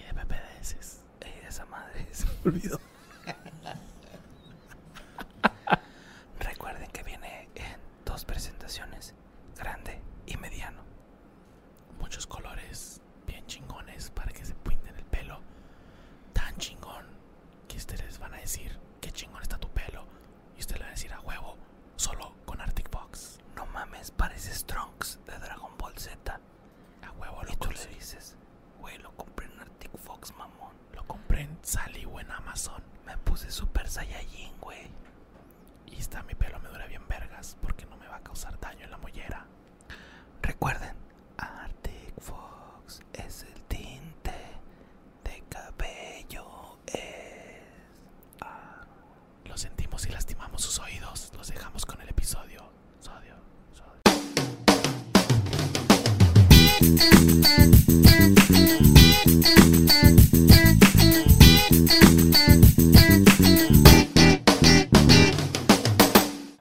Este PPDS. Ey, esa madre se me olvidó. Recuerden que viene en dos presentaciones, grande y mediano. Muchos colores bien chingones para que se pinten el pelo. Tan chingón que ustedes van a decir, qué chingón está tu pelo. Y usted le va a decir a huevo, solo con Arctic Fox. No mames, pareces Trunks de Dragon Ball Z. A huevo lo Y tú le dices, güey, lo compré en Arctic Fox, mamón. Lo compré en Sally o en Amazon. Me puse Super Saiyajin, güey. Y está, mi pelo me dura bien vergas porque no me va a causar daño en la mollera. Recuerden, Arctic Fox es el tinte de cabello. eh. Es... Ah. Lo sentimos y lastimamos sus oídos. Los dejamos con el episodio. Sodio, sodio.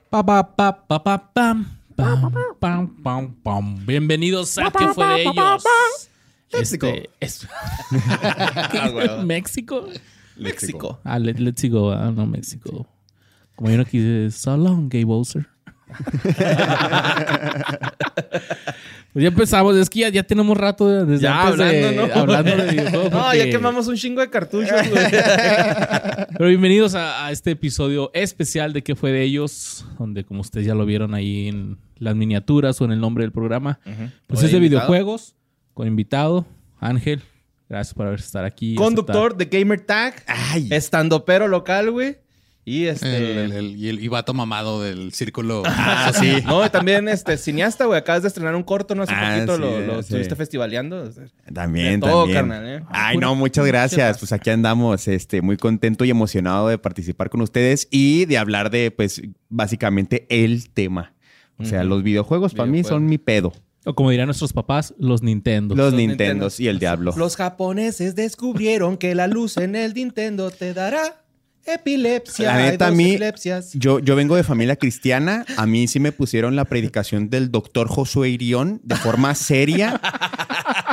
Pa, pa, pa, pa, pa, pam, pam, pam, pam, pam. Bienvenidos a ¿Qué fue de ellos? Léxico. Este, es- Ah, huevo. ¿México? Léxico. Ah, let, let's go. Ah, no, México. Como yo no quise, so long, gay Bowser. pues ya empezamos. Es que ya, ya tenemos rato de- desde Ya antes hablando, de, ¿no? hablando de videojuegos. No, ya porque- quemamos un chingo de cartuchos, güey. Pero bienvenidos a, a este episodio especial de ¿Qué fue de ellos? Donde, como ustedes ya lo vieron ahí en las miniaturas o en el nombre del programa, pues Hoy es de invitado. videojuegos, con invitado, Ángel. Gracias por haber estar aquí. Conductor de Gamer Tag, Ay. estandopero local, güey. Y El, este. el- el- y el y vato mamado del círculo. Ah, sí. No, también este cineasta, güey. Acabas de estrenar un corto, ¿no? Hace Ah, poquito sí, lo, lo sí. estuviste festivaleando. También, De todo, también. carnal, ¿eh? Ay, no, muchas gracias. Pues aquí andamos, este, muy contento y emocionado de participar con ustedes y de hablar de, pues, básicamente el tema. O sea, Ujú. los videojuegos para mí Videojuegos. son mi pedo. O como dirían nuestros papás, los Nintendo. Los Los Nintendos Nintendos. y el diablo. Los japoneses descubrieron que la luz en el Nintendo te dará epilepsia. La Hay neta, a dos mí- Epilepsias. Yo, yo vengo de familia cristiana. A mí sí me pusieron la predicación del doctor Josué Irión de forma seria.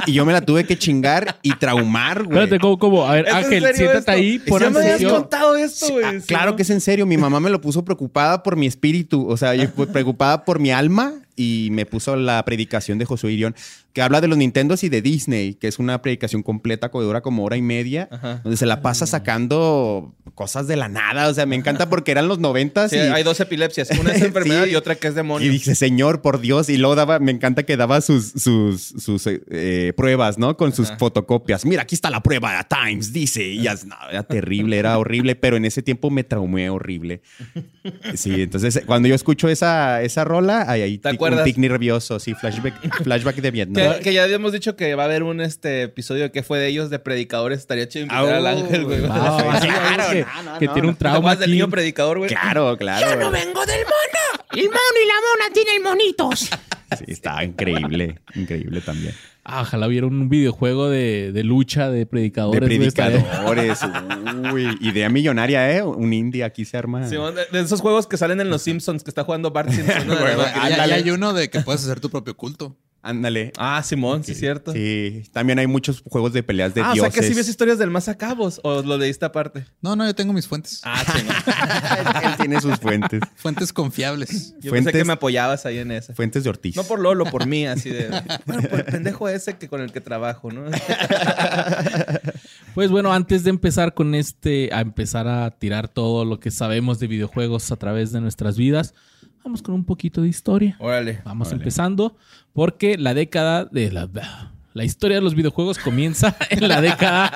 y yo me la tuve que chingar y traumar, güey. Espérate, ¿cómo, cómo? A ver, ¿Es en Ángel, serio siéntate esto? ahí, pon Ya me habías atención. contado esto, Sí, ah, güey. claro que es en serio. Mi mamá me lo puso preocupada por mi espíritu, o sea, yo fui preocupada por mi alma y me puso la predicación de Josué Irión, que habla de los Nintendos y de Disney, que es una predicación completa que dura como hora y media, Ajá. Ah. donde se la pasa sacando cosas de la nada. O sea, me encanta porque eran los noventas Sí, y, hay dos epilepsias. Una es enfermedad Sí. y otra que es y demonio. dice, Señor, por Dios. Y luego daba, me encanta que daba sus, sus, sus eh, eh, pruebas, ¿no? Con sus Ajá. fotocopias. Mira, aquí está la prueba, a Times, dice. Y ya, no, era terrible, era horrible, pero en ese tiempo me traumé horrible. Sí, entonces eh, cuando yo escucho esa, esa rola, hay ahí ¿Te tic- un acuerdas? tic nervioso, sí, flashback, flashback de Vietnam. Que, que ya habíamos dicho que va a haber un este episodio de que fue de ellos de predicadores. Estaría chido invitar Au, al ángel, güey. Va, va, va, Claro, que, no, no, que no. tiene un ¿Te acuerdas trauma del aquí. niño predicador, güey? Claro, claro. vengo del mono. El mono y la mona tienen monitos. Sí, estaba increíble, increíble también. Ah, ojalá hubiera un videojuego de, de lucha de De predicadores. güey, estaría- predicadores. Uy, idea millonaria, ¿eh? Un indie aquí se arma. Simón, de, de esos juegos que salen en Los Simpsons que está jugando Bart Simpson. ¿no? Güey, Ya- ya ándale. hay uno de que puedes hacer tu propio culto. Ándale. Ah, Simón, sí, es cierto. Sí, también hay muchos juegos de peleas de ah, dioses. o sea que sí ves historias del más acabos o lo leíste aparte. No, no, yo tengo mis fuentes. Ah, Simón. Él tiene sus fuentes. Fuentes confiables. Yo pensé Fuentes- que me apoyabas ahí en esa. Fuentes de Ortiz. No por Lolo, por mí, así de. Bueno, por el pendejo ese que con el que trabajo, ¿no? Pues bueno, antes de empezar con este, a empezar a tirar todo lo que sabemos de videojuegos a través de nuestras vidas, vamos con un poquito de historia. Órale. Vamos Órale. empezando porque la década de la... La historia de los videojuegos comienza en la década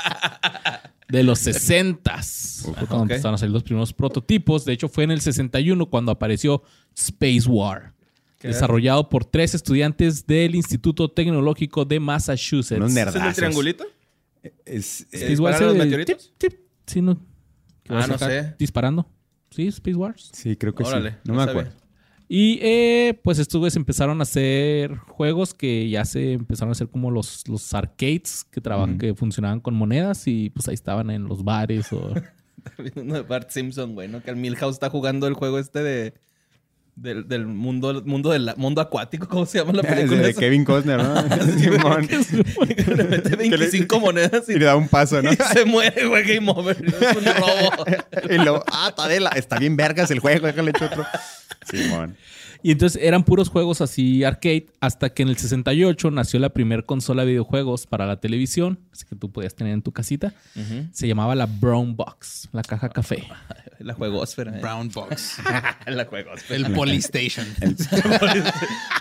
de los 60. Fue cuando ok. empezaron a salir los primeros prototipos. De hecho, fue en el 61 cuando apareció Space War. ¿Qué? Desarrollado por tres estudiantes del Instituto Tecnológico de Massachusetts. Unos ¿Ese es el Perdazos. triangulito? Es- ¿Se eh, Space Wars disparan es los de- meteoritos? tip, tip. Sí, no. Ah, Vas a no estar sé. Disparando. Sí, Space Wars. sí, creo que sí. Órale, No, no me sabía. acuerdo. Y eh, pues estos güeyes empezaron a hacer juegos que ya se empezaron a hacer como los, los arcades que, trabajan, Ujú. que funcionaban con monedas y pues ahí estaban en los bares o... Uno de Bart Simpson, güey, ¿no? Que el Milhouse está jugando el juego este de. Del, del mundo, mundo, del mundo acuático, ¿cómo se llama la película? De esa? Kevin Costner, ¿no? Simón. Le mete 25 monedas Y y, le da un paso, ¿no? y se muere, güey, Game Over. Es un robo. y luego, ah, está, de la- está bien vergas el juego, déjale echo otro. Simón. Y entonces eran puros juegos así arcade, hasta que en el 68 nació la primer consola de videojuegos para la televisión, así que tú podías tener en tu casita. Se llamaba la Brown Box, la caja café. Ah, La juegosfera. eh. Brown Box. La juegosfera. El Polystation.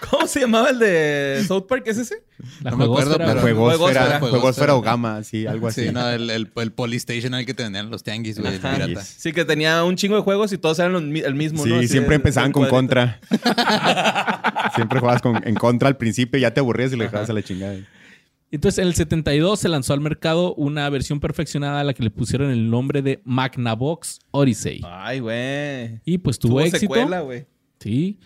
¿Cómo se llamaba el de South Park? ¿Es ese? La No me acuerdo, juegosfera, pero- güey. Juegosfera, Juegosfera, juegosfera o juegosfera. gama, sí, algo así. Sí, no, el, el, el Polystation era el que te vendían los tianguis, güey, el Ajá. pirata. Yes. Sí, que tenía un chingo de juegos y todos eran los mi- el mismo, Sí, ¿no? Así siempre de- empezaban del con cuadrito. contra. siempre jugabas con, en contra al principio, ya te aburrías y le dejabas a la chingada. Entonces en el 72 se lanzó al mercado una versión perfeccionada a la que le pusieron el nombre de Magnavox Odyssey. Ay, güey. Y pues tuvo, éxito. secuela, güey. Sí.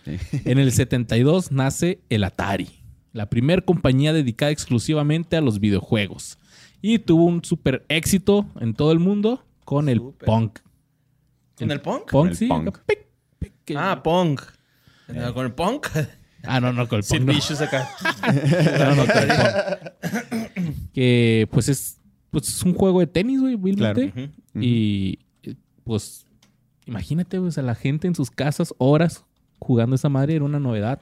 En el 72 nace el Atari, la primer compañía dedicada exclusivamente a los videojuegos. Y tuvo un super éxito en todo el mundo con el Súper. punk. ¿Con el punk? Punk, el sí. punk. acá, pic, pic, que- Ah, Ah, punk. No, Con el punk. no, no, con el punk. Sin no. bichos acá. No, no, con el punk. que pues es, pues es un juego de tenis, güey, humildemente. Claro. Y eh, pues imagínate, pues, a la gente en sus casas horas jugando esa madre, era una novedad.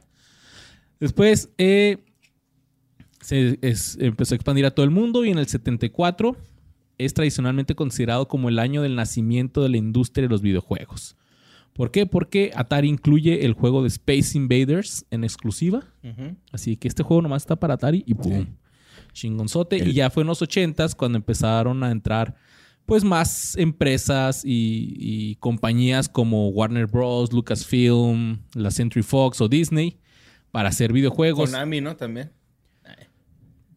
Después eh, se es- empezó a expandir a todo el mundo y en el 74 es tradicionalmente considerado como el año del nacimiento de la industria de los videojuegos. ¿Por qué? Porque Atari incluye el juego de Space Invaders en exclusiva. Ujú. Así que este juego nomás está para Atari y ¡pum! Chingonzote. Y ya fue en los 80s cuando empezaron a entrar pues más empresas y, y compañías como Warner Bros., Lucasfilm, la Century Fox o Disney para hacer videojuegos. Konami, ¿no? También.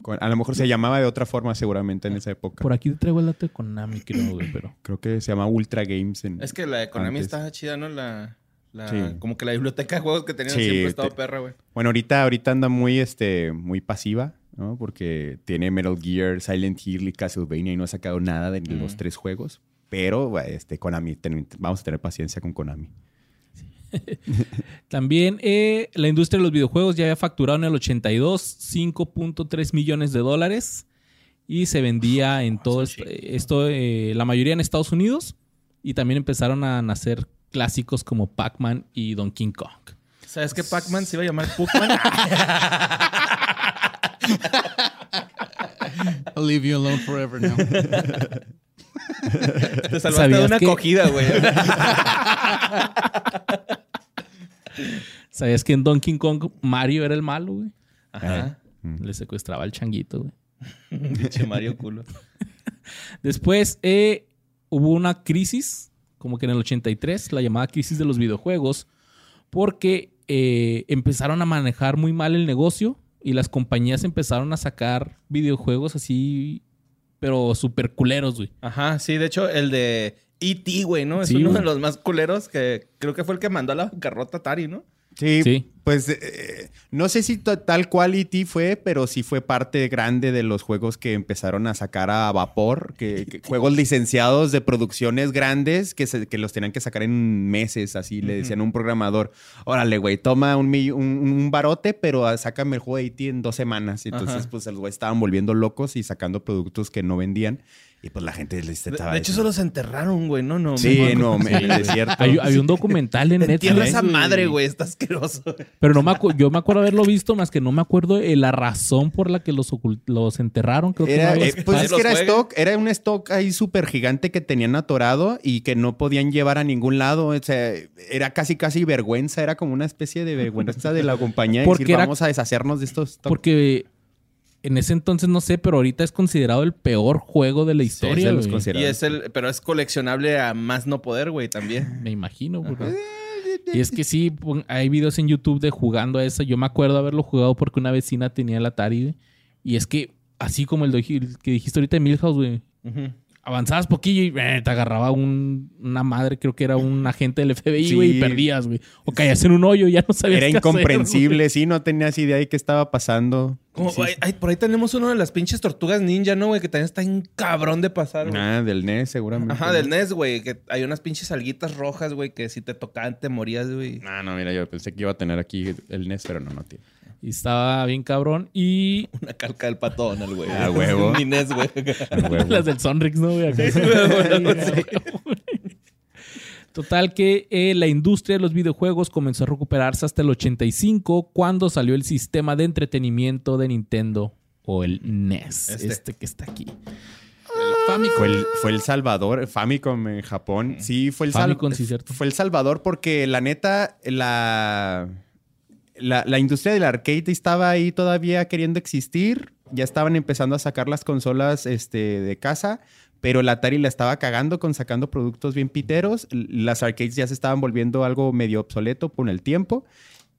Con- A lo mejor se llamaba de otra forma seguramente en esa época. Por aquí traigo el dato de Konami, creo, güey, pero... Creo que se llamaba Ultra Games. En... Es que la de Konami Antes. está chida, ¿no? La, la- Sí. Como que la biblioteca de juegos que tenían Sí, siempre ha estado te- perra, güey. Bueno, ahorita, ahorita anda muy, este, muy pasiva, ¿no? Porque tiene Metal Gear, Silent Hill y Castlevania y no ha sacado nada de los Mm. tres juegos. Pero este, Konami, ten- vamos a tener paciencia con Konami. También eh, la industria de los videojuegos ya había facturado en el 82 5.3 millones de dólares y se vendía en todo est- esto, eh, la mayoría en Estados Unidos y también empezaron a nacer clásicos como Pac-Man y Donkey Kong. ¿Sabes qué Pac-Man se iba a llamar Pac-Man? I'll leave you alone forever now. Te salvaste de ¿Sabías una que- cogida, güey. ¿Sabías que en Donkey Kong Mario era el malo, güey? Ajá. Mm. Le secuestraba al changuito, güey. Pinche Mario culo. Después eh, hubo una crisis, como que en el 83, la llamada crisis de los videojuegos, porque eh, empezaron a manejar muy mal el negocio y las compañías empezaron a sacar videojuegos así, pero super culeros, güey. Ajá, sí, de hecho, el de E.T., güey, ¿no? Es Sí, uno güey. de los más culeros que creo que fue el que mandó a la bancarrota a Atari, ¿no? Sí, Sí. pues eh, no sé si ta- tal cual E.T. fue, pero sí fue parte grande de los juegos que empezaron a sacar a vapor, que, que- juegos licenciados de producciones grandes que, se- que los tenían que sacar en meses, así le decían a un programador, órale, güey, toma un, mill- un, un barote, pero ah, sácame el juego de E.T. en dos semanas. Y Entonces, Ajá. pues los güeyes estaban volviendo locos y sacando productos que no vendían. Y pues la gente les De, estaba... de hecho, diciendo, solo se enterraron, güey, ¿no? no Sí, no, me, es cierto. Hay, hay un documental en Entierra Netflix, esa madre, güey, está asqueroso. pero no me acu- yo me acuerdo haberlo visto, más que no me acuerdo eh, la razón por la que los, ocult- los enterraron. Creo que Era, no había- eh, pues padres es que era los jueguen. stock, era un stock ahí súper gigante que tenían atorado y que no podían llevar a ningún lado. O sea, era casi, casi vergüenza, era como una especie de vergüenza de la compañía. Porque Porque decir, era- vamos a deshacernos de estos stock. porque en ese entonces no sé, pero ahorita es considerado el peor juego de la Sí, historia. se los güey. consideraban. Y es el, pero es coleccionable a más no poder, güey, también. Me imagino, porque- Y es que sí, pon- hay videos en YouTube de jugando a eso. Yo me acuerdo haberlo jugado porque una vecina tenía el Atari, güey. Y es que, así como el, de- el que dijiste ahorita de Milhouse, güey. Ujú. avanzabas poquillo y eh, te agarraba un- una madre, creo que era un agente del FBI, Sí. güey, y perdías, güey. O caías en un hoyo y ya no sabías Era qué hacer, güey. incomprensible, sí, no tenías idea de qué estaba pasando. Como, Sí, ay, ay, por ahí tenemos uno de las pinches tortugas ninja, ¿no, güey? Que también está en cabrón de pasar, güey. Ah, del NES, seguramente. Ajá, del NES, güey. Que hay unas pinches alguitas rojas, güey, que si te tocaban te morías, güey. Ah, no, mira, yo pensé que iba a tener aquí el NES, pero no, no tiene. Y estaba bien cabrón. Y Una calca del pato Donald, güey. Ah, huevo. Mi NES, güey. las del Sonrix, ¿no, güey? Acá. Total que eh, la industria de los videojuegos comenzó a recuperarse hasta el 85 cuando salió el sistema de entretenimiento de Nintendo o el NES, este, Este. que está aquí. Fue el, fue el Salvador, Famicom en Japón. Mm. Sí, fue el Sal- Famicom, sí, cierto. Fue el Salvador porque la neta, la, la, la industria del arcade estaba ahí todavía queriendo existir. Ya estaban empezando a sacar las consolas este, de casa, pero la Atari la estaba cagando con sacando productos bien piteros. L- Las arcades ya se estaban volviendo algo medio obsoleto con el tiempo.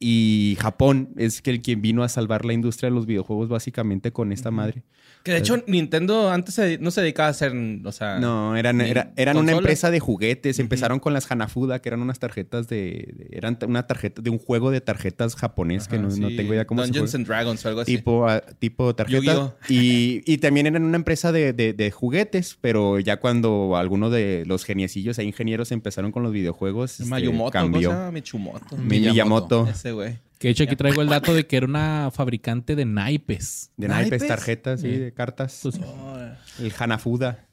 Y Japón es que el quien vino a salvar la industria de los videojuegos básicamente con esta madre. Que de hecho, Nintendo antes se- no se dedicaba a hacer, o sea... No, eran, ni era- eran una consolas. empresa de juguetes. Empezaron con las Hanafuda, que eran unas tarjetas de. de- eran ta- una tarjeta de un juego de tarjetas japonés que Ajá, no, no sí. tengo idea cómo se Dungeons juega. and Dragons o algo así. Tipo, ah, tipo tarjetas. Yu-Gi-Oh. Y, y también eran una empresa de, de- de juguetes, pero ya cuando algunos de los geniecillos e ingenieros empezaron con los videojuegos, este, Mayumoto, ¿cómo se cambió. llama? Michumoto. Mi- Miyamoto. Ese, güey. Que de hecho aquí traigo el dato de que era una fabricante de naipes. De naipes, ¿Naipes? Eh. Pues, tarjetas, sí, de cartas. Entonces, El Hanafuda.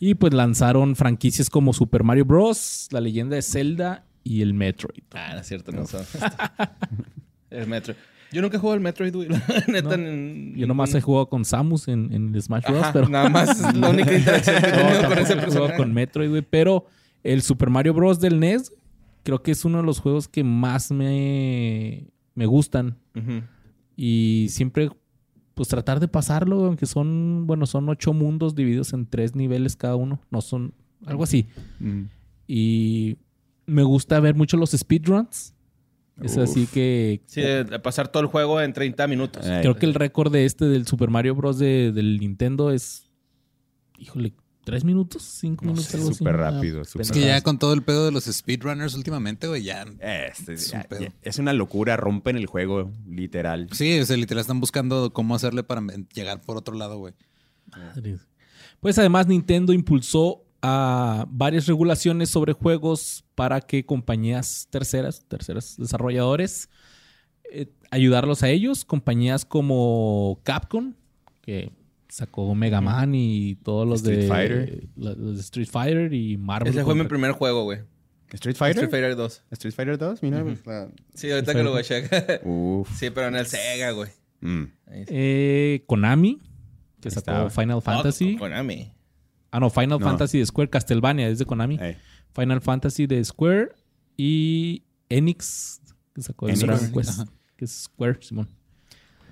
Y pues lanzaron franquicias como Super Mario Bros., La Leyenda de Zelda y el Metroid. Ah, no es cierto, no, son. El Metroid. Yo nunca juego el Metroid, güey. La Neta, ni- Yo nomás he jugado con Samus en, en el Smash Bros., Ajá, pero Nada más es la única interacción que he No, tenido con tampoco ese he jugado personaje. con Metroid, güey. Pero el Super Mario Bros. del NES creo que es uno de los juegos que más me, me gustan. Ujú. Y siempre, pues tratar de pasarlo, aunque son, bueno, son ocho mundos divididos en tres niveles cada uno. No son, algo así. Y me gusta ver mucho los speedruns. Es Uf. así que... Sí, de- de pasar todo el juego en 30 minutos. Eh. Creo que el récord de este del Super Mario Bros. de- del Nintendo es. Híjole, ¿tres minutos? ¿Cinco No minutos? sé, algo así. Ah, súper Una rápido, súper Es pendejada. que ya con todo el pedo de los speedrunners últimamente, güey, ya. Este, Es ya- un pedo. ya- es una locura, rompen el juego, literal. Sí, o sea, literal están buscando cómo hacerle para men- llegar por otro lado, güey. Madres. Pues además, Nintendo impulsó a varias regulaciones sobre juegos para que compañías terceras, terceras desarrolladores, eh, ayudarlos a ellos. Compañías como Capcom, que sacó Mega Man y todos los de Street Fighter. la- los de Street Fighter y Marvel. Ese fue mi contra- primer juego, güey. Street Fighter. Street Fighter 2. Street Fighter 2, mira. la- Sí, ahorita que lo voy a checar. Uf. Sí, pero en el Sega, güey. pues, Mm. Ahí está. Eh, Konami, que Ahí sacó estaba. Final Fantasy. Oh, Konami. Ah, no, Final No. Eh. Fantasy de Square, Castlevania, es de Konami. Ey. Final Fantasy de Square y Enix, que sacó el Enix. Dragon Quest, Ajá. que es Square, Simón.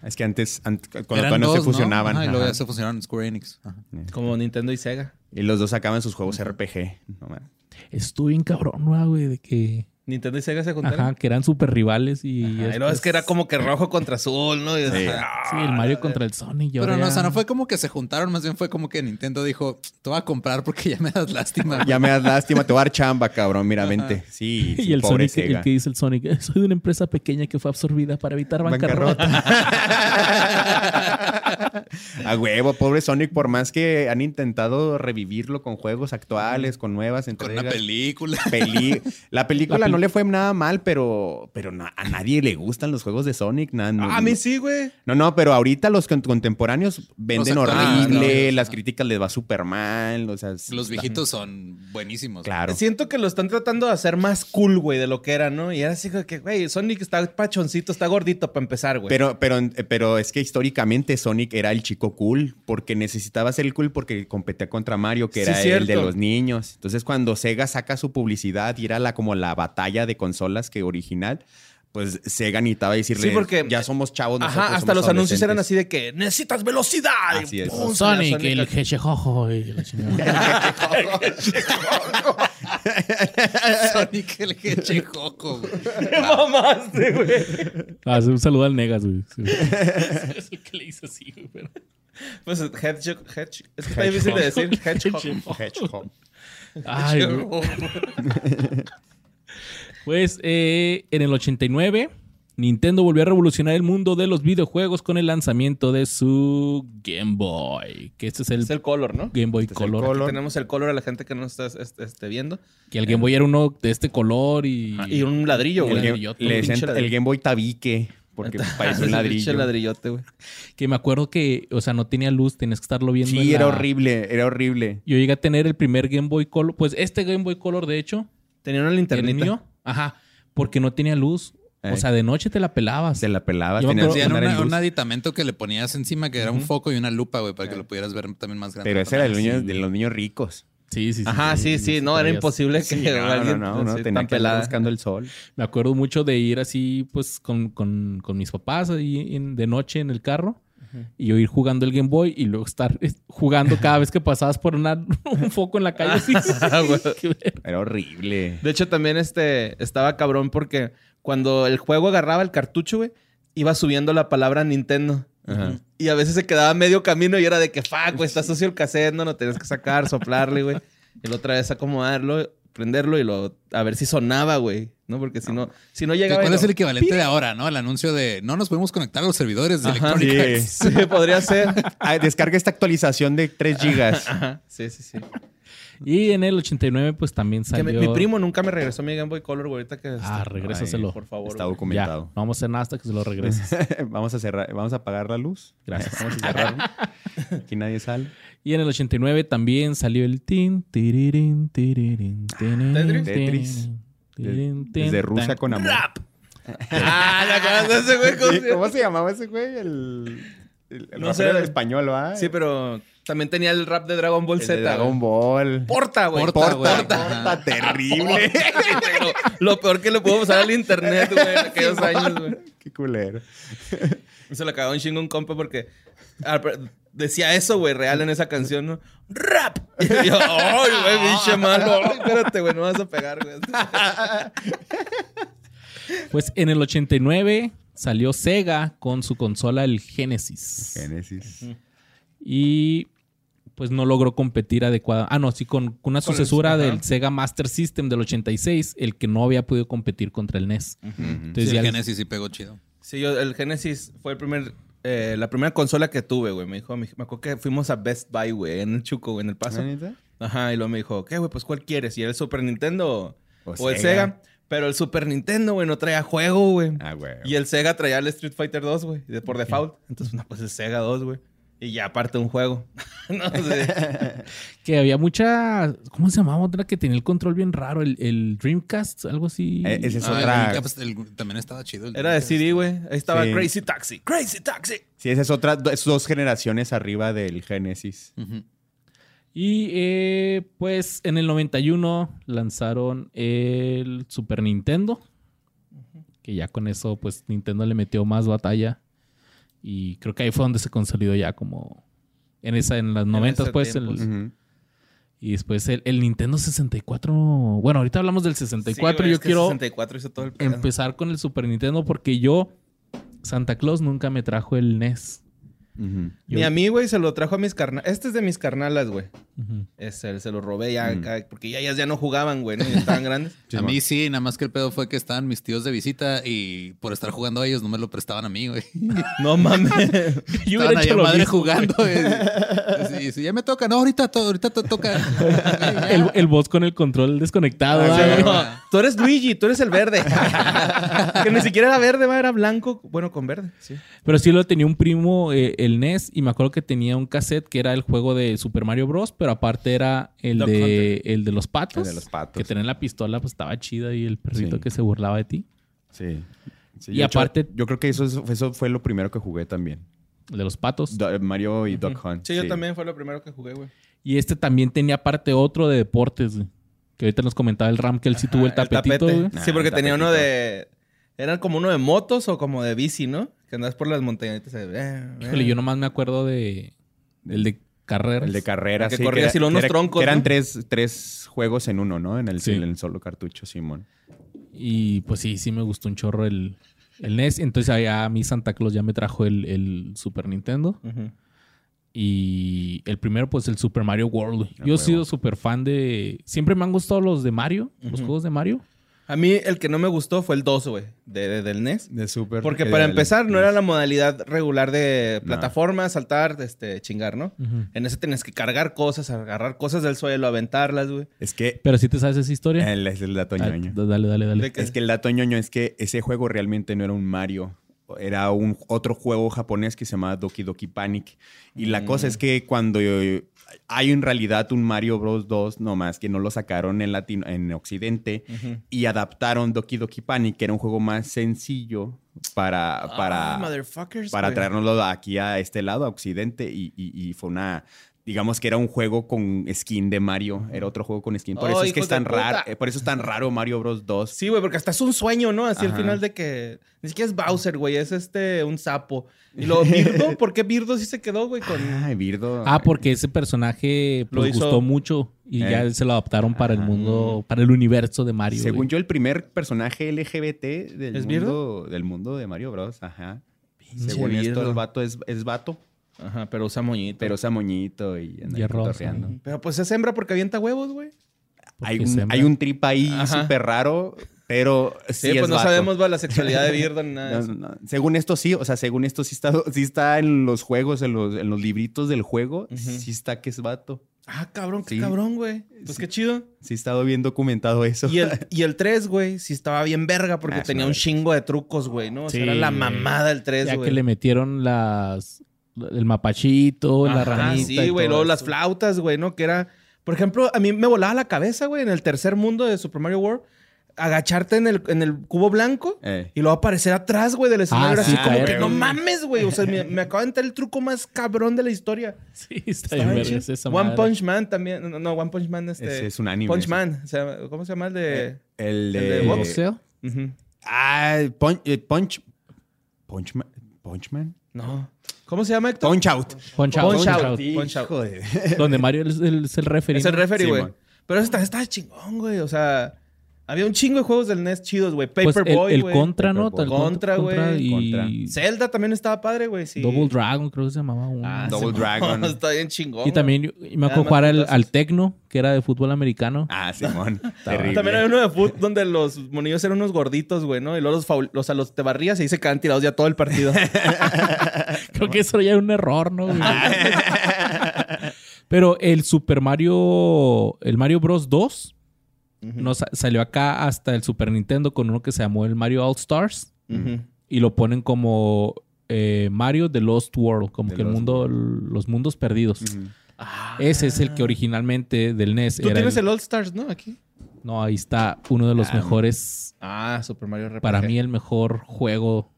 Es que antes, ant- cuando Eran todavía no se dos, fusionaban. Ajá, y luego ajá. ya se fusionaron en Square Enix. Ajá. Como Nintendo y Sega. Y los dos sacaban sus juegos RPG. No, man. Estuve bien cabrón, ¿no, güey, de que, Nintendo y Sega se juntaron. ajá, que eran súper rivales y... Ay, después- no, es pues que era como que rojo contra azul, ¿no? Y, "Ah, o Sí. sea, Sí, el Mario contra el Sonic. y Pero ahora no, o ya- sea, no fue como que se juntaron, más bien fue como que Nintendo dijo, te voy a comprar porque ya me das lástima. güey". Eh, Ya me das lástima, te voy a dar chamba, cabrón. Mira, vente. Sí, sí, Y el pobre Sonic, el Sega. que dice el Sonic, soy de una empresa pequeña que fue absorbida para evitar bancarrota. Bancarrota. a huevo, pobre Sonic, por más que han intentado revivirlo con juegos actuales, con nuevas Con una entregas. película. Peli- la película La pel- no le fue nada mal, pero, pero na- a nadie le gustan los juegos de Sonic. na- no- ah, a mí sí, güey. No, no, pero ahorita los con- contemporáneos venden Los actuales, horrible, ¿no? las críticas les va súper mal, o sea, sí Los está- viejitos son buenísimos. Claro. Siento que lo están tratando de hacer más cool, güey, de lo que era, ¿no? Y era así como que, güey, Sonic está pachoncito, está gordito para empezar, güey. Pero, pero, pero es que históricamente Sonic era el chico cool, porque necesitaba ser el cool porque competía contra Mario, que Sí, era el cierto. de los niños. Entonces, cuando Sega saca su publicidad y era la, como la batalla de consolas que original, pues Sega necesitaba decirle, Sí, porque- ya somos chavos nosotros Ajá, hasta somos los anuncios eran adolescentes". así de que necesitas velocidad. Y Así es. ¡pum! Sonic, salía el acá. jejejojo y la chingada. Sonic el Hedgehogo, güey. ¡Qué mamaste, güey! Ah, sí, un saludo al Negas, güey. Sí. es el que le hizo así, güey. pero- Pues Hedgehog. Hedge- es que está difícil de decir. Hedgehog. Hedgehog. Ay, güey. Pues eh, en el 89, Nintendo volvió a revolucionar el mundo de los videojuegos con el lanzamiento de su Game Boy. Que este es el, Es el color, ¿no? Game Boy es el Color. color. Tenemos el color a la gente que no está este, este, viendo. Que el Game Boy era uno de este color y. Y un ladrillo, Y güey. El, ladrillo. El game, ladrillote, le un decían pinche el Game Boy Tabique, porque parece un ladrillo. ladrillote, güey. Que me acuerdo que, o sea, no tenía luz, tenías que estarlo viendo. Sí, en era la- horrible, era horrible. Yo llegué a tener el primer Game Boy Color. Pues este Game Boy Color, de hecho, Tenía una el linternita. mío, ajá, porque no tenía luz. O Ey. sea, de noche te la pelabas. Se la pelaba, Yo me tenía acuerdo- que Hacían andar en una- luz. un aditamento que le ponías encima que era un foco y una lupa, güey, para que lo pudieras ver también más grande. Pero ese era el niño, sí. de los niños ricos. Sí, sí, sí. Ajá, sí, sí. No, era traías- imposible que No, no, alguien no, no, así tan tenía que andar pelada. buscando el sol. Me acuerdo mucho de ir así, pues, con, con- con mis papás ahí en- de noche en el carro. Y yo ir jugando el Game Boy y luego estar eh, jugando cada vez que pasabas por una- un foco en la calle. Sí, sí, Ah, sí. Qué ver- Era horrible. De hecho, también este estaba cabrón porque cuando el juego agarraba el cartucho, güey, iba subiendo la palabra Nintendo. Ajá. Y a veces se quedaba a medio camino y era de que, fuck, güey, está sucio el cassette, no lo tenías que sacar, soplarle, güey. Y la otra vez acomodarlo, prenderlo y lo, a ver si sonaba, güey. ¿No? Porque si no, si no Que llegaba... ¿Cuál y es lo- el equivalente de ahora, no? El anuncio de no nos podemos conectar a los servidores de Ajá. Electronic Arts. Sí, podría ser. Ah, descarga esta actualización de 3 gigas. Ajá, sí, sí, sí. Y en el 89, pues, también Que salió... mi, mi primo nunca me regresó mi Game Boy Color, güey, ahorita que... Ah, regrésaselo. por favor. Está güey. Ya, documentado. no vamos a hacer nada hasta que se lo regreses. vamos a cerrar, vamos a apagar la luz. Gracias. Vamos a cerrar. Aquí nadie sale. Y en el 89 también salió el... tin, tiririn, tiririn, tinin, Tetris. Tetris. tinin, tin, Desde Rusia tan. con amor. Ah, ¿te acuerdas de ese güey? ¿Cómo se Sí, llama? ¿Cómo se llamaba ese güey? El, el, el No rapero sé. del español, ¿va? Sí, pero también tenía el rap de Dragon Ball el Z. de güey. Dragon Ball. Porta, güey. Porta, Porta, güey. Porta. Porta, terrible. Pero lo peor que le pudo usar al internet, güey, en aquellos años, güey. Qué culero. Se la cagó un chingo un compa porque ah, pero decía eso, güey, real en esa canción, ¿no? ¡Rap! Y yo, ¡ay, güey, biche malo! Ay, Espérate, güey, no vas a pegar, güey. Pues en el 89 salió Sega con su consola, el Genesis. Génesis. Y pues no logró competir adecuada. Ah, no, sí, con, con una Con el- sucesora ajá. del Sega Master System del 86, el que no había podido competir contra el E NES. Mm. Entonces Sí, ya el les- Genesis sí pegó chido. Sí, yo, el Genesis fue el primer, eh, la primera consola que tuve, güey. Me dijo, me, me acuerdo que fuimos a Best Buy, güey, en el Chuco, güey, en el Paso. Ajá, y luego me dijo, ¿qué, güey? Pues, ¿cuál quieres? ¿Y era el Super Nintendo o, el Pues Sega? Pero el Super Nintendo, güey, no traía juego, güey. Ah, güey. Y el Sega traía el Street Fighter 2, güey, de- por default. Entonces, no, pues el Sega 2, güey. Y ya aparte un juego. no sé. Que había mucha. ¿Cómo se llamaba otra que tenía el control bien raro? El, el Dreamcast, algo así. Eh, ese es Ah, otra. el- pues, el- también estaba chido. el- Era de CD, güey. Ahí estaba Sí. Crazy Taxi. Crazy Taxi. Sí, esa es otra. do- Es dos generaciones arriba del Génesis. Ujú. Y eh, pues en el 91 lanzaron el Super Nintendo. Que ya con eso, pues Nintendo le metió más batalla. Y creo que ahí fue donde se consolidó ya como. En esa, en las 90 ese pues. tiempo, el- sí. Ujú. y después el, el Nintendo 64. Bueno, ahorita hablamos del 64. Sí, güey, yo es que quiero 64 hizo todo el pedo. empezar con el Super Nintendo porque yo, Santa Claus, nunca me trajo el E NES. Ujú. Mi a mí, güey, se lo trajo a mis carnalas. Este es de mis carnalas, güey. Ujú. Este, se lo robé ya, Mm. acá, porque ya, ellas ya no jugaban, güey, ¿no? Ya estaban grandes. A mí sí, nada más que el pedo fue que estaban mis tíos de visita y por estar jugando a ellos no me lo prestaban a mí, güey. No mames. Yo Estaban hubiera allá hecho lo madre mismo, jugando. güey. Sí, sí, ya me toca. No, ahorita, to- ahorita te toca. El, el boss con el control desconectado. Ah, sí, ¿verdad? güey. No, tú eres Luigi, tú eres el verde. que ni siquiera era verde, va, era blanco, bueno, con verde. Sí. Pero sí lo tenía un primo, eh, el NES, y me acuerdo que tenía un cassette que era el juego de Super Mario Bros., pero aparte era el, Duck de, el de los patos. El de los patos. Que tenía la pistola, pues estaba chida y el perrito Sí. que se burlaba de ti. Sí. Sí, Y de hecho, aparte- yo creo que eso, es- eso fue lo primero que jugué también. El de los patos. Do- Mario y Duck Hunt. Sí, yo también fue lo primero que jugué, güey. Y este también tenía aparte otro de deportes, güey. Que ahorita nos comentaba el Ram que él sí tuvo el Ah, tapetito, tapete. güey. Sí, porque el tenía uno tapetito. de. Eran como uno de motos o como de bici, ¿no? Que andas por las montañitas. eh, eh, Híjole, yo nomás me acuerdo de. El de carreras. El de carreras. Que sí, corrías era- y luego unos era- troncos, que eran ¿no? tres, tres juegos en uno, ¿no? En el, Sí. en el solo cartucho, Simón. Y pues sí, sí me gustó un chorro el, E el NES. Entonces allá a mi Santa Claus ya me trajo el, el Super Nintendo. eh. Ujú. Y el primero, pues el Super Mario World. Yo he sido súper fan de. Siempre me han gustado los de Mario, los juegos de Mario. A mí el que no me gustó fue el 2, güey, de, de- del NES. De super. Porque eh, para del- empezar no era la modalidad regular de plataforma, saltar, este, chingar, ¿no? Ujú. En ese tenías que cargar cosas, agarrar cosas del suelo, aventarlas, güey. Es que Pero si te sabes esa historia. el, es el dato Ah, ñoño. da- dale, dale, dale. De Es que el dato ñoño es que ese juego realmente no era un Mario. Era un otro juego japonés que se llamaba Doki Doki Panic. Y la cosa Mm. es que cuando eh, hay en realidad un Mario Bros. 2, nomás que no lo sacaron en, Latino, en Occidente Ujú. y adaptaron Doki Doki Panic, que era un juego más sencillo para, para, Ah, motherfuckers, para güey. traérnoslo aquí a este lado, a Occidente. Y, y- y fue una. Digamos que era un juego con skin de Mario. Era otro juego con skin. Por Oh, eso es que hijos es tan de puta. raro. eh, Por eso es tan raro Mario Bros. 2. Sí, güey, porque hasta es un sueño, ¿no? Así al Ajá. final de que ni siquiera es Bowser, güey, es este un sapo. Y luego Birdo, ¿por qué Birdo sí se quedó, güey, con Ay, Birdo. Ah, porque ese personaje Lo pues, hizo- gustó mucho y Eh. ya se lo adaptaron para el Ah. mundo, para el universo de Mario. Según güey. yo, el primer personaje LGBT del, ¿Es mundo, del mundo de Mario Bros. Ajá. Según esto, Birdo. el vato es, es vato, Ajá, pero usa moñito. pero es moñito y anda Y ahí es rosa. cotorreando. Pero pues es hembra porque avienta huevos, güey. Porque Hay un, sembra. hay un trip ahí Ajá. súper raro, pero sí, Sí, pues es no vato. sabemos va, la sexualidad de Birdo ni nada. de No, eso. no, no. Según esto sí, o sea, según esto sí está, sí está en los juegos, en los, en los libritos del juego, Ujú. sí está que es vato. Ah, cabrón, qué Sí. cabrón, güey. Pues Sí. qué chido. Sí ha estado bien documentado eso. Y el, y el 3, güey, sí estaba bien verga porque Ah, es tenía un una verga. chingo de trucos, güey, ¿no? O sea, Sí, era la güey. mamada el 3, ya güey. que le metieron las el mapachito, pues, la Ajá, ranita. Sí, güey, luego las flautas, güey, ¿no? Que era, por ejemplo, a mí me volaba la cabeza, güey, en el tercer mundo de Super Mario World, agacharte en el, en el cubo blanco Eh. y luego aparecer atrás, güey, del escenario. Ah, sí, así como caer, que no güey. mames, güey. O sea, me, me acaba de entrar el truco más cabrón de la historia. Sí, está Estaba bien chido. verga esa One madre. Punch Man también. No, no, One Punch Man este. Ese es un anime. Punch ese. Eh. Man. o sea, ¿Cómo se llama el de...? El el de... de ¿Cómo box. se llama? Ujú. Ah, punch, eh, punch, punch, man, punch man, No. ¿Cómo se llama, Héctor? punch out. Punch out. Punch Punch out. out. Punch out. Joder. Donde Mario es el, es el referee. Es el ¿no? referee, güey. Simón. Pero esta estaba chingón, güey. O sea, había un chingo de juegos del NES chidos, güey. Pues el, Paperboy, el güey. contra, ¿no? Paperboy. El Contra, güey. y Contra. Zelda también estaba padre, güey. Sí. Double Dragon, creo que se llamaba uno. Ah, Double sí, Dragon. no, Está bien chingón. y güey. también yo- y me Nada acuerdo más jugar al, putazos. al Tecno, que era de fútbol americano. Ah, Simón. Ah, Terrible. También había uno de foot donde los monillos eran unos gorditos, güey, ¿no? Y luego los, faul- los, a los te barrías y ahí se quedan tirados ya todo el partido. Ah, Creo que eso ya era un error, ¿no? güey? Ah. Pero el Super Mario, el Mario Bros. 2, no sa- salió acá hasta el Super Nintendo con uno que se llamó el Mario All Stars Ujú. y lo ponen como eh, Mario The Lost World, como The que el Lost mundo, los mundos perdidos. Ujú. Ah. Ese es el que originalmente del NES Tú era tienes el All Stars, ¿no? Aquí. No, ahí está uno de los Ah, mejores, Ah, Super Mario RPG. para mí el mejor juego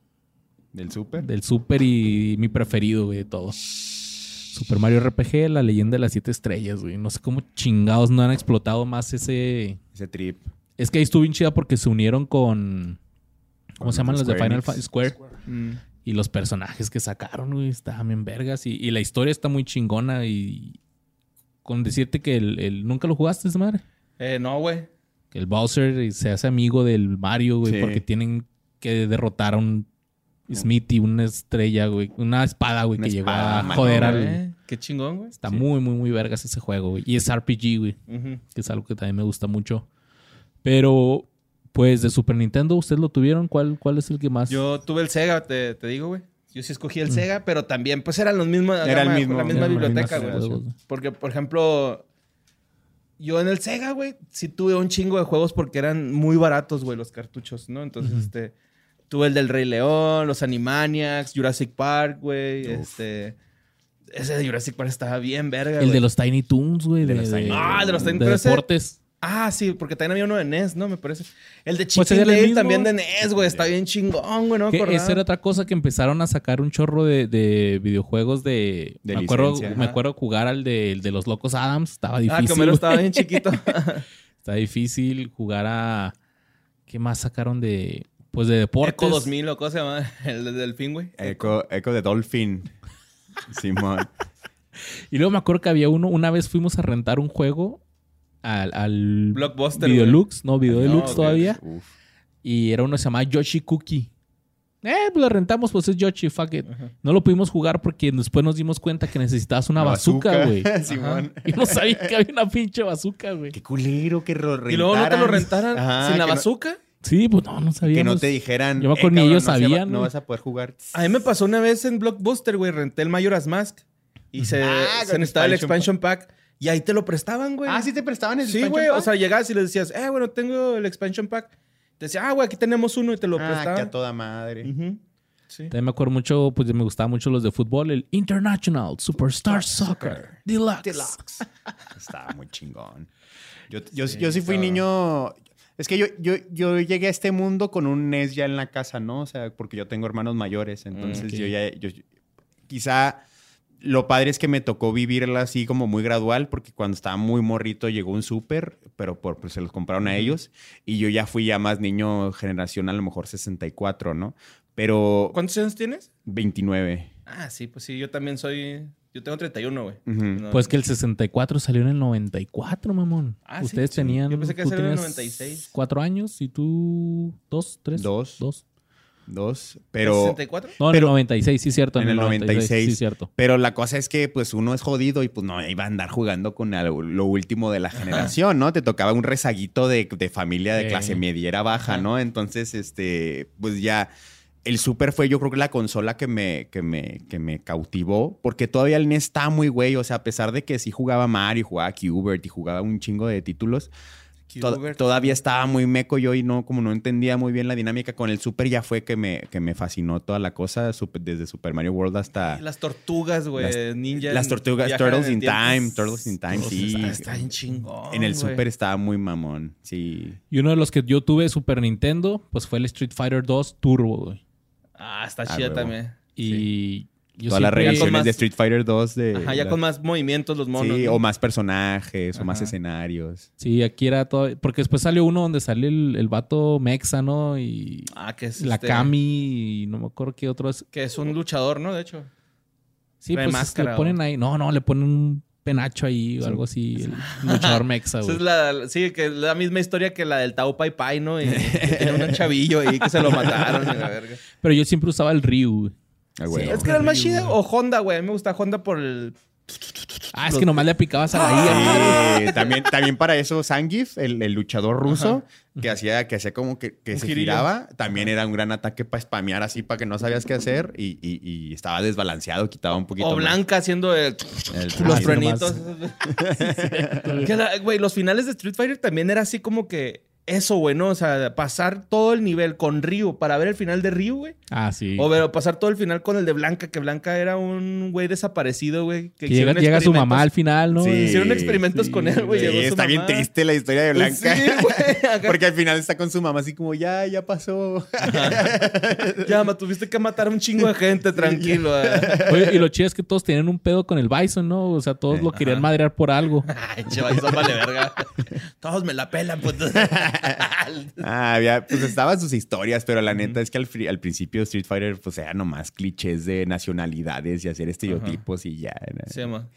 Del super. Del Super y mi preferido, güey, de todos. Super Mario RPG, la leyenda de las siete estrellas, güey. No sé cómo chingados no han explotado más ese. Ese trip. Es que ahí estuvo bien chida porque se unieron con. ¿Cómo Con se llaman los de Square Final Enix. Fa- Square? Mm. Y los personajes que sacaron, güey, estaban bien vergas. Y, y la historia está muy chingona. Y con decirte que el, el- nunca lo jugaste, esa madre. Eh, no, güey. Que el Bowser se hace amigo del Mario, güey, Sí. porque tienen que derrotar a un Smithy, una estrella, güey, una espada, güey, Una que llegó espada, a mano, joder al. Eh, Qué chingón, güey. Está muy, muy, muy vergas ese juego, güey. Y es RPG, güey, Ujú. que es algo que también me gusta mucho. Pero, pues, de Super Nintendo, ¿ustedes lo tuvieron? ¿Cuál, cuál es el que más? Yo tuve el Sega, te, te digo, güey. Yo sí escogí Mm. el Sega, pero también, pues eran los mismos. Era el mismo. La misma Eran los biblioteca, mismos güey. juegos, güey. Porque, por ejemplo, yo en el Sega, güey, sí tuve un chingo de juegos porque eran muy baratos, güey, los cartuchos, ¿no? Entonces, este. Tuve el del Rey León, los Animaniacs, Jurassic Park, güey. Este. Ese de Jurassic Park estaba bien verga, El güey. de los Tiny Toons, güey. De De, los de- Tiny- Ah, el de los Tiny- pero ese- deportes. Ah, sí, porque también había uno de NES, ¿no? Me parece. El de Chip Pues and era el Dale mismo. también de NES, güey. Está bien chingón, güey. No me Que acordaba. esa era otra cosa que empezaron a sacar un chorro de, de videojuegos de... De me, acuerdo, licencia. me acuerdo jugar al de, el de los Locos Adams. Estaba Ah, difícil, que Homero güey. estaba bien chiquito. Está difícil jugar a... ¿Qué más sacaron de...? Pues de deportes. Eco 2000 o cosa se llama el del delfín, güey. Echo, echo de Dolphin. Simón. Y luego me acuerdo que había uno... Una vez fuimos a rentar un juego al... al Blockbuster. güey. Videolux. No, Videolux No, todavía. Uf. Y era uno que se llamaba Yoshi Cookie. Eh, pues la rentamos, pues es Yoshi, fuck it. No lo pudimos jugar porque después nos dimos cuenta que necesitabas una La bazooka, güey. Simón. Y no sabía que había una pinche bazooka, güey. Qué culero que lo rentaran. Y luego no te lo rentaran Ajá, sin la que no- bazooka. Sí, pues no, no sabíamos. Que no te dijeran. "Eh, Yo me acuerdo ni cabrón, ellos no se va- sabían, No güey. vas a poder jugar. A mí me pasó una vez en Blockbuster, güey. Renté el Majora's Mask y se, Ah, se con necesitaba el expansion expansion pack. Y ahí te lo prestaban, güey. Ah, sí te prestaban el Sí, expansion güey. O pack? sea, llegabas y le decías, eh, bueno, tengo el expansion pack. Te decía, ah, güey, aquí tenemos uno y te lo Ah, que a prestaban. toda madre. Ujú. Sí. También me acuerdo mucho, pues me gustaban mucho los de fútbol, el International Superstar Soccer Deluxe. Estaba muy chingón. Yo, yo, yo sí fui niño. Es que yo, yo, yo llegué a este mundo con un NES ya en la casa, ¿no? O sea, porque yo tengo hermanos mayores. Entonces ok. yo ya. yo- quizá lo padre es que me tocó vivirla así como muy gradual, porque cuando estaba muy morrito llegó un súper, pero por, pues se los compraron a ellos. Y yo ya fui ya más niño, generación a lo mejor 64, ¿no? Pero ¿Cuántos años tienes? 29. Ah, sí, pues sí, yo también soy. Yo tengo 31, güey. Ujú. No. Pues que el 64 salió en el 94, mamón. Ah, sí, Ustedes sí. tenían. Yo pensé que tú salió en el tenías 96. Cuatro años y tú. ¿Dos? ¿Tres? Dos. Dos. Dos. Pero. ¿64? No, en el 96, sí, cierto. En, el 96, Sí, cierto. Pero la cosa es que, pues, uno es jodido y, pues, no iba a andar jugando con al- lo último de la generación, ¿no? Te tocaba un rezaguito de, de familia de Sí. clase media era baja, Ajá. ¿no? Entonces, este, pues ya. El Super fue, yo creo que la consola que me, que me, que me cautivó, porque todavía el NES está muy güey. O sea, a pesar de que sí jugaba Mario, jugaba Qbert y jugaba un chingo de títulos, to- Qbert. todavía estaba muy meco yo y no, como no entendía muy bien la dinámica con el Super, ya fue que me, que me fascinó toda la cosa, super- desde Super Mario World hasta. Las tortugas, güey. Las- Ninja. las tortugas, viajan Turtles en el in tiempo. Time, Turtles in Time, sí. Está, está bien chingón. En el güey. Super estaba muy mamón, sí. Y uno de los que yo tuve Super Nintendo, pues fue el Street Fighter 2 Turbo, güey. Ah, está Ah, chida huevo. también. Y. Yo Todas siempre- Ya las con revisiones más- de Street Fighter 2 de... Ajá, ya la- con más movimientos los monos. Sí, ¿no? o más personajes, o más Ajá. escenarios. Sí, aquí era todo. Porque después salió uno donde salió el, el vato Mexa, ¿no? Y. Ah, que es la este- Cami y no me acuerdo qué otro es. Que es un luchador, ¿no? De hecho. Sí, Trae pues máscara, le ¿o? ponen ahí. No, no, le ponen un penacho ahí o algo así. El luchador mexa, Esa Ah, güey. es la, sí, que es la misma historia que la del Tau Pai Pai, ¿no? Y que tiene un chavillo ahí que se lo mataron. y la verga. Pero yo siempre usaba el Ryu. güey. Ah, güey. Es que era el más chido. O Honda, güey. A mí me gusta Honda por el... Ah, es que nomás le aplicabas a la IA. Sí, también, también para eso Zangief, el, el luchador ruso, que hacía, que hacía como que, que se girillo. giraba, también era un gran ataque para spamear así, para que no sabías qué hacer y, y- y estaba desbalanceado, quitaba un poquito O más. Blanca haciendo el- El- los Ah, sí, truenitos. nomás. Que la- Güey, los finales de Street Fighter también era así como que... Eso, güey, ¿no? O sea, pasar todo el nivel con Ryu para ver el final de Ryu, güey. Ah, sí. O ver, pasar todo el final con el de Blanca, que Blanca era un güey desaparecido, güey. que llega, llega su mamá al final, ¿no? Sí. Hicieron experimentos Sí, con él, güey. Sí, llegó su está bien mamá. triste la historia de Blanca. Sí, güey. acá. Porque al final está con su mamá así como, ya, ya pasó. Ya, ma, tuviste que matar a un chingo de gente, tranquilo. eh. Oye, y lo chido es que todos tenían un pedo con el Bison, ¿no? O sea, todos lo querían madrear por algo. Ay, chaval, eso vale verga. Todos me la pelan, pues. Ah, había, pues estaban sus historias, pero la neta es que al, fri- al principio Street Fighter, pues era nomás clichés de nacionalidades y hacer estereotipos y ya. era- Se llama.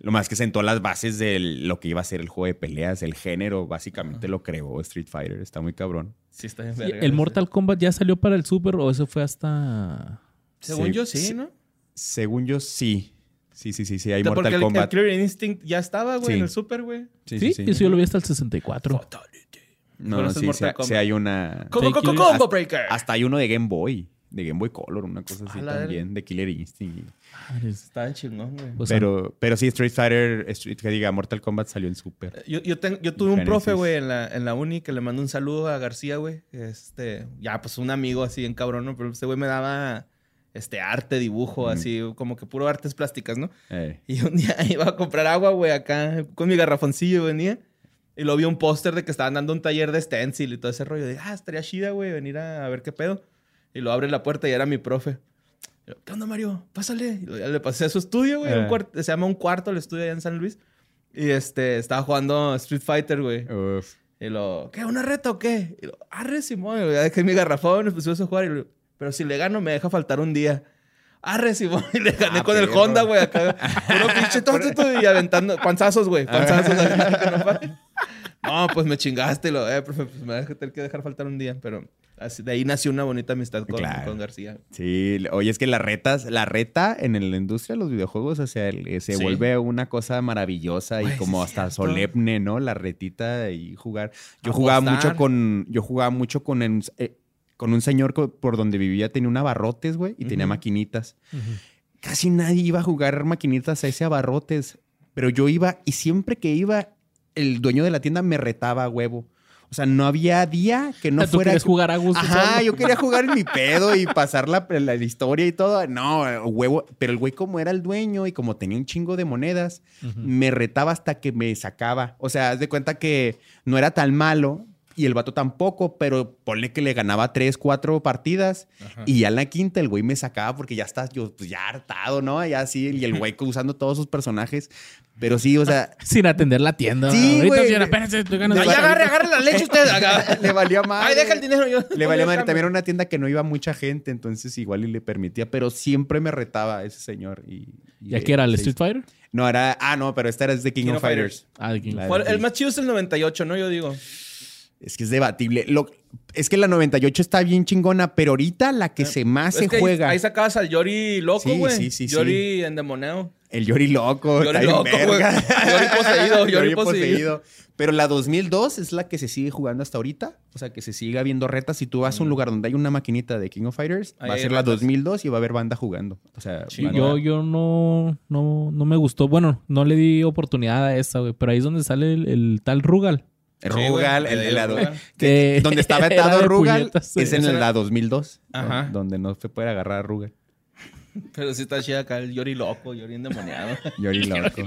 Lo más que sentó las bases de lo que iba a ser el juego de peleas, el género, básicamente lo creó Street Fighter, está muy cabrón. Sí, está bien ¿Y verga. ¿El Mortal Kombat ya salió para el Super o eso fue hasta. Según Se- yo, sí, se- ¿no? Según yo, sí. Sí, sí, sí, sí, hay O sea, Porque Mortal el, el Kombat. Clear Instinct ya estaba, güey, Sí. en el Super, güey. Sí, eso yo lo vi hasta el 64. No, Pero ese es sí, sí, Mortal sí Kombat. hay una... Combo, Take combo, it. combo breaker. Hasta hay uno de Game Boy, de Game Boy Color, una cosa así A la también, de Killer Instinct. Madres. Está bien chingón, güey. Pues, pero, pero sí, Street Fighter, Street, que diga, Mortal Kombat salió en Super. Eh, Yo, yo, ten- yo tuve un Genesis. profe, güey, en la, en la uni que le mandó un saludo a García, güey. Este, ya, pues un amigo así en cabrón, ¿no? Pero ese güey me daba este arte, dibujo, Ujú. así, como que puro artes plásticas, ¿no? Eh. Y un día iba a comprar agua, güey, acá con mi garrafoncillo venía. Y lo vi un póster de que estaban dando un taller de stencil y todo ese rollo. De, ah, estaría chida, güey, venir a, a ver qué pedo. Y lo abre la puerta y era mi profe. Y yo, ¿Qué onda, Mario? Pásale. Y lo- ya le pasé a su estudio, güey. un Eh. cuart- Se llama Un Cuarto el estudio allá en San Luis. Y este, estaba jugando Street Fighter, güey. Uf. Y lo, ¿qué? ¿Una reta o qué? Y lo, arre, Simón. Y lo, ya dejé mi garrafón, me pusimos a jugar. Y lo, pero si le gano, me deja faltar un día. Arre, Simón. Y le gané Ah, con el perro. Honda, güey. Acá, puro pinche todo, y aventando panzazos, güey. Panzazos. acá, que no, pare. no, pues me chingaste. Y lo, eh, profe, pues me vas a tener que dejar faltar un día. Pero así- de ahí nació una bonita amistad con, Claro. con García. Sí, oye, es que las retas, la reta en el- la industria de los videojuegos, o sea, el- eh, se Sí. vuelve una cosa maravillosa Güey, y sí como es hasta cierto. solemne, ¿no? La retita y jugar. Yo jugaba Apostar. mucho con, yo jugaba mucho con en- eh, con un señor co- por donde vivía tenía un abarrotes, güey, y tenía Ujú. maquinitas. Ujú. Casi nadie iba a jugar maquinitas a ese abarrotes, pero yo iba y siempre que iba el dueño de la tienda me retaba a huevo. O sea, no había día que no O sea, ¿Tú fuera quieres jugar a gusto? Ajá, solo? yo quería jugar en mi pedo y pasar la, la- la historia y todo. No, huevo. Pero el güey, como era el dueño y como tenía un chingo de monedas, Ujú. me retaba hasta que me sacaba. O sea, haz de cuenta que no era tan malo y el vato tampoco, pero ponle que le ganaba tres, cuatro partidas y ya en la quinta el güey me sacaba porque ya está, yo pues, ya hartado, ¿no? Ya así, y el güey usando todos sus personajes. Pero sí, o sea, Sin atender la tienda. Sí, Ahorita, güey. señora, espérense, estoy ganando. Ay, agarre, agarre la leche usted. le valía más. Ay, deja el dinero yo. Le valía madre. También era una tienda que no iba mucha gente, entonces igual y le permitía, pero siempre me retaba ese señor. ¿Y, y, ¿Ya que era el eh, Street Fighter? sí. No, era. Ah, no, pero esta era de King, King of of Fighters. Ah, de King. Claro. Fue- El más chido es el 98, ¿no? Yo digo. Es que es debatible. Lo- es que la 98 está bien chingona, pero ahorita la que se más Ah, Es Ah, se que ahí- juega. Ahí sacabas al Yori loco, Sí, güey. sí, sí, sí. Yori endemoniado. El Yori Loco. Yori está bien loco, güey. verga. Yori poseído, Yori poseído. Pero la 2002 es la que se sigue jugando hasta ahorita. O sea, que se siga viendo retas. Si tú vas a un lugar donde hay una maquinita de King of Fighters, Ahí va a hay ser la retas. 2002 y va a haber banda jugando. O sea, Sí, banda- yo, yo no, no, no me gustó. Bueno, no le di oportunidad a esa, güey. Pero ahí es donde sale el, el tal Rugal. El Sí, güey. Rugal, el El helado. Rugal. Que- Donde estaba era atado de Rugal puñetas, es eh. en Esa el- era- la 2002, Ajá. don- donde no se puede agarrar a Rugal. Pero sí está chida acá el Yori loco, Yori endemoniado. Yori loco.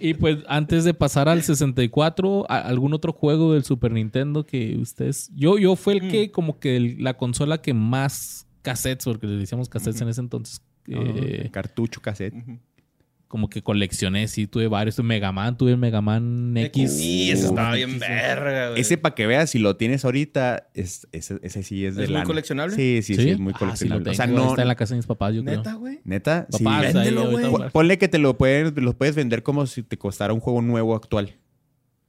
Y pues antes de pasar al 64, a- algún otro juego del Super Nintendo que ustedes... Yo, yo fue el Mm. que como que el- la consola que más cassettes, porque le decíamos cassettes en ese entonces, Ah, eh, Cartucho, cassette. como que coleccioné, sí, tuve varios, tuve Mega Man, tuve el Mega Man X. Sí, eso estaba bien verga, güey. Ese para que veas, si lo tienes ahorita, es, ese, ese sí es de ¿Es muy lana. coleccionable? Sí, sí, sí, es muy Ah, sí lo coleccionable. o sea, tengo, no. Está en la casa de mis papás, yo ¿Neta, creo. güey? Neta, sí. Papás, ahí Véndelo, ahorita güey. vamos a- Po- Ponle que te lo puedes, los puedes vender como si te costara un juego nuevo actual.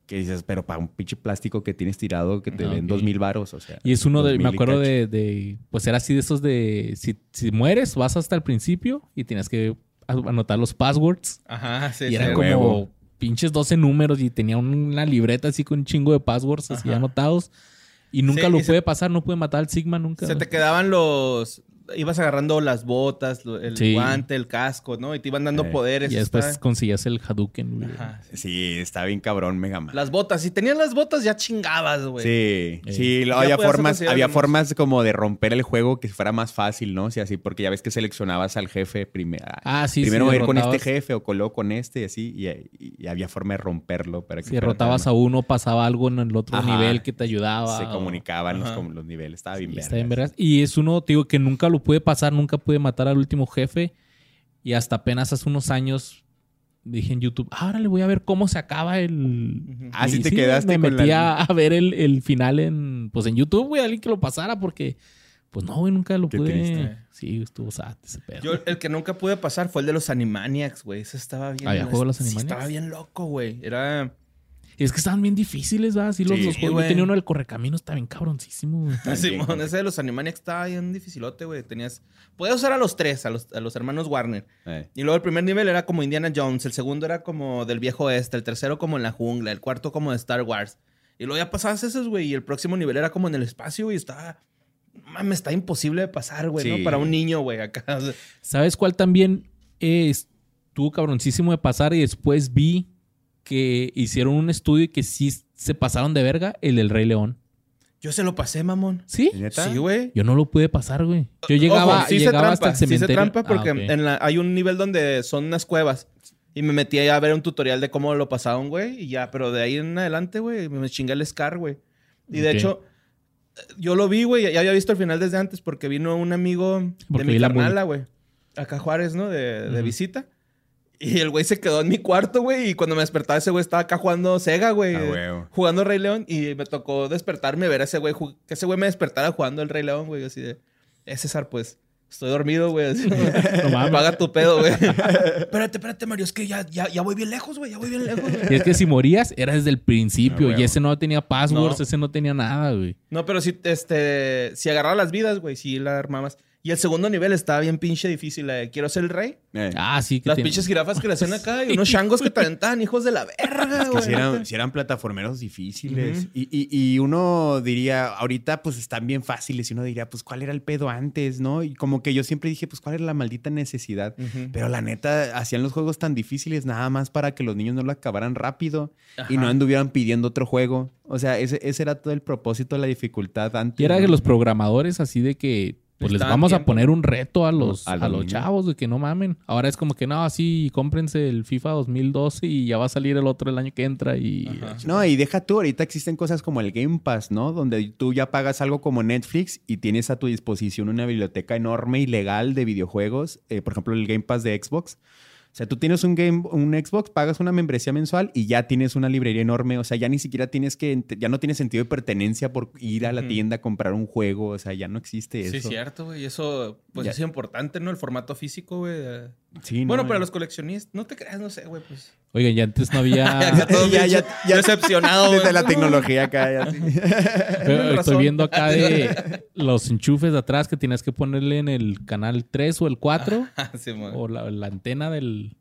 Que dices, pero para un pinche plástico que tienes tirado que te Ah, den ok. dos mil varos, o sea. Y es uno de, 2000 me y acuerdo cacho. de, de- pues era así de esos de, si, si mueres, vas hasta el principio y tienes que anotar los passwords. Ajá, sí. y sí. eran como huevo. pinches 12 números y tenía una libreta así con un chingo de passwords así Ajá. anotados. Y nunca Sí, lo y se- pude pasar, no pude matar al Sigma nunca. Se güey. te quedaban los... Ibas agarrando las botas, lo- el Sí. guante, el casco, ¿no? Y te iban dando Eh, poderes. y después está- conseguías el Hadouken. güey. Ajá, sí. Sí, está bien cabrón, Mega Man. Las botas. Si tenías las botas, ya chingabas, güey. Sí, Eh. sí, lo- Ya había podías formas, considerar había más. formas como de romper el juego que fuera más fácil, ¿no? O sea, así, porque ya ves que seleccionabas al jefe primero. Ah, sí, primero sí, voy a ir con este derrotabas- jefe o colo con este y así, y, y- y había forma de romperlo para que Si derrotabas a uno, pasaba algo en el otro Ajá. nivel que te ayudaba. se o- comunicaban los, Ajá. como los niveles, estaba bien Y vergas. está bien vergas. Y es uno, te digo, que nunca lo pude pasar, nunca pude matar al último jefe. Y hasta apenas hace unos años dije en YouTube, ahora le voy a ver cómo se acaba el... Ujú. Ah, Y sí te quedaste Me con la- metí a- a ver el, el final en, pues en YouTube, güey, alguien que lo pasara porque... Pues no, güey, nunca lo Qué pude... triste. Sí, estuvo sad ese pedo. Yo el que nunca pude pasar fue el de los Animaniacs, güey. Ese estaba bien... ¿Había juego de los sí, Animaniacs? estaba bien loco, güey. Era... Es que estaban bien difíciles, ¿verdad? Sí, los, Sí, los juegos. Yo güey. tenía uno del correcaminos, está bien cabroncísimo, güey. También, Simón, güey. ese de los Animaniacs estaba bien dificilote, güey. Tenías... Podías usar a los tres, a los, a los hermanos Warner. Eh. Y luego el primer nivel era como Indiana Jones, el segundo era como del viejo este, el tercero como en la jungla, el cuarto como de Star Wars. Y luego ya pasabas esos, güey, y el próximo nivel era como en el espacio, güey, estaba... Mames, está imposible de pasar, güey, Sí. ¿no? Para un niño, güey, acá. ¿Sabes cuál también eh, estuvo cabroncísimo de pasar? Y después vi que hicieron un estudio y que sí se pasaron de verga, el del Rey León. Yo se lo pasé, mamón. ¿Sí? ¿Neta? Sí, güey. Yo no lo pude pasar, güey. Yo llegaba, Ojo, sí se llegaba trampa, hasta el sí se cementerio. trampa porque Ah, ok. en la- hay un nivel donde son unas cuevas. Y me metí ahí a ver un tutorial de cómo lo pasaban, güey. Y ya, pero de ahí en adelante, güey, me chingué el Scar, güey. Y de Ok. hecho, yo lo vi, güey. Ya había visto el final desde antes porque vino un amigo Porque de vi mi la movie. carnala, güey. Acá a Juárez, ¿no? De, de Ujú. visita. Y el güey se quedó en mi cuarto, güey. Y cuando me despertaba ese güey estaba acá jugando Sega, güey. Ah, huevo. jugando Rey León. Y me tocó despertarme, ver a ese güey. ju- Que ese güey me despertara jugando el Rey León, güey. Yo así de... Es César, pues. Estoy dormido, güey. así, güey. No mames. Paga tu pedo, güey. espérate, espérate, Mario. Es que ya, ya, ya voy bien lejos, güey. Ya voy bien lejos, güey. Y es que si morías, era desde el principio. Ah, y huevo. ese no tenía passwords, No. ese no tenía nada, güey. No, pero si, este, si agarraba las vidas, güey, si la armabas. Y el segundo nivel estaba bien pinche difícil. la de quiero ser el rey. Eh, Ah, sí. Que Las tiene- pinches jirafas que le hacían acá y unos changos que te aventaban, hijos de la verga, que güey. si eran, si eran plataformeros difíciles. y, y- y uno diría, ahorita pues están bien fáciles. Y uno diría, pues, ¿cuál era el pedo antes, no? Y como que yo siempre dije, pues, ¿cuál era la maldita necesidad? Ujú. Pero la neta, hacían los juegos tan difíciles nada más para que los niños no lo acabaran rápido y no anduvieran pidiendo otro juego. O sea, ese, ese era todo el propósito de la dificultad antes. Y era ¿no? que los programadores así de que pues les Estaban vamos a tiempo. poner un reto a los, a A los los niños. chavos de que no mamen. Ahora es como que no, así cómprense el FIFA 2012 y ya va a salir el otro el año que entra y Ajá. No, y deja tú, ahorita existen cosas como el Game Pass, ¿no? Donde tú ya pagas algo como Netflix y tienes a tu disposición una biblioteca enorme y legal de videojuegos, eh, por ejemplo, el Game Pass de Xbox. O sea, tú tienes un game, un Xbox, pagas una membresía mensual y ya tienes una librería enorme. O sea, ya ni siquiera tienes que, ent- ya no tiene sentido de pertenencia por ir a la Ujú. tienda a comprar un juego. O sea, ya no existe eso. Sí, cierto, güey. Y eso, pues, Ya. es importante, ¿no? El formato físico, güey. de- Sí, no, bueno, para eh. los coleccionistas, no te creas, no sé, güey, pues. Oigan, ya antes no había. todo ya, ya, pinche ya- decepcionado, güey. Desde la tecnología acá. ya, sí. Pero estoy razón. viendo acá de los enchufes de atrás que tienes que ponerle en el canal 3 o el 4 Ah, sí, güey. Oh. o la, la antena del.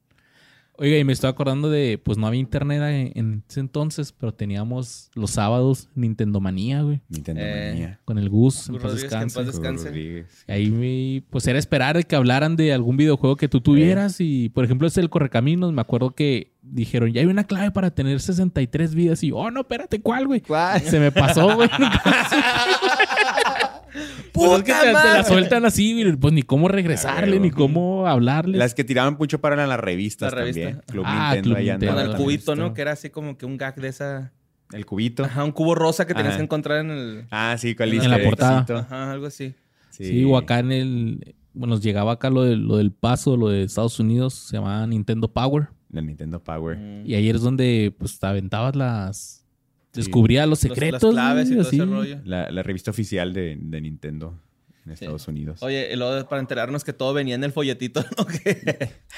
Oiga, y me estoy acordando de, pues no había internet en, en ese entonces, pero teníamos los sábados Nintendo Manía, güey, Nintendo Eh, pues manía. con el Gus, en Gus paz Rodríguez, que en descanse. paz descanse. Rodríguez. Y Ahí me- pues era esperar que hablaran de algún videojuego que tú tuvieras y por ejemplo es el Correcaminos, me acuerdo que dijeron, "Ya hay una clave para tener 63 vidas" y "Oh, no, espérate, ¿cuál, güey?" ¿Cuál? Se me pasó, güey. Nunca supe. Pues es que te, te la sueltan así, güey, pues ni cómo regresarle, Ah, huevo. ni cómo hablarle. Las que tiraban mucho para eran las revistas La revista. también. Club Ah, Nintendo, Club ahí Nintendo. Con andaba el Ah, también. cubito, ¿no? está. Que era así como que un gag de esa. El cubito. Ajá, un cubo rosa que tenías Ajá. que encontrar en el. Ah, sí, con el En easter la egg. portada. Ajá, algo así. sí. o acá en el bueno, nos llegaba acá lo, de- lo del paso, lo de Estados Unidos, se llamaba Nintendo Power. La Nintendo Power. Mm. Pues, Y ahí es donde pues te aventabas las descubría los Los- secretos, Las claves y güey, todo ese así. rollo. La, la revista oficial de, de Nintendo en Estados Unidos. Oye, y luego para enterarnos que todo venía en el folletito, ¿no? Que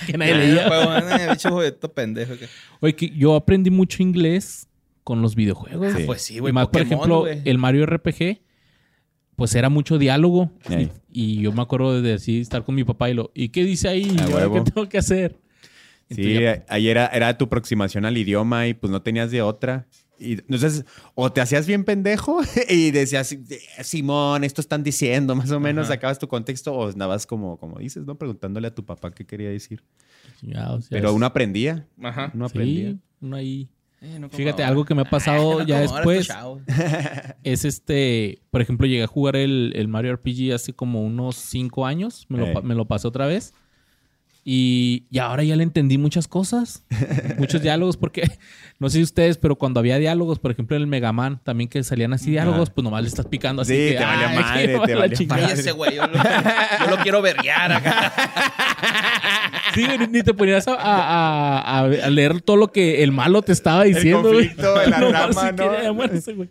Que nadie nadie leía. leía. Bicho folleto pendejo. que- Oye, que yo aprendí mucho inglés con los videojuegos. Sí. Pues sí, Y güey. más, por Pokémon, ejemplo, güey. el Mario RPG, pues era mucho diálogo. Ey. Y yo me acuerdo de así estar con mi papá y lo, ¿y qué dice ahí? A ¿Y ahora huevo. ¿Qué tengo que hacer? Entonces Sí, ya- ahí era, era tu aproximación al idioma y pues no tenías de otra. Y entonces, o te hacías bien pendejo y decías, Simón, esto están diciendo, más o menos, Ajá. sacabas tu contexto, o andabas como, como dices, ¿no? Preguntándole a tu papá qué quería decir. ya, o sea, Pero es- uno aprendía, Ajá. uno aprendía. Sí, uno ahí. Eh, no como Fíjate, ahora. algo que me ha pasado No ya como ahora después estos chavos. es este, por ejemplo, llegué a jugar el, el Mario RPG hace como unos cinco años, me lo, Ey. pa- me lo pasé otra vez. Y, y ahora ya le entendí muchas cosas, muchos diálogos, porque no sé si ustedes, pero cuando había diálogos, por ejemplo, en el Mega Man, también que salían así diálogos, pues nomás le estás picando así. Sí, que, te valió "Ay, madre, que va te la valió chingada". Ay, ese güey, yo lo, yo lo quiero verguear acá. Sí, güey, ni- ni te ponías a, a- a- a leer todo lo que el malo te estaba diciendo. güey. conflicto, la Nomás trama, sí ¿no? quería llamarse, güey.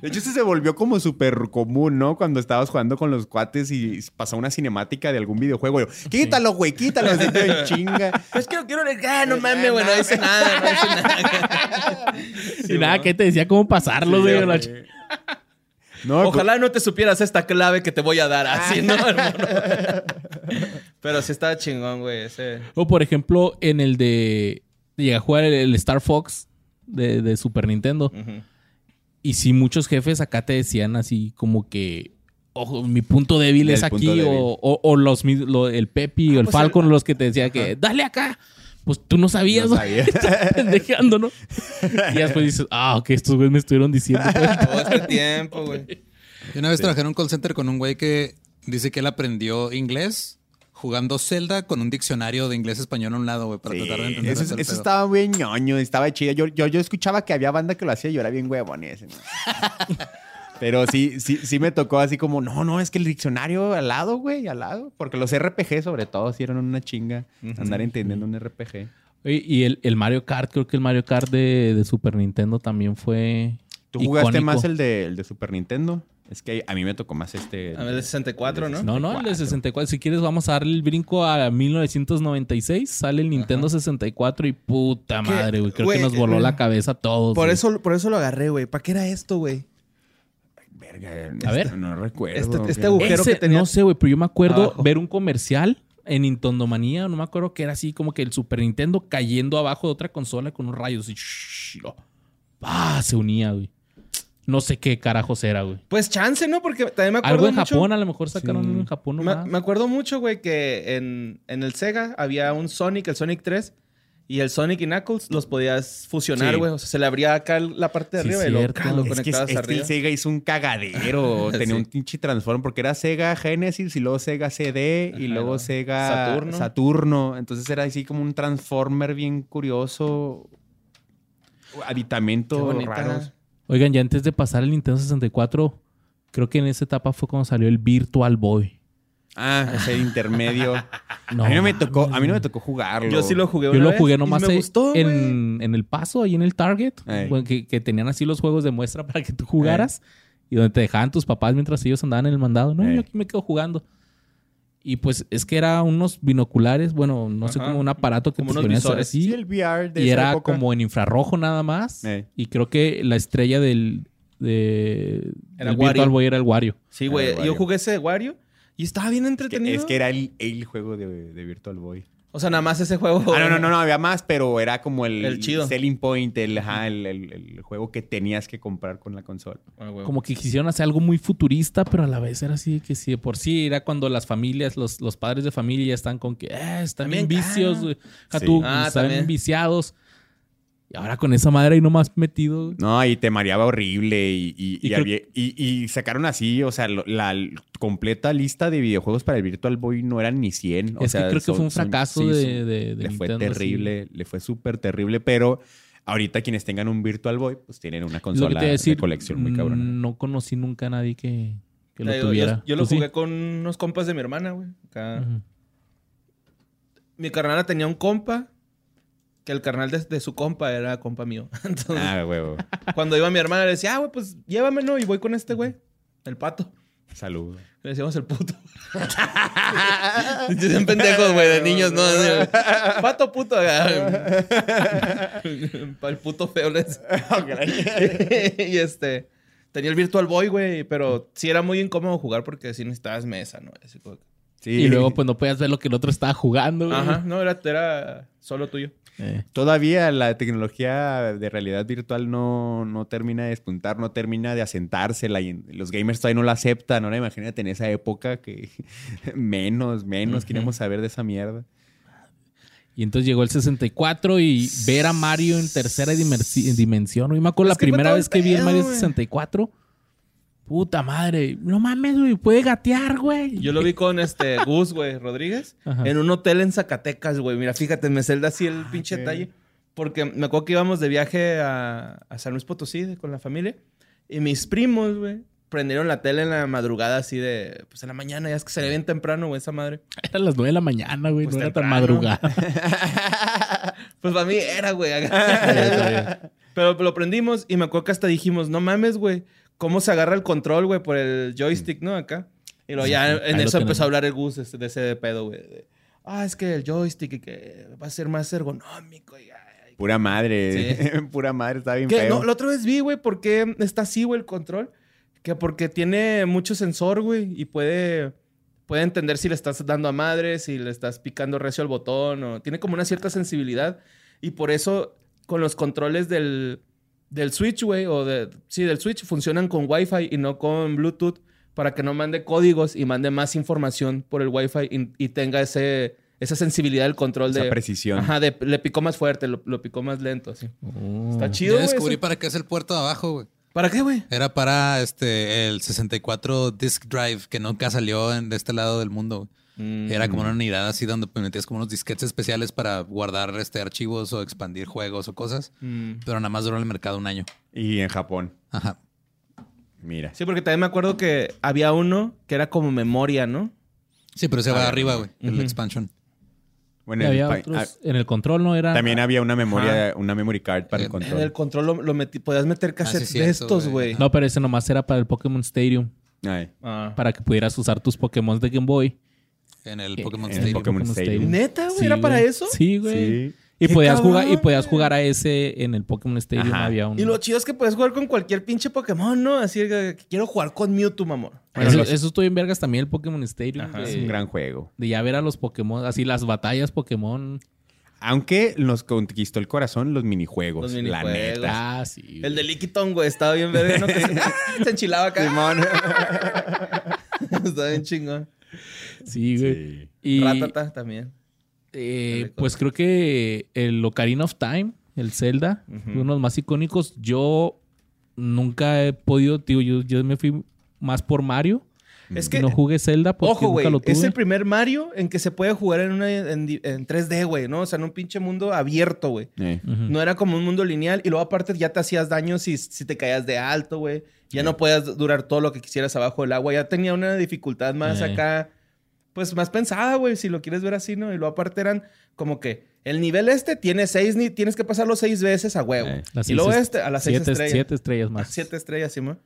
De hecho, eso se volvió como súper común, ¿no? Cuando estabas jugando con los cuates y pasaba una cinemática de algún videojuego. Yo, quítalo, güey, quítalo. Así todo en chinga. Es que lo quiero verguear. No mames, güey. No dice Eh, nada, no dice nada. y nada, que te decía cómo pasarlo, güey. la ch- Ah, No, pues, pues. Ojalá no te supieras esta clave que te voy a dar Ah. así, ¿no, hermano? Pero sí estaba chingón, güey. Ese. O por ejemplo, en el de. Llegué a jugar el, el Star Fox de, de Super Nintendo. Ujú. Y sí, muchos jefes acá te decían así como que. Ojo, mi punto débil El es aquí. punto o- débil. O, o los, mis- lo- el Pepi o el pues Falcon, los que te decían que. ¡Dale acá! Pues tú no sabías, No güey. sabía. Estás pendejeando, ¿no? Y después dices, ah, ok, estos güeyes me estuvieron diciendo. pues". Todo este tiempo, Pues güey. Yo una vez trabajé en un call center con un güey que dice que él aprendió inglés jugando Zelda con un diccionario de inglés-español a un lado, güey, para Sí, tratar de entender. eso, todo el eso pedo. estaba muy ñoño, estaba chido. Yo, yo, yo escuchaba que había banda que lo hacía y yo era bien huevón. y ese, ¿no? Pero sí, sí, sí me tocó así como, no, no, es que el diccionario al lado, güey, al lado. Porque los RPG, sobre todo, sí eran una chinga andar entendiendo un RPG. Oye, Y el, el Mario Kart, creo que el Mario Kart de, de Super Nintendo también fue. ¿Tú jugaste icónico. más el de, el de Super Nintendo? Es que a mí me tocó más este. A ver, Ah, el 64, ¿no? No, no, el de 64. Si quieres, vamos a darle el brinco a 1996. Sale el Nintendo 64 y puta ¿Qué? madre, güey. Creo Güey, que nos voló eh, la cabeza a todos. Por güey. eso, por eso lo agarré, güey. ¿Para qué era esto, güey? Verga, A ver. No recuerdo. Este- este ¿Qué? agujero- Ese, que tenía No sé, güey, pero yo me acuerdo abajo. ver un comercial en Nintendomanía. No me acuerdo que era así como que el Super Nintendo cayendo abajo de otra consola con un rayo así. shhh, y lo- ¡Ah! Se unía, güey. No sé qué carajos era, güey. Pues chance, ¿no? Porque también me acuerdo Algo en mucho- Japón, a lo mejor sacaron Sí. uno en Japón Me, nomás. me acuerdo mucho, güey, que en, en el Sega había un Sonic, el Sonic 3, y el Sonic y Knuckles los podías fusionar, Sí. güey. O sea, se le abría acá el- la parte de Sí, arriba y lo, cierto. ca, lo Es Es que conectabas este arriba. Sega hizo un cagadero. Tenía Sí. un pinche transform porque era Sega Genesis y luego Sega CD y Ajá, luego ¿no? Sega Saturno. Saturno. Entonces era así como un transformer bien curioso. Qué Aditamentos bonita. raros. Oigan, ya antes de pasar el Nintendo 64, creo que en esa etapa fue cuando salió el Virtual Boy. Ah, ese intermedio. No a, mí no me mames, tocó, a mí no me güey. tocó jugarlo. Yo sí lo jugué Yo una lo vez jugué y nomás me eh, gustó, güey. en, en el paso, ahí en el Target, Ey. güey, que, que tenían así los juegos de muestra para que tú jugaras y donde te dejaban tus papás mientras ellos andaban en el mandado. No, Ey. yo aquí me quedo jugando. Y pues es que era unos binoculares, bueno, no sé, Ajá. como un aparato que Como te unos ponías visores. así. VR de y esa era época. como en infrarrojo nada más. Ey. Y creo que la estrella del, de, Era del Wario. Virtual Boy era el Wario. Sí, güey. Ah, Wario. Yo jugué ese de Wario y estaba bien Que- entretenido. es que era el, el juego de, de Virtual Boy. O sea, nada más ese juego. Ah, no, no, no, no, había más, pero era como el, El chido. selling point, el, ajá, el- el- el juego que tenías que comprar con la consola. Ah, güey. como que quisieron hacer algo muy futurista, pero a la vez era así que sí, de por sí era cuando las familias, los, los padres de familia ya están con que eh, están bien También, vicios, ah. güey. Ja, Sí. tú, Ah, están bien también. viciados. Y ahora con esa madre ahí nomás metido. güey. No, y te mareaba horrible y, Y y, y creo- había- y- y sacaron así, o sea, lo- la l- completa lista de videojuegos para el Virtual Boy no eran ni 100. O es sea, que creo que son- fue un son- fracaso sí, de, son- de, de le fue Nintendo, sí. terrible, le fue súper terrible, pero ahorita quienes tengan un Virtual Boy, pues tienen una Es Lo que consola te iba a decir, mm, de colección muy cabrona. No conocí nunca a nadie que, que Te lo digo, tuviera. Yo, yo lo ¿Tú sí? jugué con unos compas de mi hermana, güey. Acá. Ujú. Mi carnala tenía un compa que el carnal de, de su compa era compa mío. Entonces, Ah, huevo. cuando iba mi hermana, le decía, ah, güey, pues llévame, ¿no? Y voy con este, güey. El pato. Salud. Le decíamos el puto. Dicen pendejos, güey, de niños, ¿no? Pato puto. acá. el puto feo. le decía. y este... Tenía el Virtual Boy, güey, pero sí era muy incómodo jugar porque sí necesitabas mesa, ¿no? Así como que- Sí. Y luego pues no podías ver lo que el otro estaba jugando. güey. Ajá, no, era, era solo tuyo. Eh, Todavía la tecnología de realidad virtual no, no termina de despuntar, no termina de asentársela. Y los gamers todavía no la aceptan. Ahora imagínate en esa época que menos, menos queremos saber de esa mierda. Y entonces llegó el 64 y ver a Mario en tercera dimersi- dimensión. güey. me acuerdo Es la que fue primera todo el vez que vi el pedo, Mario güey. 64. Puta madre. No mames, güey. Puede gatear, güey. Yo lo vi con este Gus, güey, Rodríguez, Ajá. Ah, en un hotel en Zacatecas, güey. Mira, fíjate, me celda así el pinche detalle. Porque me acuerdo que íbamos de viaje a, a San Luis Potosí de- con la familia. Y mis primos, güey, prendieron la tele en la madrugada así de... Pues en la mañana, ya es que se ve bien temprano, güey, esa madre. Era a las 9 de la mañana, güey. Pues no era tan temprano. madrugada. Pues para mí era, güey. Pero lo prendimos y me acuerdo que hasta dijimos, no mames, güey, cómo se agarra el control, güey, por el joystick, ¿no? Acá. Y luego ya Mm. Ahí en lo eso tenemos. empezó a hablar el Gus este- de ese pedo, güey. de, Ah, es que el joystick y que va a ser más ergonómico. Y, ah, ay, Pura madre. Pura madre, está bien que feo. no, la otra vez vi, güey, por qué está así, güey, el control. Que porque tiene mucho sensor, güey, y puede, puede entender si le estás dando a madre, si le estás picando recio al botón, o tiene como una cierta sensibilidad. Y por eso, con los controles del, del Switch, güey, o de, sí, del Switch, funcionan con Wi-Fi y no con Bluetooth, para que no mande códigos y mande más información por el Wi-Fi y, y tenga ese, esa sensibilidad del control Esa de. precisión. Ajá, de, le picó más fuerte, lo, lo picó más lento, así. Está chido, Ya güey. descubrí eso. para qué es el puerto de abajo, güey. ¿Para qué, güey? Era para este el 64 disc drive que nunca salió en- de este lado del mundo. Mm. güey. Era como una unidad así donde pues, metías como unos disquetes especiales para guardar este archivos o expandir juegos o cosas. Mm. Pero nada más duró en el mercado un año. Y en Japón. Ajá. Mira. Sí, porque también me acuerdo que había uno que era como memoria, ¿no? Ah, Sí, pero se va arriba, güey. El expansion. Bueno, Y el había pa- otros- en el control no ah, era. también había una memoria, una memory card para el Eh, control. En el control lo, lo metí, podías meter cassettes sí, de cierto, estos, güey. güey. No, pero ese nomás era para el Pokémon Stadium. Ay, Ah. Para que pudieras usar tus Pokémon de Game Boy. En el Pokémon en el Stadium. Pokémon Stadium. ¿Neta, güey? Sí, ¿Era para güey. eso? Sí, güey. Sí. Y Qué podías jugar, y cabrón, podías güey. jugar a ese en el Pokémon Stadium. Ajá. Había un. Y lo chido es que puedes jugar con cualquier pinche Pokémon, ¿no? Así que quiero jugar con Mewtwo, mamón. Bueno, Eso- eso, eso estuvo en vergas también el Pokémon Stadium. Ajá. de- Es un gran juego. De ya ver a los Pokémon, así las batallas Pokémon. Aunque nos conquistó el corazón los minijuegos, Los la minijuegos. neta. Ah, sí. El de Liquiton, güey, estaba bien verga, ¿no? Que se, se enchilaba acá. Simón. estaba bien chingón. Sí, güey. Sí. Y Ratata también. eh, pues creo que el Ocarina of Time, el Zelda, uno de los más icónicos. Yo nunca he podido, tío, yo, yo me fui más por Mario. Es que, no jugué Zelda porque ojo, güey, nunca lo tuve. es el primer Mario en que se puede jugar en, una, en, di- en 3D, güey, ¿no? O sea, en un pinche mundo abierto, güey. Eh. Ujú. No era como un mundo lineal y luego aparte ya te hacías daño si, si te caías de alto, güey. Ya no podías durar todo lo que quisieras abajo del agua. Ya tenía una dificultad más Eh. acá, pues más pensada, güey, si lo quieres ver así, ¿no? Y luego aparte eran como que el nivel este tiene seis, ni tienes que pasarlo seis veces a huevo. Eh. Las Y luego seis es- este a las seis siete, estrellas. siete estrellas Ah, más. Siete estrellas, sí, ma.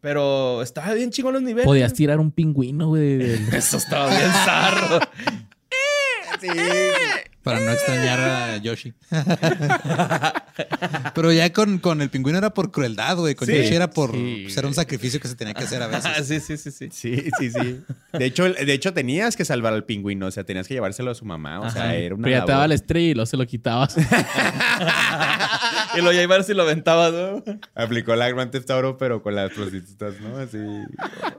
Pero estaba bien chingón los niveles. Podías tirar un pingüino, güey. del- Eso estaba bien zarro. Para no extrañar a Yoshi. Pero ya con, con el pingüino era por crueldad, güey. Con Sí. Yoshi era por Sí, ser un sacrificio que se tenía que hacer a veces. Ah, sí, sí, sí, sí. Sí, sí, sí. De hecho, de hecho, tenías que salvar al pingüino, o sea, tenías que llevárselo a su mamá, o sea, era una Pero ya te daba labor. la estrella y luego se lo quitabas. Y lo ya iba a ver si lo aventabas, ¿no? Aplicó la Gran Theft Auto, pero con las prostitutas, ¿no? Así.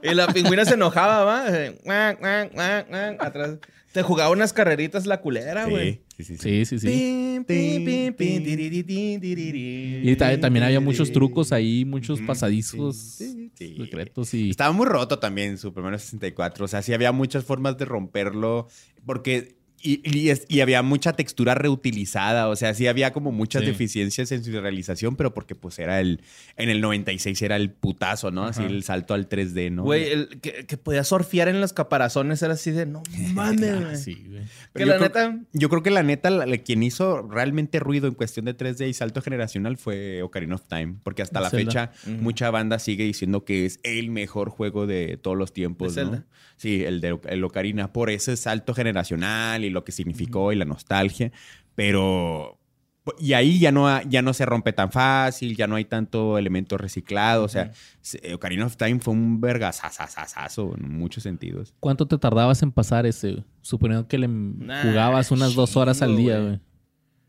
Y la pingüina se enojaba, ¿va? Eh, guac, guac, guac, guac, Atrás. Te jugaba unas carreritas la culera, güey. Sí, sí, sí. Ah, sí, sí, sí. Pim, pim, pim, pim, tirirín, tirirín. Y ta- también había muchos trucos ahí, muchos pasadizos sí, sí. secretos y... Estaba muy roto también Super Mario 64. O sea, sí había muchas formas de romperlo. Porque. Y, y es- y había mucha textura reutilizada. O sea, sí había como muchas Sí. deficiencias en su realización, pero porque pues era el. En el 96 era el putazo, ¿no? Así el salto al 3D, ¿no? Güey, el que, que podía surfear en los caparazones era así de no mames, güey. Sí, güey. Que Pero la yo creo- neta. Yo creo que la neta, la- la- quien hizo realmente ruido en cuestión de 3D y salto generacional fue Ocarina of Time, porque hasta la Zelda. fecha mucha banda sigue diciendo que es el mejor juego de todos los tiempos. De ¿no? Zelda. Sí, el de el Ocarina, por ese salto generacional y lo que significó y la nostalgia, pero... Y ahí ya no, ha- ya no se rompe tan fácil, ya no hay tanto elemento reciclado. O sea, se- Ocarina of Time fue un vergasasasazo en muchos sentidos. ¿Cuánto te tardabas en pasar ese? güey? Suponiendo que le m- Nah, jugabas unas dos horas al chingo, día, güey. güey.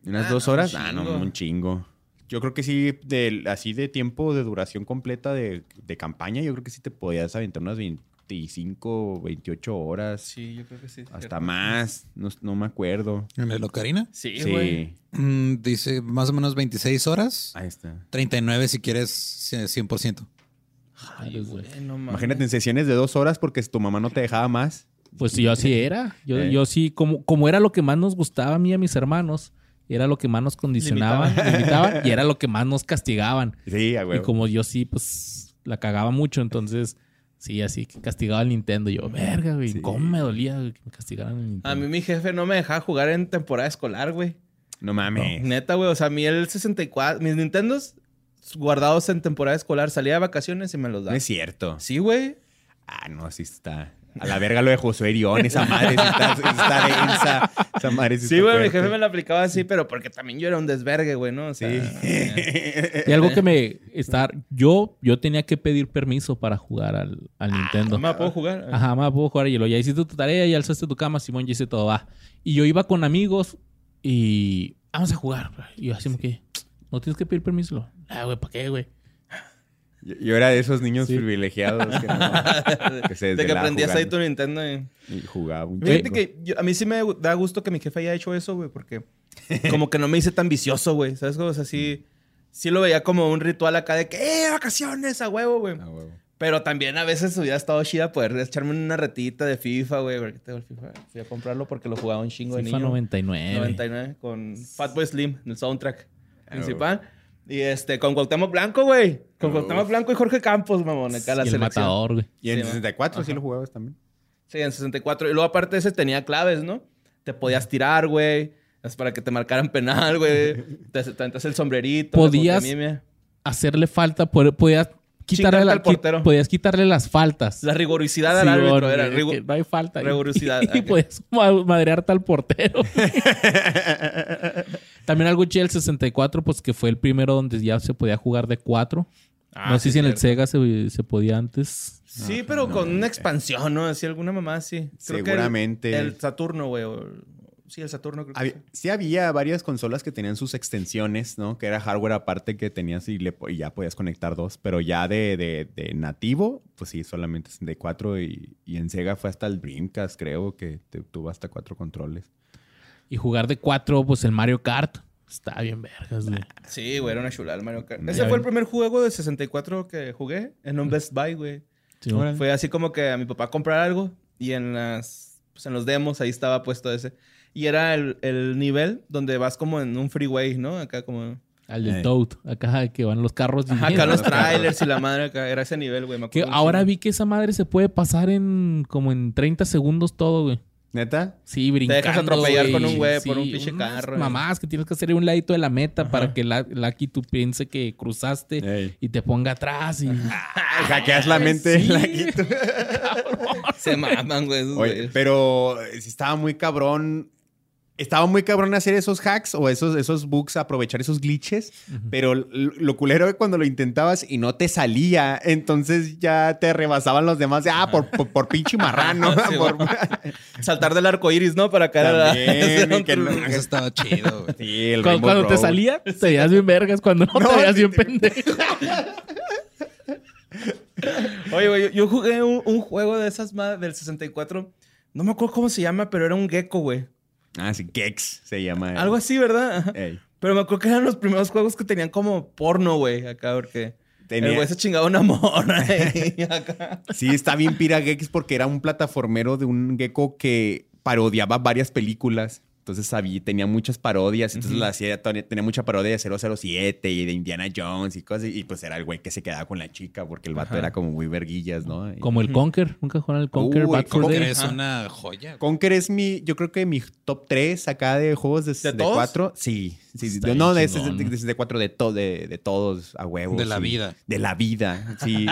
¿Unas Ah, dos no, un horas? ah, no, chingo. un chingo. Yo creo que sí, del- así de tiempo de duración completa de, de campaña, yo creo que sí te podías aventar unas 25, 28 horas, Sí, yo creo que sí. hasta más. No, no me acuerdo. En el Ocarina. Sí, Sí, güey. mm, dice más o menos 26 horas. ahí está. 39 si quieres eh, 100%. Jale, güey. Eh, no mames. Imagínate en sesiones de dos horas porque tu mamá no te dejaba más. Pues yo así era. Yo, Eh. yo sí, como, como era lo que más nos gustaba a mí y a mis hermanos, era lo que más nos condicionaban, limitaban, y era lo que más nos castigaban. Sí, a Y huevo. como yo sí, pues la cagaba mucho, entonces sí, así que castigaba al Nintendo. Yo, verga, güey, Sí. cómo me dolía güey, que me castigaran al Nintendo. A mí mi jefe no me dejaba jugar en temporada escolar, güey. No mames. Neta, güey. O sea, a mí el 64, mis Nintendos guardados en temporada escolar, salía de vacaciones y me los No, daba. es cierto. Sí, güey. Ah, no, sí está. A la verga lo de Josué Erión, esa madre sí está, sí está densa. Esa madre sí, Sí, está güey, mi fuerte. jefe me lo aplicaba así, pero porque también yo era un desvergue, güey, ¿no? O sea, eh, Y algo que me estar, yo, yo tenía que pedir permiso para jugar al, al Nintendo. Ah, no me la puedo jugar. Ajá, más puedo jugar y lo ya hiciste tu tarea, ya alzaste tu cama, Simón, ya hice todo, va. Y yo iba con amigos y vamos a jugar. Y yo así como que, no tienes que pedir permiso. Lo, Ah, güey, ¿para qué, güey? Yo, yo era de esos niños Sí. privilegiados que, no- que se De que desvelaba aprendías ahí tu jugando Nintendo. y- y jugaba un Fíjate chingo. que yo- a mí sí me da gusto que mi jefe haya hecho eso, güey, porque como que no me hice tan vicioso, güey. ¿Sabes? O sea, sí, Mm. sí lo veía como un ritual acá de que, ¡eh, vacaciones a huevo, güey! Ah, huevo. Pero también a veces hubiera estado chida poder echarme una retita de FIFA, güey. Porque tengo el FIFA. Fui a comprarlo porque lo jugaba un chingo de FIFA niño. 99. 99 con Fatboy Slim en el soundtrack Ah, principal. Y este, con Cuauhtémoc Blanco, güey. Con Cuauhtémoc Blanco y Jorge Campos, mamón. Acá la y el selección. matador, güey. Y en Sí, ¿no? 64 sí lo jugabas también. Sí, en 64. Y luego aparte ese tenía claves, ¿no? te podías tirar, güey. Es para que te marcaran penal, güey. Te te aventas el sombrerito. la Podías- pantomimia. Hacerle falta, por- podías quitarle, Chingarte la- al portero. podías quitarle las faltas. La rigorosidad del Sí, árbitro güey, era. que rigo- no hay falta. rigurosidad. Y, podías ma- madrearte al portero. También algo chido el 64, pues que fue el primero donde ya se podía jugar de 4. Ah, no sé sí, si en el cierto. Sega se, se podía antes. Ah, Sí, pero con una expansión, ¿no? Así alguna mamá, sí. Creo que el- eh. Seguramente. el, Saturno, güey. o- Sí, el Saturno creo que Había- sí. sí había varias consolas que tenían sus extensiones, ¿no? Que era hardware aparte que tenías y, le po- y ya podías conectar dos, pero ya de, de- de nativo, pues sí, solamente 64 y, y en Sega fue hasta el Dreamcast, creo, que te- tuvo hasta cuatro controles. Y jugar de 4, pues el Mario Kart. Está bien, vergas, güey. Sí, güey, era una chulada el Mario Kart. Ya Ese fue el ven. primer juego de 64 que jugué en un Best Buy, güey. Sí, Fue así como que a mi papá comprar algo y en las pues en los demos ahí estaba puesto ese. Y era el, el nivel donde vas como en un freeway, ¿no? Acá como... Al Eh. del Toad. Acá que van los carros. y- Ajá, acá los trailers y la madre acá. Era ese nivel, güey. me Que acuerdo un ahora chingo. vi que esa madre se puede pasar en como en 30 segundos todo, güey. ¿Neta? Sí, brincando. dejas atropellar güey. con un güey por un pinche unas carro, eh. güey. Mamás, que tienes que hacer un ladito de la meta para que la, la aquí tú piense que cruzaste Ey. y te ponga atrás. Y... Ay, Hackeas la mente. Sí. la quito. Se maman, güey. esos Oye, güeyes. pero eh, si estaba muy cabrón. Estaba muy cabrón hacer esos hacks o esos, esos bugs, aprovechar esos glitches, pero l- lo culero es cuando lo intentabas y no te salía, entonces ya te rebasaban los demás, ah, por, por, por pinche marrano. Sí, por- Saltar del arco iris, ¿no? Para caer a la- También, y que no- Eso estaba chido, güey. Sí, el Cu- Cuando, Rainbow te Road. salía, te veías bien vergas. Cuando no, te veías sí, bien pendejo. Oye, güey, yo, yo jugué un, un juego de esas madres del 64. No me acuerdo cómo se llama, pero era un gecko, güey. Ah, sí, Gex se llama. Algo así, ¿verdad? Ajá. Ey. Pero me acuerdo que eran los primeros juegos que tenían como porno, güey, acá, porque el Tenía- güey se chingaba una morra y acá. Sí, está bien pira Gex porque era un plataformero de un gecko que parodiaba varias películas. Entonces sabía, tenía muchas parodias. Entonces la hacía, tenía tenía mucha parodia de 007 y de Indiana Jones y cosas. Y pues era el güey que se quedaba con la chica porque el vato era como muy verguillas, ¿no? Y- Como el Conker. Nunca jugaron al Conker. Uy, Bad for Conker Day. Es una joya. güey. Conker es mi, yo creo que mi top 3 acá de juegos de todos? 64. Sí, sí, sí. Está Yo no, bien de chingón. 64, de, to- de, de todos, a huevos. De la sí. vida. De la vida, sí.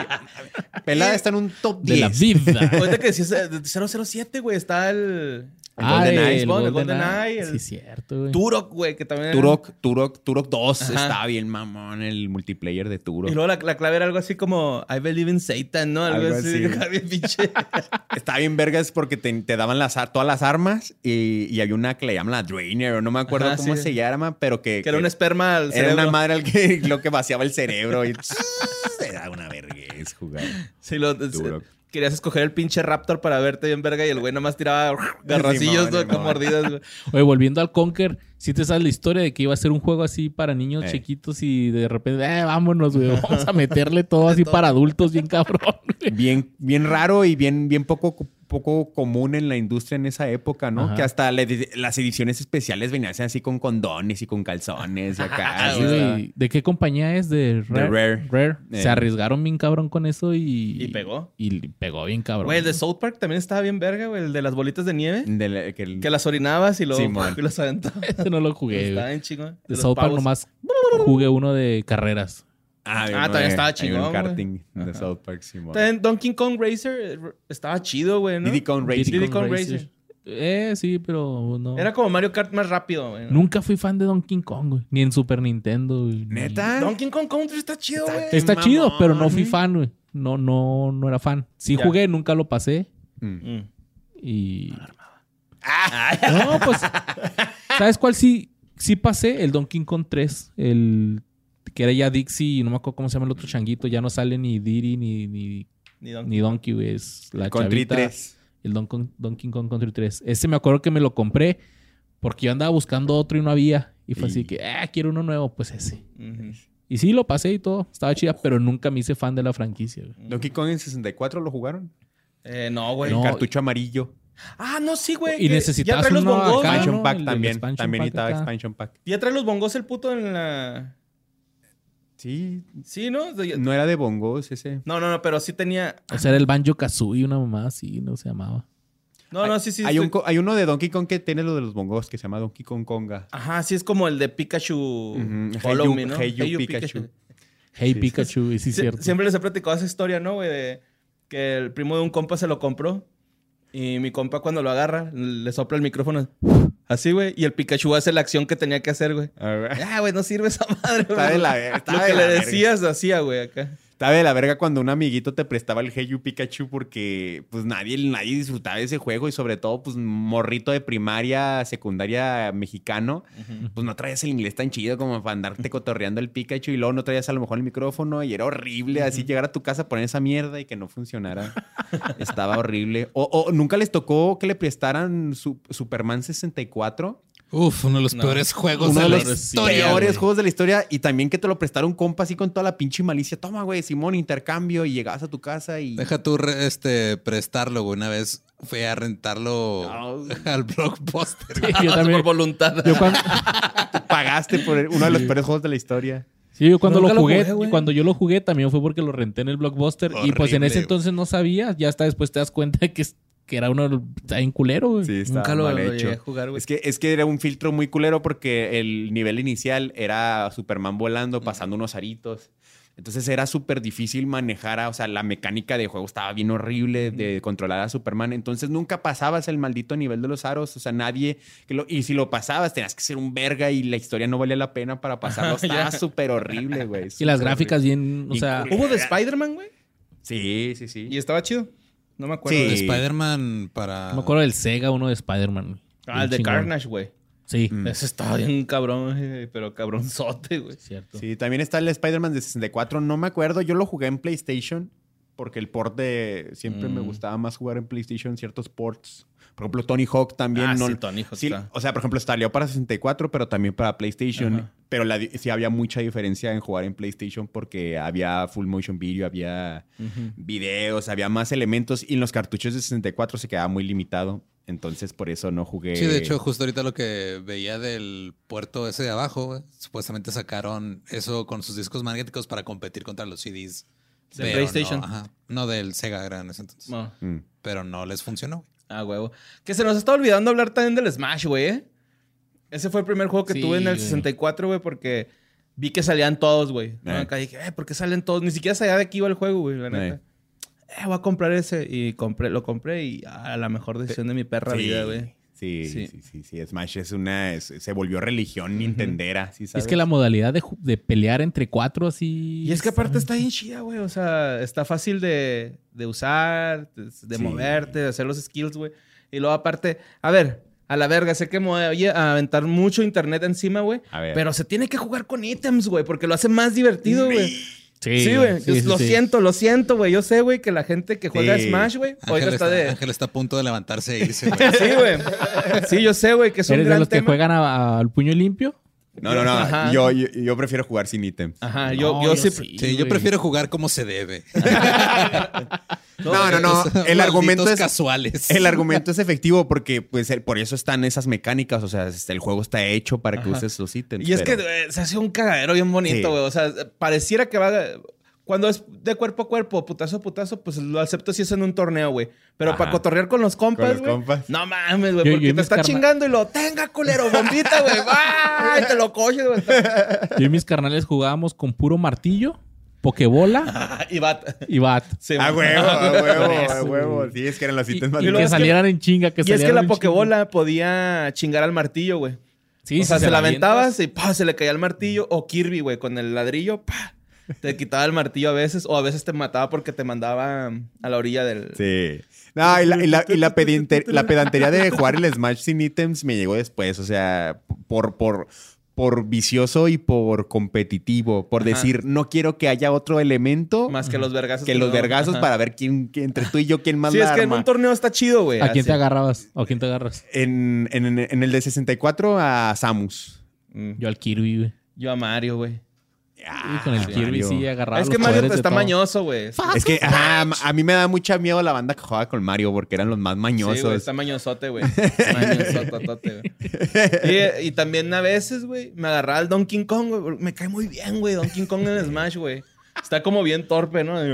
Pelada está en un top 10. De la vida. Ahorita que decías eh, de 007, güey, está el Ah, El GoldenEye, el el Golden GoldenEye, Eye, el- Sí, cierto, güey. Turok, güey, que también... era- Turok, Turok, Turok 2 Ajá. está bien mamón el multiplayer de Y Turok. luego la, la clave era algo así como I believe in Satan, ¿no? Algo, Algo así. así. acá bien pinche. Está bien vergas porque te, te daban las, ar- todas las armas y, y había una que le llaman la Drainer o no me acuerdo Ajá, cómo sí. se llama, pero que, que era un que esperma al era cerebro. una madre al que, lo que vaciaba el cerebro y era una vergüenza jugar. Sí, lo, es- Turok. querías escoger el pinche Raptor para verte bien verga y el güey nomás tiraba garracillos Simón, güey, con Simón. mordidas. güey. Oye, volviendo al Conker, si te sabes la historia de que iba a ser un juego así para niños Eh. chiquitos y de repente, eh, vámonos, güey, vamos a meterle todo así para adultos, bien cabrón. güey. Bien, bien raro y bien, bien poco, poco común en la industria en esa época, ¿no? Ajá. Que hasta la edi- las ediciones especiales venían así con condones y con calzones y Ah, acá. Sí, güey. ¿De qué compañía es? De Rare. Rare. Eh. Se arriesgaron bien cabrón con eso y. ¿Y pegó? Y pegó bien cabrón. Güey, el de South Park también estaba bien verga, güey. El de las bolitas de nieve. De la- que el- Que las orinabas y, lo, Simón. y los aventabas. Ese no lo jugué. Estaba güey. bien chingón. De los South Park pavos. nomás jugué uno de carreras. Ah, Ah, también estaba chingón, Un güey. karting de South Park, Simón. También Donkey Kong Racer eh, estaba chido, güey, ¿no? Diddy Kong Diddy Racing. Kong Racing. Eh, sí, pero no. Era como Mario Kart más rápido, güey. ¿no? Nunca fui fan de Donkey Kong, güey. Ni en Super Nintendo, güey. ni- ¿Neta? Donkey Kong Country está chido, güey. Está Mamón. chido, pero no fui fan, güey. No, no, no era fan. Sí Ya. jugué, nunca lo pasé. Mm. Ah, Mm. Y. No, pues. ¿Sabes cuál sí? Sí pasé el Donkey Kong 3. El. Que era ya Dixie y no me acuerdo cómo se llama el otro changuito. Ya no sale ni Diddy ni, ni, Ni Donkey ni Donkey, güey. Es la Country chavita. 3. El Don Kong- Donkey Kong Country 3. Ese me acuerdo que me lo compré porque yo andaba buscando otro y no había. Y fue así Y- que, ah, quiero uno nuevo, pues ese. Ujú. Y sí, lo pasé y todo. Estaba chida, pero nunca me hice fan de la franquicia, güey. Mm. Donkey Kong en 64 lo jugaron. Eh, no, güey. No. Cartucho amarillo. Ah, no, sí, güey. Y que necesitas ya trae los uno bongos. acá, ¿no? Expansion ¿no? Pack El- el también. expansion también pack estaba acá. Expansion Pack. Ya trae los bongos el puto en la. Sí. Sí, ¿no? De- No era de bongos ese. No, no, no, pero sí tenía. O sea, era el Banjo Kazooie, una mamá así, no se llamaba. No, no, sí, sí. Hay, un estoy- co- hay uno de Donkey Kong que tiene lo de los bongos que se llama Donkey Kong Konga. Ajá, sí, es como el de Pikachu. Ujú, Uh, Follow Hey you- me, ¿no? Hey you Pikachu. Hey Sí. Pikachu, y sí, es Sie- cierto. Siempre les he platicado esa historia, ¿no, güey? De que el primo de un compa se lo compró. Y mi compa cuando lo agarra, le sopla el micrófono. Así, güey. Y el Pikachu hace la acción que tenía que hacer, güey. A ver. Ah, güey, no sirve esa madre, Está de güey. la ver- está Lo de que la le verga. decías, lo hacía, güey, acá. Estaba de la verga cuando un amiguito te prestaba el Hey You Pikachu porque pues nadie, nadie disfrutaba de ese juego y sobre todo pues morrito de primaria, secundaria mexicano, pues no traías el inglés tan chido como para andarte cotorreando el Pikachu y luego no traías a lo mejor el micrófono y era horrible así llegar a tu casa poner esa mierda y que no funcionara. Estaba horrible. O, o nunca les tocó que le prestaran su- Superman 64. Uf, uno de los No. peores juegos Uno de, de la los historia. peores güey. juegos de la historia y también que te lo prestaron un compa así con toda la pinche malicia. Toma, güey, Simón, intercambio y llegabas a tu casa y... Deja tú re- este, prestarlo, güey. Una vez fui a rentarlo al blockbuster. güey. yo también. Por voluntad. Yo cuando, pagaste por uno de los peores juegos de la historia. sí, yo cuando Nunca lo lo jugué, jugué, güey. cuando yo lo jugué también fue porque lo renté en el Blockbuster y pues en Horrible, ese güey. entonces no sabías, ya hasta después te das cuenta que, es- que era uno está bien culero, güey. Sí, está Nunca lo, mal lo hecho. llegué a jugar, güey. Es que, es que era un filtro muy culero porque el nivel inicial era Superman volando, pasando unos aritos. Entonces era súper difícil manejar, a- o sea, la mecánica de juego estaba bien horrible de controlar a Superman. Entonces nunca pasabas el maldito nivel de los aros, o sea, nadie. que lo- y si lo pasabas, tenías que ser un verga y la historia no valía la pena para pasarlo. Estaba súper horrible, güey. Y las súper gráficas bien, o Bien sea, culero. Hubo de Spider-Man, güey. horrible. Sí, sí, sí. Y estaba chido. No me acuerdo. Sí. de- De Spider-Man para. me acuerdo del Sega, uno de Spider-Man. Ah, Bien el de chingón. Carnage, güey. Sí, Mm. Ese estaba bien cabrón, güey, pero cabronzote, güey. cierto. Sí, también está el Spider-Man de 64. No me acuerdo, yo lo jugué en PlayStation porque el port de. Siempre me Mm. gustaba más jugar en PlayStation ciertos ports. Por ejemplo, Tony Hawk también. ah, no, sí, Tony Hawk sí, está. o sea, por ejemplo, salió para 64, pero también para PlayStation. Ajá. Pero la di- sí había mucha diferencia en jugar en PlayStation porque había full motion video, había Ujú. videos, había más elementos y en los cartuchos de 64 se quedaba muy limitado. Entonces, por eso no jugué. Sí, de hecho, justo ahorita lo que veía del puerto ese de abajo, güey, supuestamente sacaron eso con sus discos magnéticos para competir contra los CDs. De Pero PlayStation. No, ajá. No, del Sega era en ese entonces. No. Mm. Pero no les funcionó. güey. Ah, huevo. Que se nos está olvidando hablar también del Smash, güey. ¿eh? Ese fue el primer juego que Sí, tuve en el güey. 64, güey, porque vi que salían todos, güey. ¿no? Eh. Acá dije, eh, ¿por qué salen todos? Ni siquiera sabía de qué iba el juego, güey, la neta. Eh. Eh, voy a comprar ese. Y compré, lo compré y ah, la mejor decisión de mi perra vida, güey. Sí. Sí, sí, sí, sí, sí. Smash es una. es- se volvió religión nintendera. ¿sí sabes? Es que la modalidad de, ju- de pelear entre cuatro así... Y es que aparte está bien chida, güey. O sea, está fácil de, de usar, de, de Sí. moverte, de hacer los skills, güey. Y luego aparte, a ver, a la verga, sé que me voy a aventar mucho internet encima, güey. A ver. Pero se tiene que jugar con ítems, güey, porque lo hace más divertido, güey. Sí, güey. sí, Yo- sí, lo sí. siento, lo siento, güey. Yo sé, güey, que la gente que juega Sí. a Smash, güey, Ángel, ahorita está, está de... Ángel está a punto de levantarse e irse. güey. Sí, güey. Sí, yo sé, güey, que es un ¿Eres gran de los que tema. juegan a- a- al puño limpio? No, no, Ajá. Ah, no. Yo, yo, yo prefiero jugar sin ítem. Ajá, yo, No, yo, yo sí... sí. Sí, yo güey. prefiero jugar como se debe. No, no, no. Estos El argumento es. malditos casuales. El argumento es efectivo porque pues el- por eso están esas mecánicas, o sea, es- el juego está hecho para que Ajá. uses los ítems. Y es que pero- eh, se hace un cagadero bien Sí. bonito, güey. O sea, pareciera que va. Cuando es de cuerpo a cuerpo, putazo a putazo, pues lo acepto si es en un torneo, güey. Pero Ajá. para cotorrear con los compas, Con los güey, compas. No mames, güey. Yo- Porque yo y te mis está carna- chingando y lo tenga, culero, bombita, güey. ¡Ay! Te lo coches, güey. Yo y mis carnales jugábamos con puro martillo, pokebola Y va. y bat. Sí, A güey. Ah, huevo, a Por huevo, a eso, huevo. güey. Sí, es que eran los Y, y ítems más y luego que es que- salieran en chinga, que Y es que salieran la en chinga. pokebola podía chingar al martillo, güey. Sí, o si sea, se la avientas, aventabas y pa, se le caía el martillo. O Kirby, güey, con el ladrillo, pa, te quitaba el martillo a veces. O a veces te mataba porque te mandaba a la orilla del. Sí. No, y la, y la- y la pedinte- la pedantería de jugar el Smash sin ítems me llegó después. O sea, por, por, por vicioso y por competitivo. Por Ajá. decir, no quiero que haya otro elemento Más que los vergazos. que los no. vergazos Ajá. para ver quién, quién- entre tú y yo quién más Sí, la es que en arma. un torneo está chido, güey. ¿A quién te así. agarrabas? ¿O a quién te agarras? en, en- en el de 64 a Samus. Mm. Yo al Kirby, güey. Yo a Mario, güey. Ah, Y con el Kirby sí agarraba Es que los Mario poderes de está todo. mañoso, güey. Sí, Es que ajá, a mí me da mucha miedo la banda que jugaba con Mario porque eran los más güey, mañosos. está mañosote, güey. Mañosototote, güey. Y, eh, Y también a veces, güey, me agarraba al Donkey Kong, güey. porque Me cae muy bien, güey, Donkey Kong en Smash, güey. Está como bien torpe, ¿no? Sí,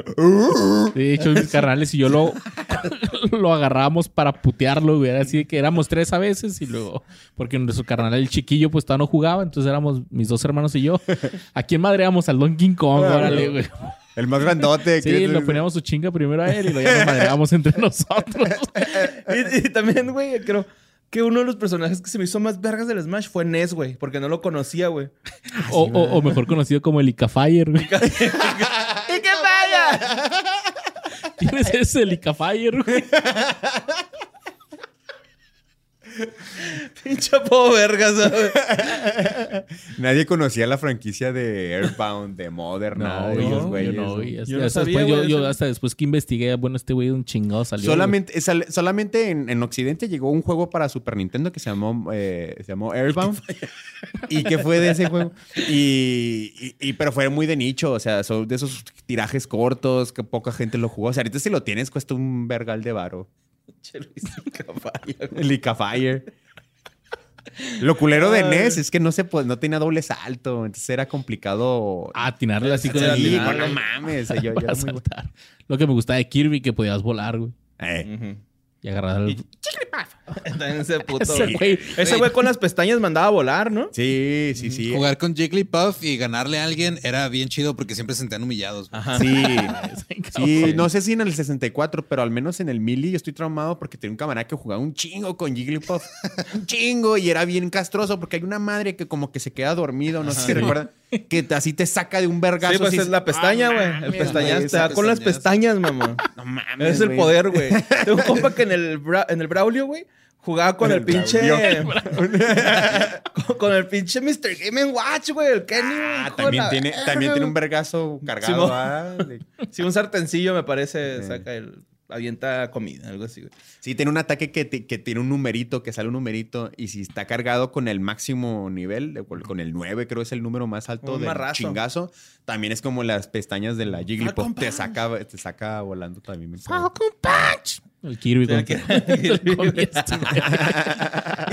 De hecho, mis carnales y yo lo lo agarramos para putearlo, güey. Era así de que éramos tres a veces y luego, porque nuestro carnal, el chiquillo, pues todavía no jugaba, entonces éramos mis dos hermanos y yo. ¿A quién madreamos? Al Don King Kong, Ah, órale, güey. güey. El más grandote. Sí, que- lo poníamos su chinga primero a él y luego ya nos madreamos entre nosotros. y, y también, güey, creo que uno de los personajes que se me hizo más vergas del Smash fue Ness, güey, porque no lo conocía, güey. O, o- o mejor conocido como el Icafire, güey. ¡Y qué vaya! ¿Quién es ese, el Icafire, güey? Pinche po vergas, güey. Nadie conocía la franquicia de Airbound, de Modern, nada de güey, ellos, yo güeyes, no, ¿no? güey. Hasta, Yo no hasta sabía, después, yo- güey, yo ese- hasta después que investigué, bueno, este güey de un chingado salió. güey. Solamente, sal- solamente en, en Occidente llegó un juego para Super Nintendo que se llamó, eh, se llamó Airbound. ¿Y qué fue de ese juego? Y, y- y- pero fue muy de nicho, o sea, son de esos tirajes cortos que poca gente lo jugó. O sea, ahorita si lo tienes cuesta un vergal de varo. Che, Luis, qué vaya, güey. Lica Fire. Lo culero de Ay. NES es que no se po- no tenía doble salto, entonces era complicado. Ah, tirarle así con Sí, el digo, dedal, no güey, mames, yo- yo para era muy bueno. saltar. Lo que me gustaba de Kirby, que podías volar, güey. Eh, Y agarrar al... También ese puto. Ese güey. güey. Ese güey con las pestañas mandaba a volar, ¿no? Sí, sí, sí. Jugar con Jigglypuff y ganarle a alguien era bien chido porque siempre se sentían humillados. güey. Sí. Sí, cabrón. no sé si en el 64, pero al menos en el Mili yo estoy traumado porque tenía un camarada que jugaba un chingo con Jigglypuff. un chingo y era bien castroso porque hay una madre que como que se queda dormida, no sé si recuerdan, que te- así te saca de un vergazo. Sí, pues así- es la pestaña, Ah, güey. mames, el pestañazo güey, te da esa con las pestañas, mamá. No mames, es el güey. poder, güey. Tengo un compa que en el, Bra- en el Braulio, güey, jugaba con el, pinche. con, con el pinche Mr. Game and Watch, güey. El Kenny, güey, Ah, hijo de también la tiene, verga, también tiene güey. un vergazo cargado. Simón. ah, de- Sí, un sartencillo, me parece, Sí. saca el. Avienta comida, algo así, güey. Sí, tiene un ataque que, ti- que tiene un numerito, que sale un numerito, y si está cargado con el máximo nivel, de- con el 9 creo es el número más alto Un del marrazo. Ah, chingazo, también es como las pestañas de la Jigglypuff, te saca, te saca volando también. me cago. Falcon Punch. El Kirby con... con este, güey.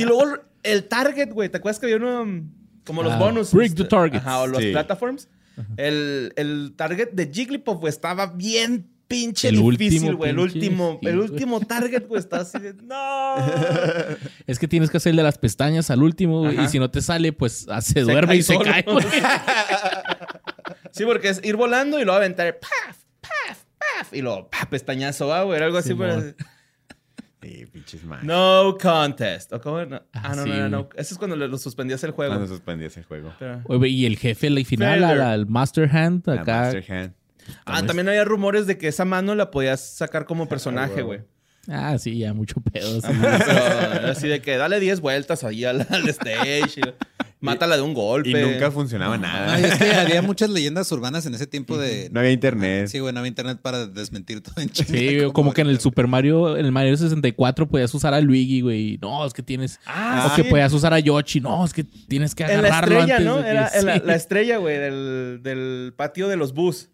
y luego el Target, güey. ¿Te acuerdas que había uno mm, como los Ah, bonus? Este, break the targets. Ajá, o los Sí. platforms. El, el Target de Jigglypuff, güey, estaba bien pinche El difícil, último, güey. El pinche, último, sí, el güey. último Target, güey, está así de. ¡No! Es que tienes que hacerle las pestañas al último, güey. Ajá. Y si no te sale, pues ah, se duerme y se solo. cae, güey. Sí, porque es ir volando y luego aventar el paf, paf, paf. Y luego, paf, pestañazo, va, güey. Algo así, Simón. güey. Sí, pinches madres. No contest. ¿O cómo? No. Ah, Ah, no, sí, no, no, no. güey. Eso es cuando lo, lo suspendías el juego. Cuando suspendí ese juego. Pero- Oye, güey, Y el jefe, la final, al- Failure. al Master Hand, La acá. Master Hand. Ah, también había rumores de que esa mano la podías sacar como personaje, güey. Ah, sí, ya mucho pedo. sí. Pero así de que dale 10 vueltas ahí al, al stage. y- mátala de un golpe. Y nunca funcionaba nada. Ay, es que había muchas leyendas urbanas en ese tiempo de... No había internet. Sí, güey, no había internet para desmentir todo en chinga, Sí, güey, como que en el Super Mario, en el Mario 64 podías usar a Luigi, güey. y No, es que tienes. Ah, o sí. que podías usar a Yoshi. No, es que tienes que En la agarrarlo estrella, antes ¿no? de que- Era en la, sí. la estrella, güey, del, del patio de los bus.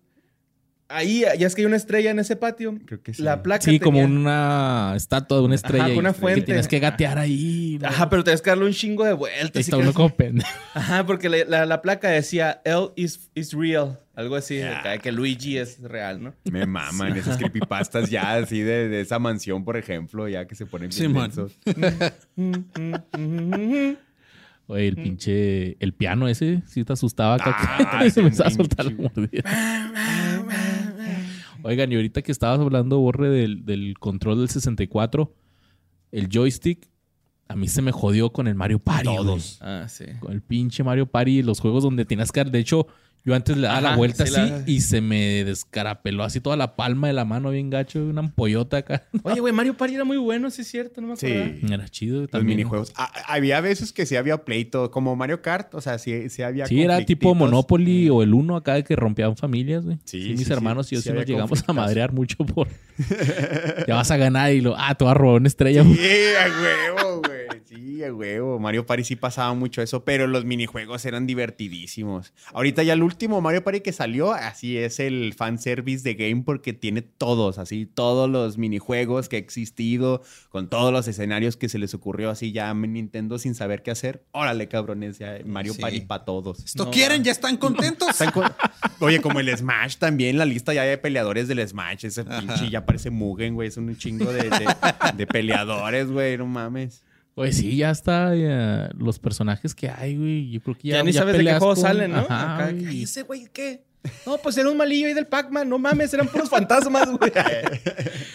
Ahí, ya es que hay una estrella en ese patio. Creo que sí. La placa Sí, como tenía- una estatua de una estrella. con una y fuente. Que tienes que gatear ahí. güey. Ajá, pero tenías que darle un chingo de Ahí vueltas. está y que- este uno como pendejo. Ajá, porque la, la- la placa decía L is, is real. Algo así, de que- que Luigi es real, ¿no? Me maman esas creepypastas ya así de, de esa mansión, por ejemplo, ya que se ponen bien Simón. densos. Oye, Mm. el pinche. El piano ese sí te asustaba. acá Ah, que sí, se empezaba a pinche. soltar la mordida. Oigan, y ahorita que estabas hablando, Borre, del, del control del 64, el joystick, a mí se me jodió con el Mario Party. Todos. Ah, sí. Con el pinche Mario Party y los juegos donde tenías que. dar- De hecho, yo antes le daba la Ajá, vuelta sí, así la- y se me descarapeló así toda la palma de la mano, bien gacho, una ampollota acá. Oye, güey, Mario Party era muy bueno, Ah. sí es cierto, no me acuerdo. Sí. Era chido. Los también. minijuegos. Ah, había veces que sí había pleito, como Mario Kart, o sea, sí, sí había. Sí, era tipo conflictitos. Monopoly o el uno acá de que rompían familias, güey. Sí, Sí, sí, mis sí. hermanos y yo Sí sí, nos había llegamos a conflictos. madrear mucho por... ya vas a ganar y lo... Ah, te vas a robar una estrella. güey. Sí, a huevo, güey. Sí, Sí, a huevo. Mario Party sí pasaba mucho eso, pero los minijuegos eran divertidísimos. Ahorita ya el último Mario Party que salió, así es el fanservice de game porque tiene todos, así, todos los minijuegos que ha existido, con todos los escenarios que se les ocurrió, así ya Nintendo sin saber qué hacer. Órale, cabrones, ya Mario Sí. Party para todos. ¿Esto No, quieren? va. ¿Ya están contentos? Están con- Oye, como el Smash también, la lista ya de peleadores del Smash. Ese pinche ya parece Mugen, güey. Es un chingo de, de- de peleadores, güey. No mames. Pues sí, ya está. ya, los personajes que hay, güey. Yo creo que ya. Ya ni sabes de qué peleas juego salen, ¿no? Ajá, Acá, güey. "Ay, ese güey qué? No, pues era un malillo ahí del Pac-Man. No mames, eran puros fantasmas, güey.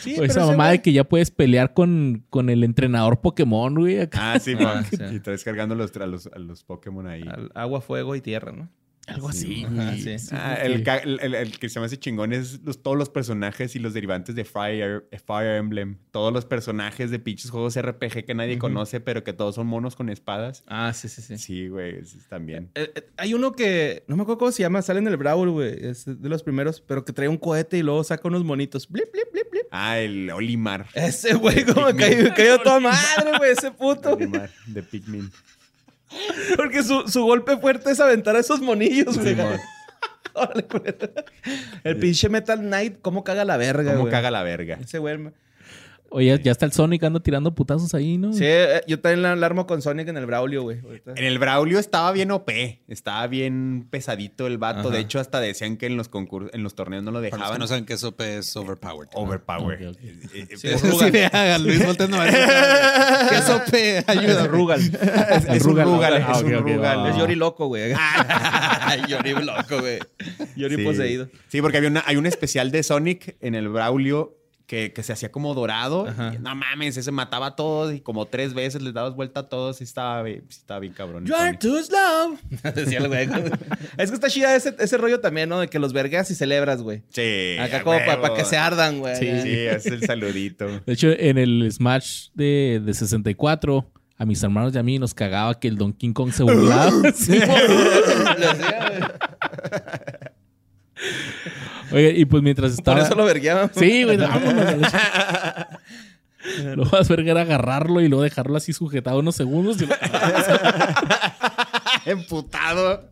Sí, O pero esa ese mamá güey- de que ya puedes pelear con, con el entrenador Pokémon, güey. acá. Ah, sí, Ah, man. sí. Y traes cargando los, a, los, a los Pokémon ahí. Al- Agua, fuego y tierra, ¿no? Algo así, Ajá, güey. sí. Sí, Ah, porque- el, ca- el- el- el que se me hace chingón es los- todos los personajes y los derivantes de Fire, eh, Fire Emblem. Todos los personajes de pinches juegos RPG que nadie conoce, pero que todos son monos con espadas. Ah, sí, sí, sí. Sí, güey, esos también. Eh, eh, hay uno que, no me acuerdo cómo se llama, sale en el Brawl, güey. Es de los primeros, pero que trae un cohete y luego saca unos monitos. Blip, blip, blip, blip. Ah, el Olimar. Ese güey, como cayó, cayó toda madre, güey, ese puto. güey. Olimar de Pikmin. Porque su, su golpe fuerte es aventar a esos monillos, güey. Simón. Órale, güey. el pinche Metal Knight, ¿cómo caga la verga, güey? ¿Cómo caga la verga? Ese güey. me- Oye, ya está el Sonic anda tirando putazos ahí, ¿no? Sí, eh, yo también la, la armo con Sonic en el Braulio, güey. ahorita. En el Braulio estaba bien OP, estaba bien pesadito el Ajá. vato. De hecho, hasta decían que en los concursos, en los torneos no lo Para los que dejaban. no saben que sope es overpowered. Overpower. Ok, ok. Eh, eh, Sí, eh, sí, sí, haga, Luis voltea nomás. ¿Qué sope? Ayuda. Rugal. es, es un Rugal. Rugal, es Ah, ok, un ok, Rugal. va, va. Es Es Yori loco, güey. Yori loco, güey. Yori Sí. poseído. Sí, porque había una- hay un especial de Sonic en el Braulio que, que se hacía como dorado. Ajá. Y, no mames, ese mataba a todos y como tres veces les dabas vuelta a todos y estaba, bien- sí estaba bien cabrón. el You are Sonic. too slow. Decía el güey. Es que está chida ese, ese rollo también, ¿no? De que los vergas y celebras, güey. Sí. Acá a como para huevo. que se ardan, güey. Sí, sí, es el saludito. De hecho, en el Smash de, de 64, a mis hermanos y a mí nos cagaba que el Don King Kong se burlaba. Sí, Lo hacía, güey. Oye, y pues mientras Por estaba. eso lo vergueaban. Sí, güey, vámonos. a la- Lo vas a ver que era agarrarlo y luego dejarlo así sujetado unos segundos. y lo- Emputado.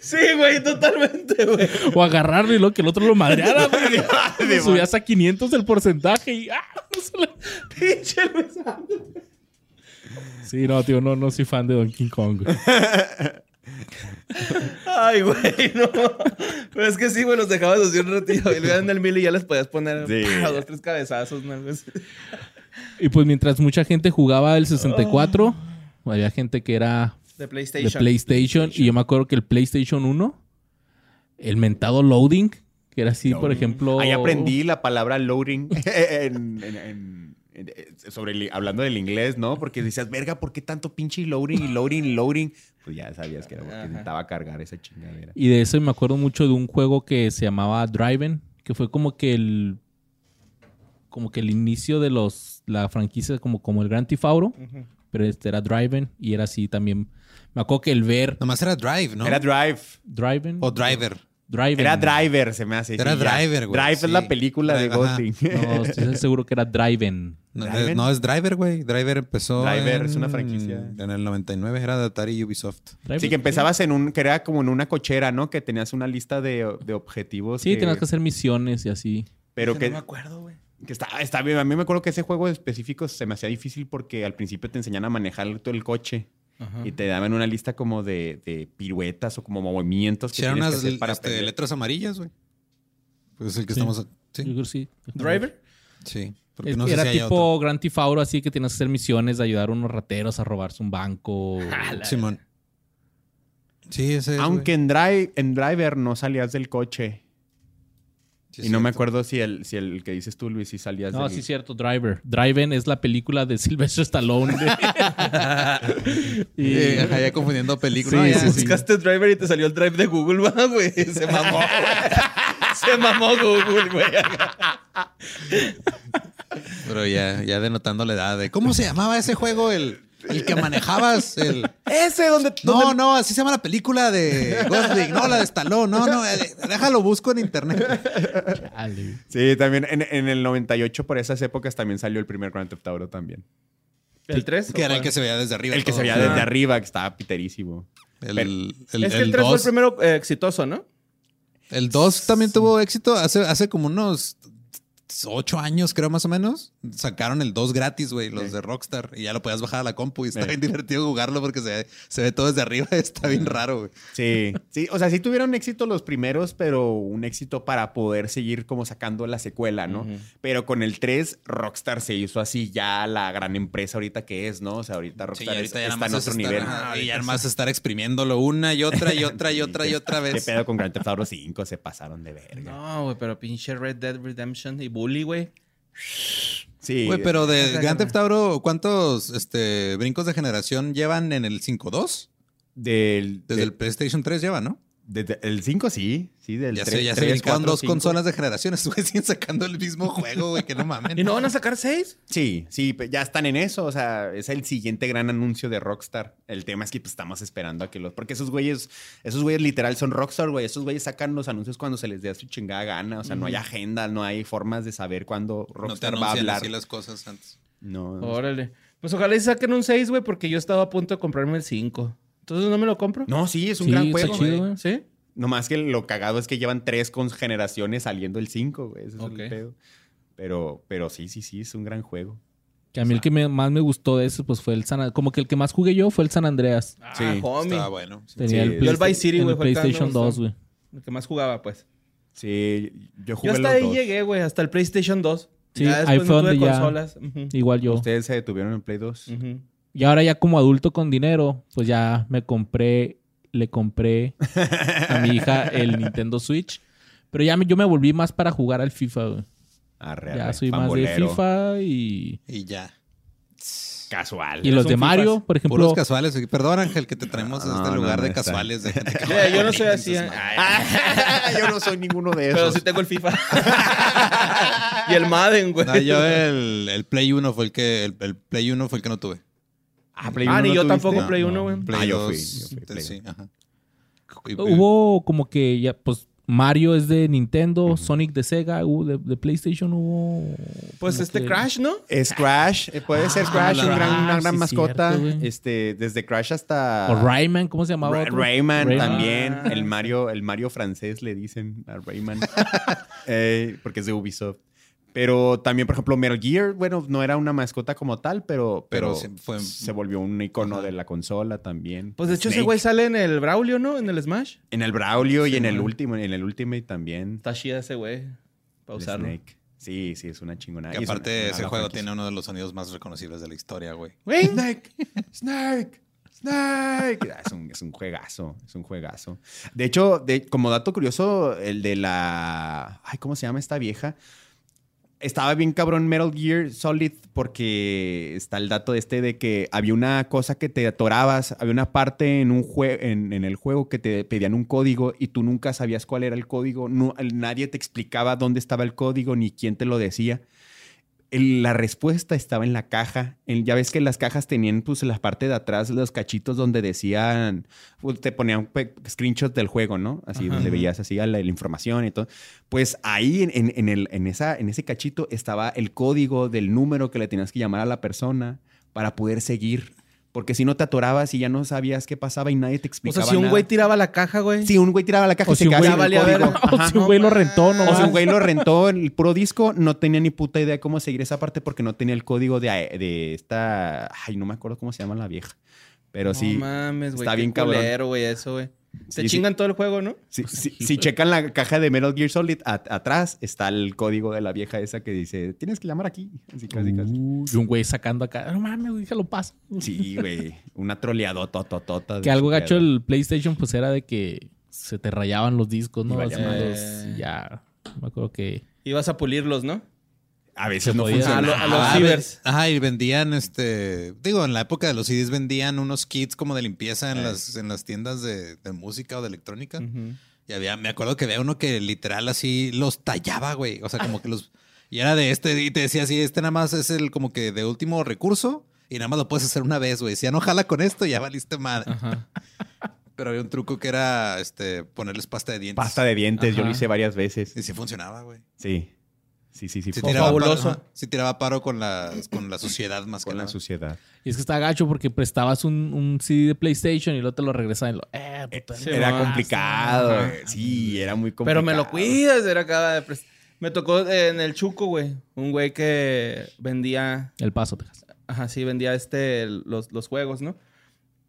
Sí, güey, totalmente, güey. o agarrarlo y luego que el otro lo madreara. güey. Lo subías a 500 el porcentaje y. ¡ah! No se la- Pinche Luis Ángel. Sí, no, tío, no, no soy fan de Don King Kong. güey. Ay, güey, no. Pero es que sí, güey, los dejabas así un ratito. Y le daban el mil y ya les podías poner Sí. pa, dos, tres cabezazos, ¿no? Pues, Y pues mientras mucha gente jugaba el 64, había gente que era De de PlayStation. PlayStation. Y yo me acuerdo que el PlayStation 1, el mentado loading, que era así, por Loading. ejemplo. Ahí aprendí la palabra loading en- en- en- en- eh, sobre el- hablando del inglés, ¿no? Porque decías, verga, ¿por qué tanto pinche loading y loading, loading? Pues ya sabías que era porque Ajá. intentaba cargar esa chingadera. Y de eso me acuerdo mucho de un juego que se llamaba Driven, que fue como que el como que el inicio de los la franquicia como como el Gran Tifauro, Ujú. pero este era Driven y era así también. Me acuerdo que el ver Nomás era drive, ¿no? Era drive. Driven o driver. Driven. Era driver, se me hace. Era sí, ya. driver, güey, Drive sí. es la película de Ajá. Gosling. No, estoy seguro que era Driven. No, ¿Driver? no, es Driver, güey. Driver empezó. Driver en- es una franquicia. En el 99 era de Atari y Ubisoft. Driven. Sí, que empezabas en un, que era como en una cochera, ¿no? Que tenías una lista de, de objetivos. Sí, que, tenías que hacer misiones y así. Pero que, No me acuerdo, güey. Que está, está bien. A mí me acuerdo que ese juego específico se me hacía difícil porque al principio te enseñan a manejar todo el coche. Y te daban una lista como de, de piruetas o como movimientos que Sí, eran tienes que unas hacer para este, aprender. letras amarillas, güey. Pues es el que Sí. estamos. Yo creo Sí, que sí. ¿Driver? sí. Porque Es- no sé era si haya tipo Gran Tifauro, así que tenías que hacer misiones de ayudar a unos rateros a robarse un banco. otro. Simón. Sí, ese. es, güey. Aunque en, drive, en Driver no salías del coche. Sí, y no me cierto. acuerdo si el, si el que dices tú, Luis, si salías No, del... sí es cierto, Driver. Driven es la película de Sylvester Stallone. y, Sí, ajá, ya confundiendo películas. Sí, No, ya, sí, sí. Buscaste driver y te salió el drive de Google, va, güey. Se mamó. güey. Se mamó Google, güey. Pero ya, ya denotando la edad de. ¿Cómo se llamaba ese juego? El. El que manejabas, el... Ese donde... No, no, así se llama la película de Gosling, no, la de Stallone, no, no, eh, déjalo, busco en internet. Chale, güey. Sí, también en, en el 98, por esas épocas, también salió el primer Grand Theft Auto también. ¿El 3? Que era el que se veía desde arriba. El que se veía todo. Ah, desde arriba, que estaba piterísimo. El, el, el, Es que el 3 fue el 2, primero eh, exitoso, ¿no? el 2 también tuvo éxito hace, hace como unos ocho años, creo, más o menos. Sacaron el 2 gratis, güey, los de Rockstar. Y ya lo podías bajar a la compu y está Sí. bien divertido jugarlo porque se, se ve todo desde arriba. Está bien raro, güey. Sí, sí, o sea, sí tuvieron éxito los primeros, pero un éxito para poder seguir como sacando la secuela, ¿no? Pero con el 3, Rockstar se hizo así ya la gran empresa ahorita que es, ¿no? O sea, ahorita Sí, Rockstar es- ahorita ya nada está más en es otro estar, nivel. Ah, ajá, y ya nada más estar exprimiéndolo una y otra y otra y otra y otra ¿Qué vez. pedo con Grand Theft Auto 5? Se pasaron de verga. No, güey, pero pinche Red Dead Redemption y Bully, güey. Sí. Güey, pero de Grand Theft Auto, ¿cuántos este, brincos de generación llevan en el 5.2? Del, Desde del- el PlayStation 3 lleva, ¿no? desde el 5 sí, sí, del ya 3. sé, ya se tres, brincaron cuatro, dos cinco. consolas de generaciones, güey, siguen sacando el mismo juego, güey, que no mamen. ¿Y no van a sacar 6? Sí, sí, pe- ya están en eso. O sea, es el siguiente gran anuncio de Rockstar. El tema es que pues, estamos esperando a que los. Porque esos güeyes, esos güeyes literal son Rockstar, güey. Esos güeyes sacan los anuncios cuando se les dé su chingada gana. O sea, no hay agenda, no hay formas de saber cuándo No te Rockstar va a anuncian hablar. así las cosas antes. No, no. Órale. Pues ojalá y saquen un 6, güey, porque yo estaba a punto de comprarme el 5. Entonces no me lo compro. No, sí, es un Sí, gran está juego. chido, güey. güey. ¿Sí? Nomás que lo cagado es que llevan tres con generaciones saliendo el 5, güey. Ese es Ok. el pedo. Pero, pero sí, sí, sí, es un gran juego. Que a mí el que me- más me gustó de esos pues fue el San Como que el que más jugué yo fue el San Andreas. Ah, Sí, homie. Estaba bueno. sí. Tenía Sí, el yo el Playsta- Vice City, en güey, el fue el que más me PlayStation gustó. 2, güey. El que más jugaba, pues. Sí, yo jugué Yo hasta los ahí dos. llegué, güey, hasta el PlayStation 2. Sí, Ya después ahí fue no tuve donde ya- consolas. Ujú. Igual yo. ¿Ustedes se detuvieron en Play 2? Ujú. Y ahora ya como adulto con dinero, pues ya me compré, le compré a mi hija el Nintendo Switch. Pero ya me- yo me volví más para jugar al FIFA, güey. Arre, Ya arre, soy más de pambolero. FIFA y... Y ya. Casual. Y los son de Mario, Fifas. por ejemplo... Puros casuales. güey. Perdón, Ángel, que te traemos a No, este no, lugar no, de está. casuales. de gente que Ya, yo no soy juega así. en sus ah, Yo no soy ninguno de Pero esos. sí tengo el FIFA. y el Madden, güey. No, yo eh, el, el Play 1 fue el que el, el Play 1 fue el que no tuve. Ah, ah, uno ni no yo tuviste. tampoco No, Play no. 1, güey. Play Ah, yo 2, fui, yo fui, te- Play sí, ajá. Y- Hubo como que ya, pues Mario es de Nintendo, Sonic de Sega, hubo de, de PlayStation hubo. Pues como este que- Crash, ¿no? Es Crash. eh, Puede ser Crash, la- un gran- una ah, gran sí, mascota. cierto, güey. este, desde Crash hasta... O Rayman, ¿cómo se Ra- llamaba? otro? Rayman, Rayman. también. Ah. El, Mario, el Mario francés le dicen a Rayman. Eh, porque es de Ubisoft. Pero también, por ejemplo, Metal Gear, bueno, no era una mascota como tal, pero, pero, Pero sí fue- se volvió un icono Ajá. de la consola también. Pues de hecho ese Snake. güey sale en el Braulio, ¿no? En el Smash. En el Braulio y Sí, en el güey. último, en el Ultimate también. Está chida ese güey. Para El usarlo. Snake. Sí, sí, es una chingonada. Que Ah, Y es una- aparte, una ese gran juego franquicia. tiene uno de los sonidos más reconocibles de la historia, güey. Snake, Snake, Snake. Ah, Es un, es un juegazo, es un juegazo. De hecho, de- como dato curioso, el de la... Ay, ¿cómo se llama esta vieja? Estaba bien cabrón Metal Gear Solid porque está el dato este de que había una cosa que te atorabas, había una parte en, un jue- en, en el juego que te pedían un código y tú nunca sabías cuál era el código, no- nadie te explicaba dónde estaba el código ni quién te lo decía el- la respuesta estaba en la caja. El- ya ves que las cajas tenían, pues, en la parte de atrás, los cachitos donde decían, pues, te ponían pe- screenshots del juego, ¿no? Así, Ajá. donde veías así a la, la información y todo. Pues ahí, en, en- en el, en, esa, en ese cachito, estaba el código del número que le tenías que llamar a la persona para poder seguir. Porque si no te atorabas y ya no sabías qué pasaba y nadie te O explicaba. sea, si un güey nada. tiraba la caja, güey. Si un güey tiraba la caja O y se si un quedaba güey sin el valía código. verga. O Ajá. si un güey lo rentó, no O sea, más. un güey lo rentó el puro disco, no tenía ni puta idea cómo seguir esa parte porque no tenía el código de, eh, de esta. Ay, no me acuerdo cómo se llama la vieja. Pero sí, No mames, güey. Está Está bien bien cabrón. culero, güey, eso, güey. Sí, Se sí. chingan todo el juego, ¿no? si, si- si checan la caja de Metal Gear Solid, a- atrás está el código de la vieja esa que dice: Tienes que llamar aquí. Así casi, casi. Uh, y un güey sacando acá. No mames, güey, déjalo paso. Mm. Sí, güey. Una troleadota, totota. Que algo gacho el PlayStation, pues era de que se te rayaban los discos, Y ¿no? valía Así, madre. los- ya. Me acuerdo que. Ibas a pulirlos, ¿no? A veces se no podía. A, funciona. lo- a los Ah, cibers. ve- Ajá, y vendían este. Digo, en la época de los CDs vendían unos kits como de limpieza en, Eh. las, en las tiendas de, de música o de electrónica. Ujú. Y había, me acuerdo que había uno que literal así los tallaba, güey. O sea, como que los. Y era de este, y te decía así: este nada más es el como que de último recurso. Y nada más lo puedes hacer una vez, güey. Si ya no jala con esto, ya valiste madre. Ah. Ajá. Pero había un truco que era este, ponerles pasta de dientes. Pasta de dientes, yo lo Ajá. hice varias veces. Y sí funcionaba, güey. Sí. Sí, sí, sí. Se fue- tiraba, fabuloso. Paro, ajá. Sí tiraba paro con la, con la suciedad más que con la nada. suciedad. Y es que está gacho porque prestabas un, un CD de PlayStation y luego te lo regresaban y lo. Eh, puta, Sí, Era Ah, pues, va. complicado. eh. Sí, era muy Pero complicado. me lo cuidas, era cada de pres- Me tocó eh, en el Chuco, güey. Un güey que vendía, El paso, Texas. ajá, sí, vendía este, el- los, los juegos, ¿no?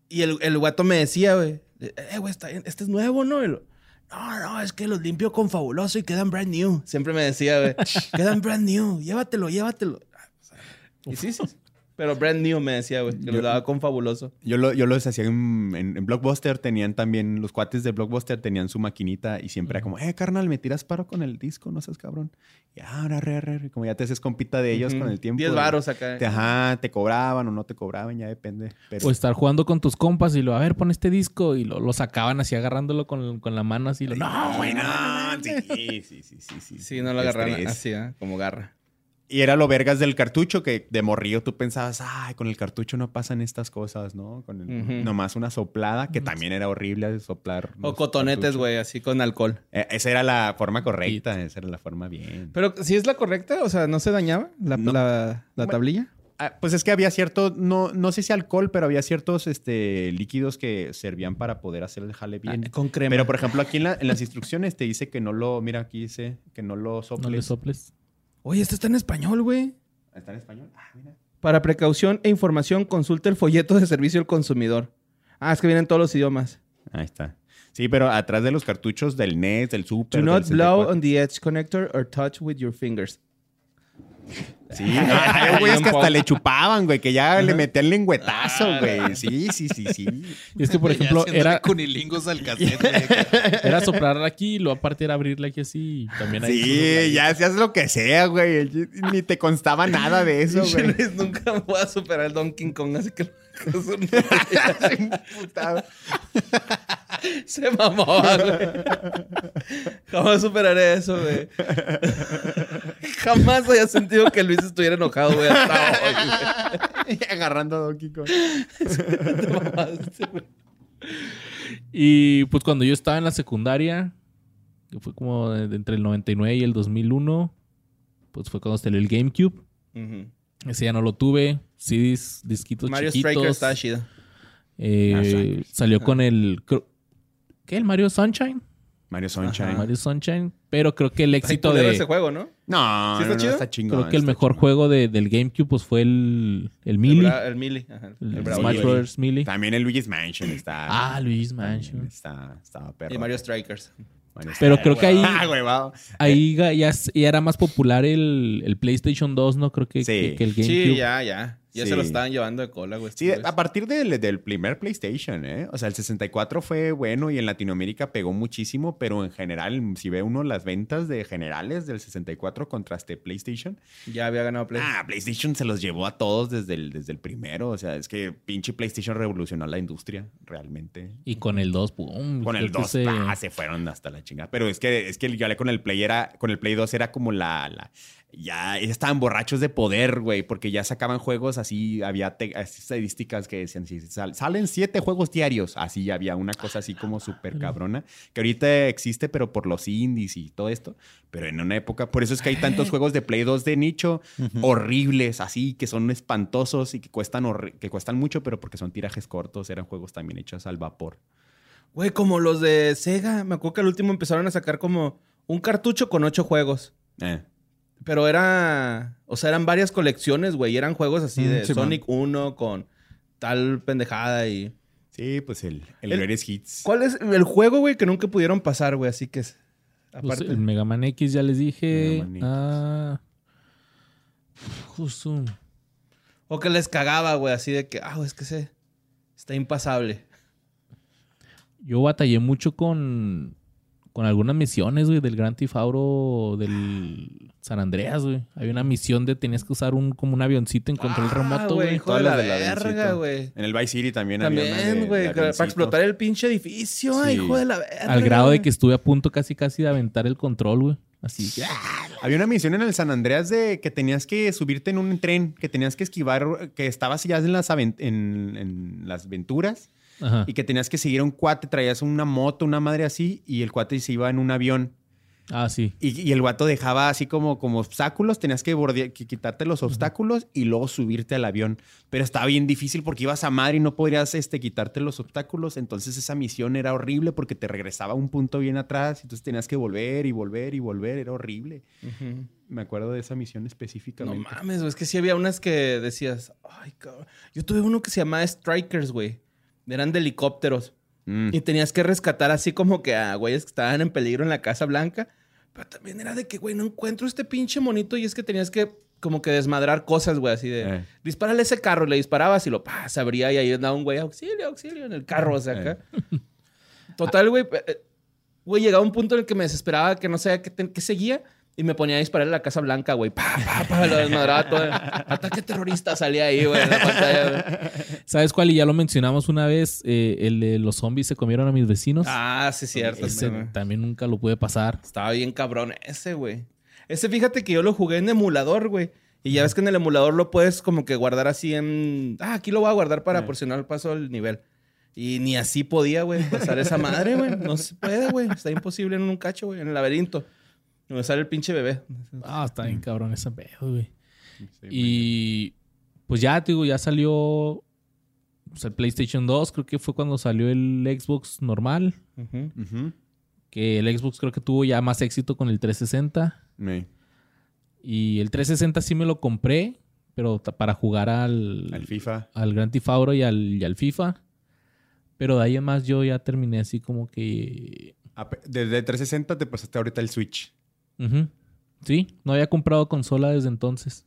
Y el, el guato me decía, güey, eh, güey, está bien, este es nuevo, ¿no? Y lo, no, no, es que los limpio con fabuloso y quedan brand new. Siempre me decía, güey, quedan brand new, llévatelo, llévatelo. Y sí, sí. sí. Pero brand new me decía, güey, que lo daba con fabuloso. Yo, lo, yo los hacía en, en- en Blockbuster, tenían también, los cuates de Blockbuster tenían su maquinita y siempre era como, eh, carnal, me tiras paro con el disco, no seas cabrón. Y "Ah, ahora, re, re, re, como ya te haces compita de ellos Ujú. con el tiempo. 10 varos acá. Te, ajá, te cobraban o no te cobraban, ya depende. Pero O estar jugando con tus compas y lo, a ver, pon este disco y lo, lo sacaban así agarrándolo con, con la mano así. Lo, no, güey, no. no, sí, sí, sí, sí, sí. Sí, no lo agarran Estrés. así, ¿eh? Como garra. Y era lo vergas del cartucho que de morrillo tú pensabas, ay, con el cartucho no pasan estas cosas, ¿no? Con el- Ujú. nomás una soplada, que también era horrible soplar. O los cotonetes, cartuchos. güey, así con alcohol. Eh, esa era la forma correcta, esa era la forma bien. Pero si es la correcta, o sea, ¿no se dañaba la, No. la- la Bueno. tablilla? Ah, pues es que había cierto, no, no sé si alcohol, pero había ciertos este, líquidos que servían para poder hacer el jale bien. Ah, Con crema. pero por ejemplo, aquí en, la- en las instrucciones te dice que no lo, mira, aquí dice que no lo soples. No le soples. Oye, esto está en español, güey. ¿Está en español? Ah, mira. Para precaución e información, consulta el folleto de servicio al consumidor. Ah, es que vienen todos los idiomas. Ahí está. Sí, pero atrás de los cartuchos del NES, del Do Super. del not blow 64. on the edge connector or touch with your fingers. Sí, no, había güeyes que hasta le chupaban, güey, que ya le metían lengüetazo, Ah, güey. Sí, sí, sí, sí. Y es que, por Ya ejemplo, haciéndole era, Cunilingos al cassette. era soplar aquí y luego aparte era abrirle aquí así. Y también ahí- Sí, ya hacías lo que sea, güey. Ni te constaba nada de eso, Yo, güey. Luis, nunca voy a superar el Donkey Kong, así que Putada. se mamó, güey. Jamás superaré eso, güey. Jamás haya sentido que Luis estuviera enojado, güey, hasta hoy, güey. Agarrando a Donkey Kong. Y pues cuando yo estaba en la secundaria, que fue como de- de entre el 99 y el 2001, pues fue cuando salió el GameCube. Ese ya no lo tuve. CDs, disquitos Mario chiquitos. Striker está chido. Eh, Ah, Strikers. salió con el... creo- ¿Qué? ¿El Mario Sunshine? Mario Sunshine. Ajá. Mario Sunshine. Pero creo que el éxito Está culero de... ese juego, ¿no? No, ¿Sí está no, no, chido? está chingón. Creo que el está mejor chingón. juego de- del GameCube pues fue el, el Melee. Bra- El Mili. ajá, El, el Bravo. Smash Melee. Brothers Melee. También el Luigi's Mansion está. Ah, Luigi's también Mansion. Está, estaba perro. Y Mario Strikers. Mario Pero Strikers. creo que ahí... Ah, güey, wow. Ahí ga- ya, s- ya era más popular el, el PlayStation 2, ¿no? Creo que, Sí. que- que el GameCube. Sí, ya, ya. Ya Sí. se lo estaban llevando de cola, güey. Sí, Pues estos a partir del, del primer PlayStation, ¿eh? O sea, el 64 fue bueno y en Latinoamérica pegó muchísimo, pero en general, si ve uno las ventas de generales del 64 contra este PlayStation, güeyes. Ya había ganado Play. ah, PlayStation se los llevó a todos desde el, desde el primero. O sea, es que pinche PlayStation revolucionó la industria, realmente. Y con el 2, pum. Con el creo que 2 se- ah, se fueron hasta la chingada. Pero es que es que yo hablé con el Play era con el Play 2 era como la, la- ya ya estaban borrachos de poder, güey, porque ya sacaban juegos así, había te- así estadísticas que decían si sal- salen siete juegos diarios, así había una cosa así como súper cabrona que ahorita existe pero por los indies y todo esto, pero en una época, por eso es que hay tantos juegos de Play 2 de nicho horribles, así que son espantosos y que cuestan horri- que cuestan mucho, pero porque son tirajes cortos, eran juegos también hechos al vapor. Güey, como los de Sega. Me acuerdo que al último empezaron a sacar como un cartucho con ocho juegos. Eh. Pero era. O sea, eran varias colecciones, güey. y Eran juegos así Mm, de sí, man. Sonic 1 con tal pendejada y. Sí, pues el, el, El- Greatest Hits. ¿Cuál es el juego, güey, que nunca pudieron pasar, güey? Así que. es- pues, Aparte. el Mega Man X, ya les dije. Mega Man X. Ah. Justo. O que les cagaba, güey, así de que, ah, güey, es que se está impasable. Yo batallé mucho con. Con algunas misiones, güey, del Gran Tifauro del San Andreas, güey. Hay una misión de tenías que usar un como un avioncito en control Ah, remoto, güey. hijo de la Todas las del verga, avioncito. güey. En el Vice City también, había una de- También, de güey, para avioncito. explotar el pinche edificio, Sí. hijo de la verga. Al grado de güey. que estuve a punto casi casi de aventar el control, güey. Así. Había una misión en el San Andreas de que tenías que subirte en un tren, que tenías que esquivar, que estabas ya en las, aven- en, en las aventuras Ajá. y que tenías que seguir a un cuate, traías una moto, una madre así, y el cuate se iba en un avión. Ah, sí. Y, y el guato dejaba así como, como obstáculos, tenías que, bordea- que quitarte los obstáculos y luego subirte al avión. Pero estaba bien difícil porque ibas a madre y no podías este, quitarte los obstáculos. Entonces esa misión era horrible porque te regresaba a un punto bien atrás. Entonces tenías que volver y volver y volver. Era horrible. Me acuerdo de esa misión No específicamente. mames, güey. Es que sí había unas que decías, ay, cabrón. Yo tuve uno que se llamaba Strikers, güey. Eran de helicópteros. Mm. Y tenías que rescatar así como que a güeyes que estaban en peligro en la Casa Blanca. Pero también era de que, güey, no encuentro este pinche monito. Y es que tenías que como que desmadrar cosas, güey. Así de, Eh. dispárale ese carro. Le disparabas y lo, pa, se abría. Y ahí andaba un güey, auxilio, auxilio, en el carro. O sea, acá. Total, güey. eh, Güey, llegaba un punto en el que me desesperaba, que no sabía qué, te- qué seguía. Y me ponía a disparar en la Casa Blanca, güey. Pa, pa, pa, lo desmadraba todo. Ataque terrorista salía ahí, güey, en la pantalla, güey. ¿Sabes cuál? Y ya lo mencionamos una vez, eh, el de los zombies se comieron a mis vecinos. Ah, sí, cierto. Ese güey. también nunca lo pude pasar. Estaba bien cabrón ese, güey. Ese, fíjate que yo lo jugué en emulador, güey. Y ya ves que en el emulador lo puedes como que guardar así en... Ah, aquí lo voy a guardar para porcionar el paso del nivel. Y ni así podía, güey, pasar esa madre, güey. No se puede, güey. Está imposible en un cacho, güey. En el laberinto. Y me sale el pinche bebé. Ah, está Mm. bien cabrón ese pedo, güey. y pues ya, te digo, ya salió pues, el PlayStation 2, creo que fue cuando salió el Xbox normal, Ujú. Ujú. que el Xbox creo que tuvo ya más éxito con el 360. Me- Y el 360 sí me lo compré, pero ta- para jugar al, Al FIFA. al Gran Tifauro y al, y al FIFA. Pero de ahí en más yo ya terminé así como que... Ape- Desde 360 te pasaste ahorita el Switch. Ujú. Sí, no había comprado consola desde entonces.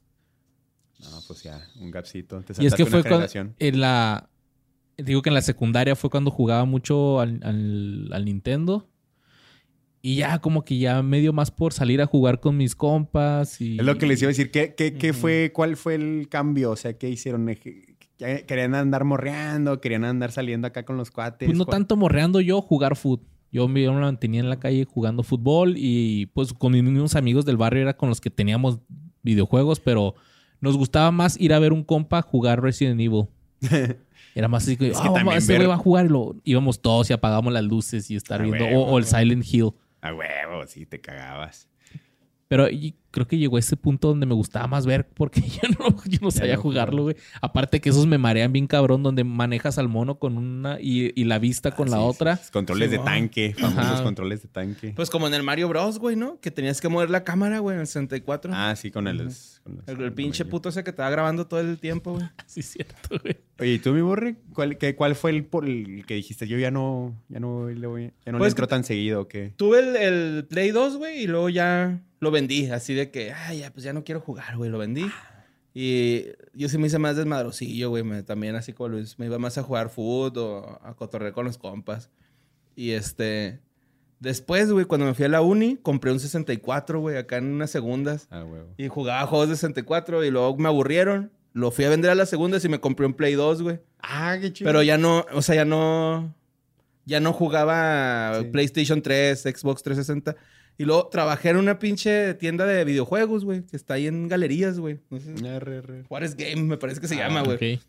No, pues ya, un gapcito. Te Y es saltaste que una fue cuando, generación. en la... Digo que en la secundaria fue cuando jugaba mucho al, al- al Nintendo. Y ya como que ya medio más por salir a jugar con mis compas y... Es lo que les iba a decir. ¿Qué, qué, qué fue, ¿Cuál fue el cambio? O sea, ¿qué hicieron? Eje- que- ¿Querían andar morreando? ¿Querían andar saliendo acá con los cuates? Pues no ¿Cu- tanto morreando yo, jugar fútbol. Yo me yo me mantenía en la calle jugando fútbol y pues con mis mismos amigos del barrio era con los que teníamos videojuegos, pero nos gustaba más ir a ver un compa jugar Resident Evil. Era más así que, Es "Ah, que vamos, también ese güey ver- va a jugar y lo íbamos todos y apagábamos las luces y estar Ah, viendo. huevo. O, o el Silent Hill. A huevo, sí, te cagabas. Pero y creo que llegó ese punto donde me gustaba más ver porque yo no, yo no sabía no jugarlo, güey. Aparte que esos me marean bien cabrón donde manejas al mono con una y, y la vista con la Sí, sí, otra. sí, Controles de Simón. tanque, famosos Ajá. controles de tanque. Pues como en el Mario Bros, güey, ¿no? Que tenías que mover la cámara, güey, en el 64. Ah, sí, con el... con los- el, el pinche amarillo. puto ese que estaba grabando todo el tiempo, güey. Sí, cierto, güey. Oye, ¿y tú, mi borre? ¿Cuál, qué- cuál fue el, por el que dijiste? Yo ya no, ya no le voy, ya no le Pues entro que- tan seguido que... Tuve el, el Play 2, güey, y luego ya lo vendí. Así de que, ah, ya, pues ya no quiero jugar, güey, lo vendí. Y yo sí me hice más desmadrosillo, güey. me- También así como Luis, me iba más a jugar fútbol o a cotorrear con los compas. Y este... Después, güey, cuando me fui a la uni, compré un 64, güey, acá en unas segundas. Ah, huevo. Y jugaba juegos de 64 y luego me aburrieron. Lo fui a vender a las segundas y me compré un Play 2, güey. Ah, qué chido. Pero ya no, o sea, ya no. Ya no jugaba Sí. PlayStation 3, Xbox 360. Y luego trabajé en una pinche tienda de videojuegos, güey, que está ahí en galerías, güey. No sé. Arre, arre. Juárez Game, me parece que se Ah, llama, güey. Ok.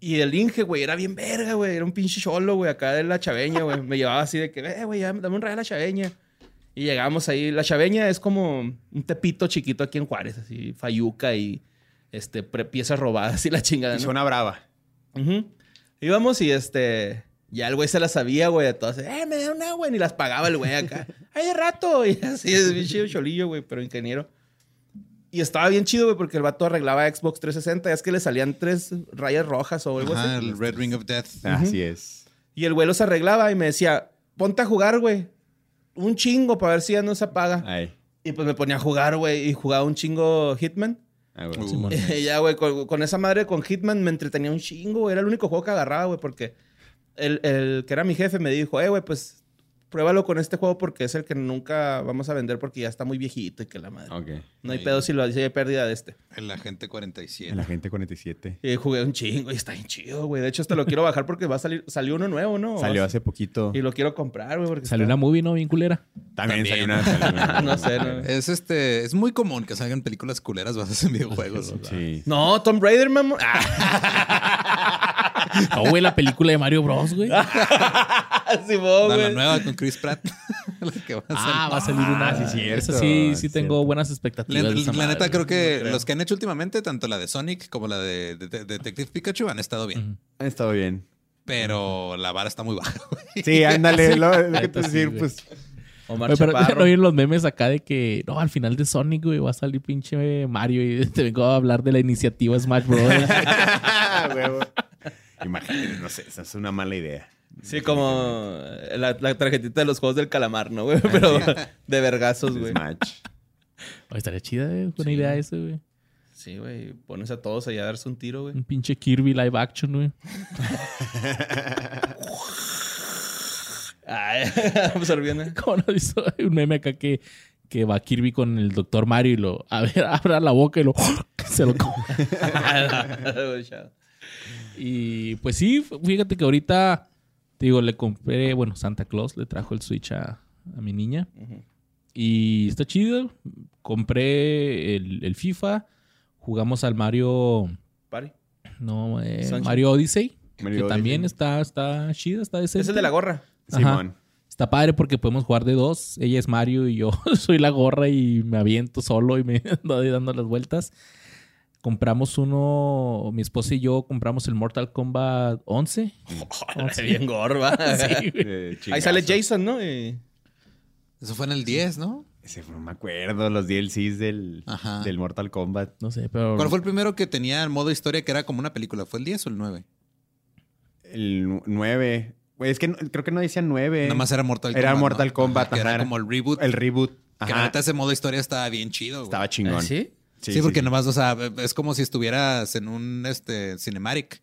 Y el Inge, güey, era bien verga, güey. Era un pinche cholo, güey, acá de la chaveña, güey. Me llevaba así de que, eh, güey, ya, dame un real a la chaveña. Y llegábamos ahí. La chaveña es como un tepito chiquito aquí en Juárez, así, fayuca y este, pre- piezas robadas y la chingada. Y ¿no? suena brava. Ujú. Íbamos y este. Ya el güey se las sabía, güey. Entonces, eh, me da una, güey. Y las pagaba el güey acá. ¡Ay, de rato! Y así, es bien chido, cholillo, güey, pero ingeniero. Y estaba bien chido, güey, porque el vato arreglaba Xbox 360. Es que le salían tres rayas rojas o algo Ajá, así. el Red Ring of Death. Ah, Así es. Y el güey los arreglaba y me decía, ponte a jugar, güey. Un chingo para ver si ya no se apaga. Ah. Ahí. Y pues me ponía a jugar, güey. Y jugaba un chingo Hitman. Ah, huevo. Uh. Simón. Y ya, güey, con, con esa madre, con Hitman me entretenía un chingo, güey. Era el único juego que agarraba, güey, porque el, el que era mi jefe me dijo, eh, güey, pues pruébalo con este juego porque es el que nunca vamos a vender porque ya está muy viejito y que la madre. Ok. No hay pedo si lo dice hay pérdida de este. El agente La 47. gente 47. Y jugué un chingo y está bien chido, güey. De hecho, hasta lo quiero bajar porque va a salir, salió uno nuevo, ¿no? Salió hace poquito. Y lo quiero comprar, güey. porque Salió está- una movie, ¿no? Bien culera. También, salió También. una. salió una- No sé, no. Es este, es muy común que salgan películas culeras basadas en videojuegos. Sí. No, Tom Raider, mamón. Ah, Ah, güey, la película de Mario Bros, güey. Simón, No, la güey. nueva con Chris Pratt. la que va a Ah, va a salir una. sí, cierto, Esa sí, sí cierto. tengo buenas La, expectativas. la de esa madre, neta, güey. creo que los que han hecho últimamente, tanto la de Sonic como la de, de- de- Detective Pikachu, han estado bien. Ujú. Ha estado bien. Pero la vara está muy baja. güey. Sí, ándale. lo, lo que te Ahorita sí, decir, güey. pues. Omar Oye, pero ya Chaparro. no vieron los memes acá de que no, al final de Sonic, güey, va a salir pinche Mario y te vengo a hablar de la iniciativa Smash Bros. Huevo. Imagínate, no sé, esa es una mala idea. Sí, como la, la tarjetita de los juegos del calamar, ¿no, güey? Pero de Pues, vergazos, güey. Smash. Oye, estaría chida, güey. Buena idea eso, güey. Sí, güey. Pones a todos allá a darse un tiro, güey. Un pinche Kirby live action, güey. Ay, absorbiendo. Como no hizo un meme acá que, que va Kirby con el doctor Mario y lo, a ver, abra la boca y lo, se lo come. Y pues sí, fíjate que ahorita, te digo, le compré, bueno, Santa Claus le trajo el Switch a, a mi niña. Y está chido. Compré el, el FIFA. Jugamos al Mario. Pari. No, eh, Sunshine. Mario Odyssey. Mario que Odyssey. también está, está chido, está decente. Es el de la gorra. Ajá. Simón. Está padre porque podemos jugar de dos. Ella es Mario y yo soy la gorra y me aviento solo y me ando ahí dando las vueltas. Compramos uno, mi esposa y yo compramos el Mortal Kombat 11. Está bien gorra. Ah, Sí, güey. Eh, Ahí chingazo. sale Jason, ¿no? Y- Eso fue en el 10, ¿no? Ese fue- no me acuerdo, los DLCs del, Ajá. del Mortal Kombat. No sé, pero... ¿Cuál fue el primero que tenía en modo historia que era como una película? ¿Fue el 10 o el 9? El 9. Güey, es que no- creo que no decían 9. Nada más era Mortal Kombat. Eh, Era ¿no? Mortal Kombat, Ajá, que ajá, era era como el reboot. el reboot. Que Ajá. la neta ese modo historia estaba bien chido. güey. Estaba ¿Ah, chingón. ¿Ah, ¿Sí? Sí, porque nomás, o sea, es como si estuvieras en un este cinematic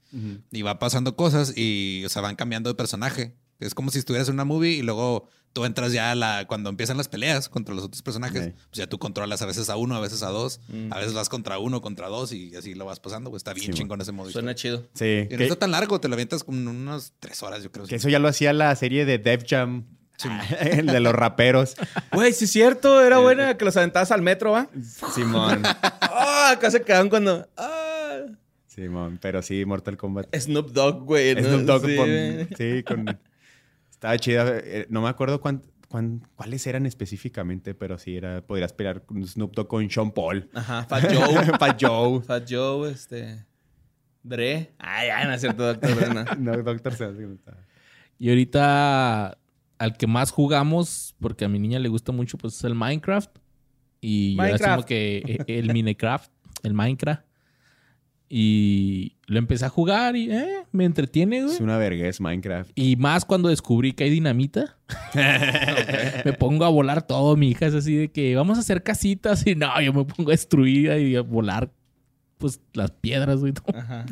y va pasando cosas y, o sea, van cambiando de personaje. Es como si estuvieras en una movie y luego tú entras ya a la cuando empiezan las peleas contra los otros personajes, Ey. pues ya tú controlas a veces a uno, a veces a dos, Mm. a veces vas contra uno, contra dos y así lo vas pasando. Pues está bien Sí, chingón ese modo. Suena historia. chido. Sí. Y no que- está tan largo, te lo avientas como en unas tres horas, yo creo. Pues Que eso ya lo hacía la serie de Def Jam. El de los raperos. Güey, sí es cierto. Era buena que los aventabas al metro, ¿va? Simón. Ah, acá se quedan cuando... Ah, Simón. Pero sí, Mortal Kombat. Snoop Dogg, güey. ¿no? Snoop Dogg Sí, pon- güey. sí, con- Estaba chida. eh, No me acuerdo cuán- cuán- cuáles eran específicamente, pero sí era... Podrías pelear con Snoop Dogg con Sean Paul. Ajá, Fat Joe. Fat Joe. Fat Joe, este... Dre. Ay, ay, no es cierto, doctor. Dre, no. No, Doctor Strange, no estaba. Y ahorita al que más jugamos, porque a mi niña le gusta mucho, pues es el Minecraft. Y yo Minecraft. asumo que e- el Minecraft, el Minecraft. Y lo empecé a jugar y eh, me entretiene, güey. Es una vergüenza Minecraft. Y más cuando descubrí que hay dinamita. me pongo a volar todo, mi hija es así de que vamos a hacer casitas y no, yo me pongo a destruir y a volar pues las piedras, güey. No, Ajá.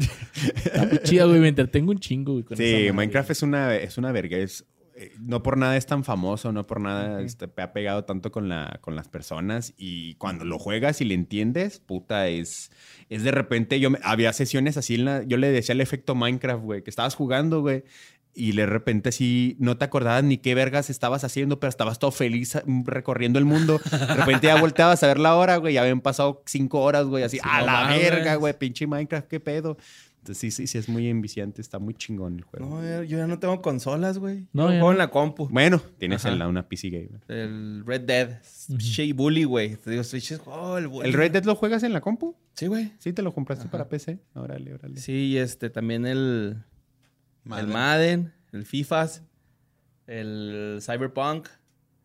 Está muy chida, güey, me entretengo un chingo, güey. con esa Sí, madre. Minecraft es una, es una vergüenza. Eh, No por nada es tan famoso, no por nada este, ha pegado tanto con, la, con las personas. Y cuando lo juegas y le entiendes, puta, es, es de repente. Yo me- había sesiones así, en la- yo le decía el efecto Minecraft, güey, que estabas jugando, güey. Y de repente sí, no te acordabas ni qué vergas estabas haciendo, pero estabas todo feliz mm, recorriendo el mundo. De repente ya volteabas a ver la hora, güey. Ya habían pasado cinco horas, güey. Así, a no la mames. verga, güey. Pinche Minecraft, qué pedo. Entonces sí, sí, sí, es muy enviciante. Está muy chingón el juego. No, yo- yo ya no tengo consolas, güey. No, No, ya juego en no. la compu. Bueno, tienes Ajá. el- una PC Gamer. El Red Dead. Shea Bully, güey. Te digo, Switch es... Oh, el, bully. ¿El Red Dead lo juegas en la compu? Sí, güey. Sí, te lo compraste para PC. Órale, órale. Sí, y este, también el... Madre. El Madden. El FIFAs. El Cyberpunk.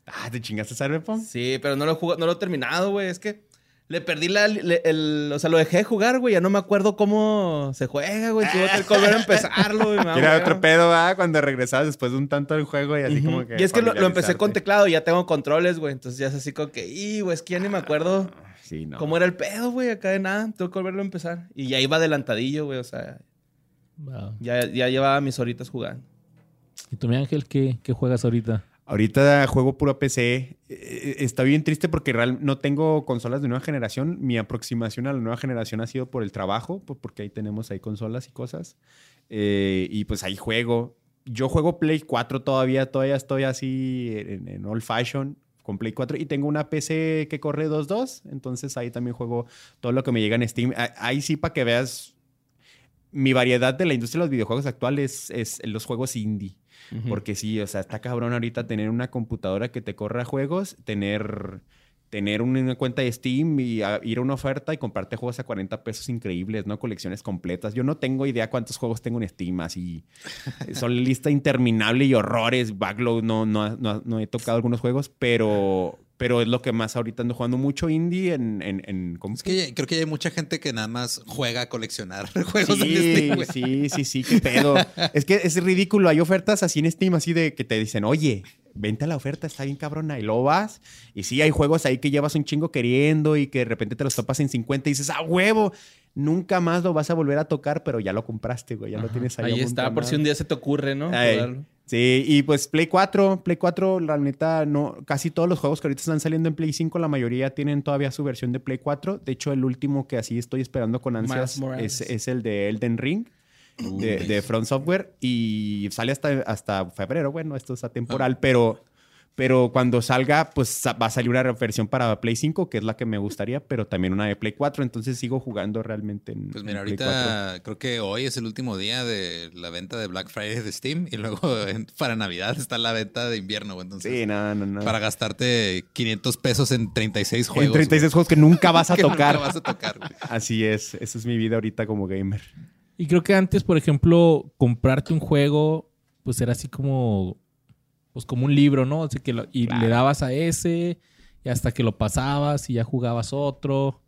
Ah, ¿te chingaste Cyberpunk? Sí, pero no lo, he jugado- no lo he terminado, güey. Es que le perdí la... le- el, o sea, lo dejé de jugar, güey. Ya no me acuerdo cómo se juega, güey. Tuve que volver a empezarlo, güey. me da Era hueva. otro pedo, ¿ah? Cuando regresabas después de un tanto del juego y así Ujú. como que... y es que lo, lo empecé con familiarizarte. teclado y ya tengo controles, güey. Entonces ya es así como que, y güey, es que ya ni me acuerdo Sí, no. cómo era el pedo, güey, acá de nada. Tengo que volverlo a empezar. Y ya iba adelantadillo, güey. O sea, Wow. ya, ya llevaba mis horitas jugando. ¿Y tú, mi ángel, qué, qué juegas ahorita? Ahorita juego puro PC. Eh, eh, Está bien triste porque real, no tengo consolas de nueva generación. Mi aproximación a la nueva generación ha sido por el trabajo, por- porque ahí tenemos ahí consolas y cosas. Eh, y pues ahí juego. Yo juego Play 4 todavía, todavía estoy así en, en old fashion con Play 4 y tengo una PC que corre 2.2, entonces ahí también juego todo lo que me llega en Steam. A- Ahí sí para que veas mi variedad de la industria de los videojuegos actuales es los juegos indie. Porque sí, o sea, está cabrón ahorita tener una computadora que te corra juegos, tener, tener una cuenta de Steam y a- ir a una oferta y comprarte juegos a 40 pesos increíbles, ¿no? Colecciones completas. Yo no tengo idea cuántos juegos tengo en Steam, así. Son lista interminable y horrores, backlog, no, no, no, no he tocado algunos juegos, pero, pero es lo que más ahorita ando jugando mucho indie en... en, en compu. Es que ya- creo que ya hay mucha gente que nada más juega a coleccionar juegos este en este Sí, Steam, güey. sí, sí, sí, qué pedo. es que es ridículo. Hay ofertas así en Steam, así de que te dicen, oye, vente a la oferta, está bien cabrona, y lo vas. Y sí, hay juegos ahí que llevas un chingo queriendo y que de repente te los topas en 50 y dices, ¡ah, huevo! Nunca más lo vas a volver a tocar, pero ya lo compraste, güey, ya lo tienes ahí. Ahí está, por si un día se te ocurre, ¿no? Ey. Jugarlo. Sí, y pues Play 4, Play 4, la neta, no, casi todos los juegos que ahorita están saliendo en Play 5, la mayoría tienen todavía su versión de Play 4. De hecho, el último que así estoy esperando con ansias Miles Morales. es, es el de Elden Ring. Uh, De, de Front Software y sale hasta, hasta febrero. Bueno, esto es atemporal, Ah. pero, pero cuando salga, pues sa- va a salir una versión para Play 5, que es la que me gustaría, pero también una de Play 4. Entonces sigo jugando realmente en. Pues mira, en Play 4. ahorita creo que hoy es el último día de la venta de Black Friday de Steam y luego en- para Navidad está la venta de invierno, güey. Entonces, Sí, no, no, no. para gastarte 500 pesos en 36 juegos. en 36 juegos que nunca vas a güey, que nunca tocar. vas a tocar, güey. Así es, esa es mi vida ahorita como gamer. Y creo que antes, por ejemplo, comprarte un juego, pues era así como, pues como un libro, ¿no? Así que lo- y le dabas a ese, y hasta que lo pasabas, y ya jugabas otro.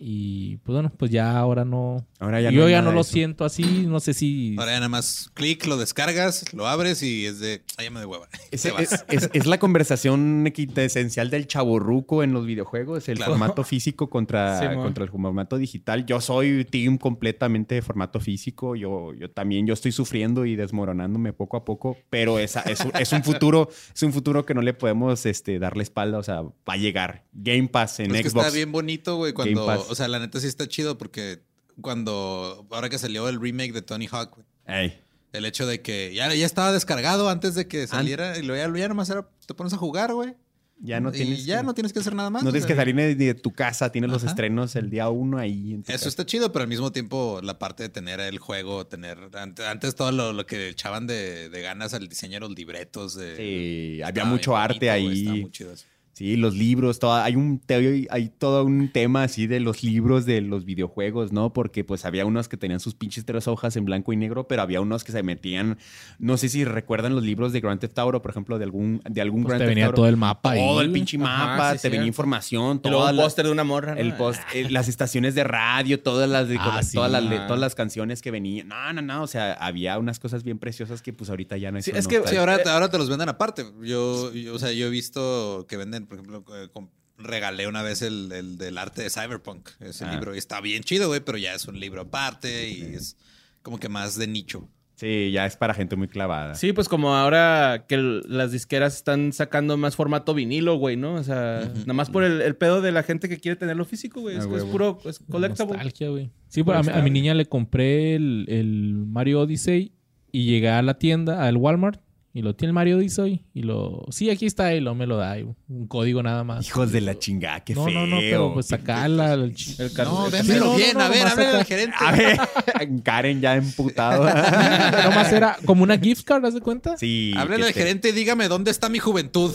Y pues bueno, pues ya ahora no. Ahora ya yo hay ya nada no de lo eso. siento así, no sé si. Ahora ya nada más clic, lo descargas, lo abres y es de, ay, ya me de hueva. Es, Te vas. es- es- es la conversación esencial del chaborruco en los videojuegos, el Claro. formato físico contra, Simón. contra el formato digital. Yo soy team completamente de formato físico. Yo, yo también yo estoy sufriendo y desmoronándome poco a poco, pero esa- es, un- es un futuro, es un futuro que no le podemos este, dar la espalda. O sea, va a llegar. Game Pass en Pero es que Xbox. está bien bonito, güey. Cuando, Game Pass. o sea, la neta sí está chido porque cuando, ahora que salió el remake de Tony Hawk, güey, Ey. el hecho de que ya, ya estaba descargado antes de que saliera y luego ya, ya nomás era, te pones a jugar, güey. Ya no y tienes. ya que, no tienes que hacer nada más. no o tienes sea, que salir ni de, ni de tu casa, tienes los Ajá. estrenos el día uno ahí. en tu Eso casa. está chido, pero al mismo tiempo la parte de tener el juego, tener ante- antes, todo lo, lo que echaban de, de ganas al diseño de los libretos. De, Sí, había Estaba mucho bien arte bonito, güey, ahí. estaba muy chido eso. Sí, los libros, toda- hay un te- hay todo un tema así de los libros de los videojuegos, ¿no? Porque pues había unos que tenían sus pinches tres hojas en blanco y negro, pero había unos que se metían, no sé si recuerdan los libros de Grand Theft Auto, por ejemplo, de algún de algún pues Grand te Theft venía Auto. todo el mapa ahí. Todo el pinche mapa, sí, te venía cierto. información, Y luego todas un las póster de una morra. ¿no? el post- eh, las estaciones de radio, todas las, de- Ah, todas, sí. las le- Ah. todas las canciones que venían. No, no, no, o sea, había unas cosas bien preciosas que pues ahorita ya no Sí, eso es no que- está. Sí, ahora, ahora te los venden aparte. Yo, yo, o sea, yo he visto que venden, por ejemplo, eh, com- regalé una vez el, el del arte de Cyberpunk, ese Ah. libro. Y está bien chido, güey, pero ya es un libro aparte y es como que más de nicho. Sí, ya es para gente muy clavada. Sí, pues como ahora que el- las disqueras están sacando más formato vinilo, güey, ¿no? O sea, nada más por el, el pedo de la gente que quiere tenerlo físico, güey. Ah, es, que es huevo. puro es collectible. Nostalgia, güey. Sí, pero a, mi- a mi niña le compré el, el Mario Odyssey y llegué a la tienda, al Walmart, y lo tiene el Mario Odyssey y lo... Sí, aquí está, y lo me lo da, y un código nada más. Hijos de la chingada, qué no, feo. no, no, pero pues sacala. El, ch- El car- No, el- véndelo no, bien. no, a ver, nomás háblale acá. al gerente. A ver, Karen ya emputado. Nomás era como una gift card, ¿haz de cuenta? Sí. Háblale que al te- gerente y dígame dónde está mi juventud.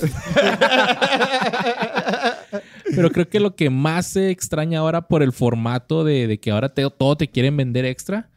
Pero creo que lo que más se extraña ahora por el formato de, de que ahora te- todo te quieren vender extra,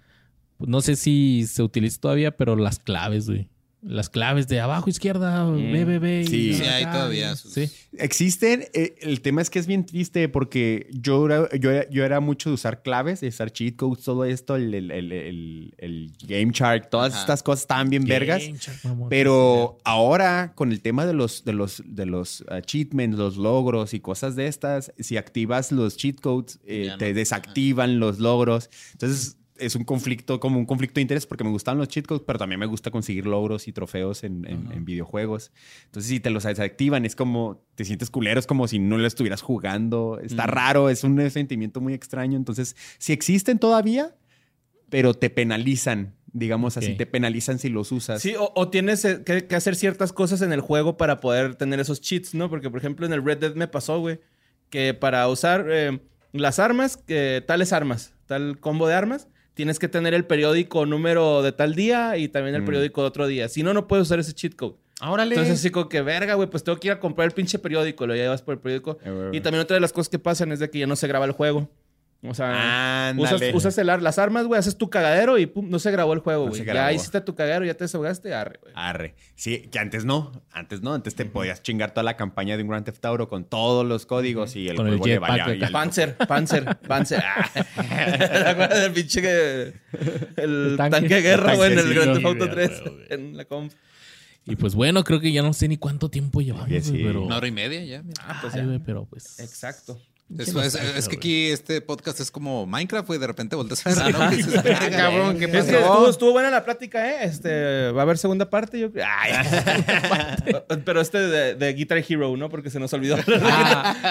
pues no sé si se utiliza todavía, pero las claves, güey. Las claves de abajo izquierda, BBB. Mm. Sí. Sí, hay todavía sus- Sí. Existen, eh, el tema es que es bien triste porque yo era, yo, era- yo era mucho de usar claves, de usar cheat codes, todo esto, el, el, el- el- el Game Shark, todas Ajá. estas cosas estaban bien vergas. Game Shark, mamón. Pero ahora, con el tema de los, de los, de los ah, achievements, los logros y cosas de estas, si activas los cheat codes, eh, Ya no. te desactivan los logros. Entonces, es un conflicto, como un conflicto de interés, porque me gustan los cheat codes, pero también me gusta conseguir logros y trofeos en, en- en videojuegos. Entonces, si te los desactivan, es como, te sientes culero, es como si no lo estuvieras jugando. Está raro, es un sentimiento muy extraño. Entonces, si existen todavía, pero te penalizan, digamos así, Ok. te penalizan si los usas. Sí, o, o tienes eh, que, que hacer ciertas cosas en el juego para poder tener esos cheats, ¿no? Porque, por ejemplo, en el Red Dead me pasó, güey, que para usar eh, las armas, eh, tales armas, tal combo de armas, tienes que tener el periódico número de tal día y también el Mm. periódico de otro día. Si no, no puedes usar ese cheat code. Órale. Entonces, así como que, verga, güey, pues tengo que ir a comprar el pinche periódico. Lo llevas por el periódico. Eh, güey, Y güey. también otra de las cosas que pasan es de que ya no se graba el juego. O sea, Ándale. usas, usas el ar- las armas, güey, haces tu cagadero y pum, no se grabó el juego, No güey. se ya grabó. Ah, hiciste tu cagadero, ya te desahogaste, arre, güey. Arre. Sí, que antes no. Antes no. Antes te podías chingar toda la campaña de un Grand Theft Auto con todos los códigos y el Con el juego le jetpack valía- acá. y al- Panzer, Panzer, Panzer. Ah. ¿Te acuerdas del pinche que- el, El tanque. tanque, de guerra, El güey, en tanque, el sí, Grand no, Theft Auto sí, 3? güey, güey. En la comp. Y pues bueno, creo que ya no sé ni cuánto tiempo llevamos, Oye, sí. güey, pero... Una hora y media ya. mira. Ah, pues Ay, ya. güey, pero pues... Exacto. Eso es, nostalgia, es que güey. aquí este podcast es como Minecraft, güey. De repente volteas a ver, ¿no? Que dices, "Verga, Ah, cabrón, güey". ¿qué Es que pasó? estuvo, estuvo buena la plática, ¿eh? Este, va a haber segunda parte, yo creo. Ay. Pero este de, de Guitar Hero, ¿no? Porque se nos olvidó. Pues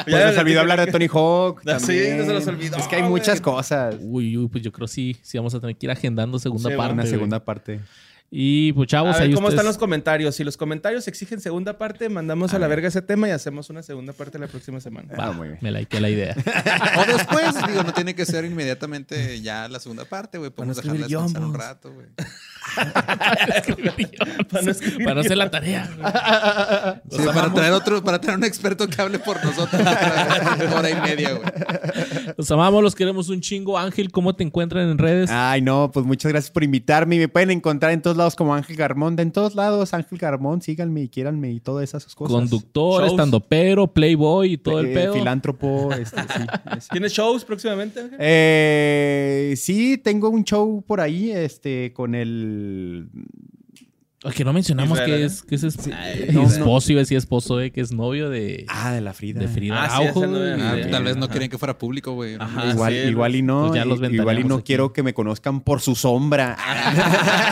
nos olvidó hablar de Tony Hawk. Ah, sí, también. no se los olvidó, Es que hay güey. muchas cosas. Uy, uy, pues yo creo sí, sí vamos a tener que ir agendando segunda Sí, parte. Una güey. segunda parte. Y pues chavos, a ver ahí cómo están ustedes- los comentarios. Si los comentarios exigen segunda parte, mandamos a, la verga ese tema y hacemos una segunda parte la próxima semana. Ah, muy bien. Me likeé la idea. O después, digo, no tiene que ser inmediatamente ya la segunda parte, güey. Podemos Van a dejarla escribir descansar un guiones. rato, güey. Para no escribir- para no hacer la tarea. güey. Sí, para traer otro, para traer un experto que hable por nosotros una hora y media, güey. Los amamos, los queremos un chingo. Ángel, ¿cómo te encuentran en redes? Ay, no, pues muchas gracias por invitarme. Me pueden encontrar en todos lados como Ángel Garmón. En todos lados, Ángel Garmón, síganme y quiéranme y todas esas cosas. Conductor, shows. estandopero, playboy y todo el Eh, pedo. Filántropo. este, sí, sí. ¿Tienes shows próximamente? Ángel? Eh, sí, tengo un show por ahí este, con el Ay, Ah, Que no mencionamos Israel que Arana. es, que es esp- Ay, eh, no, esposo, iba a decir esposo, eh, que es novio de, Ah, de la Frida. de Frida Ah, sí, es el Araujo, novio de güey. Ah, Bien. tal vez no quieren que fuera público, güey. Ajá. igual, sí, igual y no. pues ya Ah, los i- igual y no ventaneamos aquí. quiero que me conozcan por su sombra.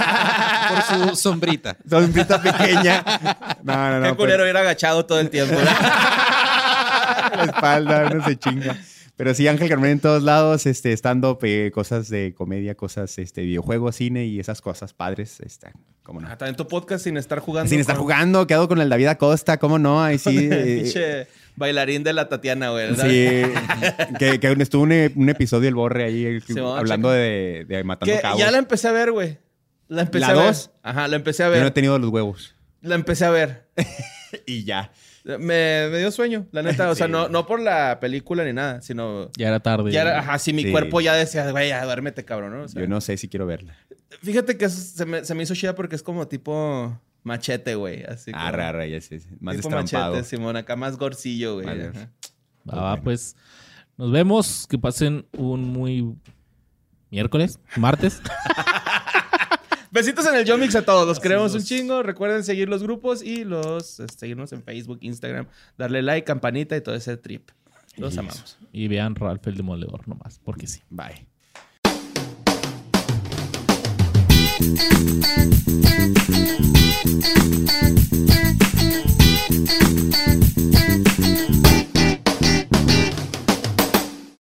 Por su sombrita. Sombrita pequeña. No, no, no. Qué culero ir agachado todo el tiempo. ¿verdad? pero- la espalda, no se chinga. Pero sí, Ángel Carmen en todos lados, este, estando cosas de comedia, cosas, este, videojuegos, cine y esas cosas padres, este, cómo no. Ah, También tu podcast sin estar jugando. Sin estar con- jugando, quedo con el David Acosta, cómo no, ahí sí. eh, Pinche bailarín de la Tatiana, güey. ¿verdad? Sí, que, que estuvo un, e- un episodio el Borre ahí el- Simón, hablando de, de Matando Que Cabos. ya la empecé a ver, güey. La empecé Ah, ¿La a ver. dos? Ajá, la empecé a Yo ver. no he tenido los huevos. La empecé a ver. Y ya. Me, me dio sueño, la neta. O sea, Sí. no, no por la película ni nada, sino. Ya era tarde. Ya era- ajá, si mi Sí. cuerpo ya decía, güey, ya duérmete, cabrón, ¿no? O sea, Yo no sé si quiero verla. Fíjate que eso se me, se me hizo chida porque es como tipo machete, güey. Así como- Arre, arre, ya sé. Ah, Más tipo destrampado. machete, Simón, acá más gorcillo, güey. Vale. ajá. Va, va, pues nos vemos. Que pasen un muy miércoles, martes. Besitos en el Yomix a todos. Los queremos un chingo. Recuerden seguir los grupos y los eh, seguirnos en Facebook, Instagram, darle like, campanita y todo ese trip. Los amamos. y vean Ralph el Demoledor nomás, porque sí. Bye.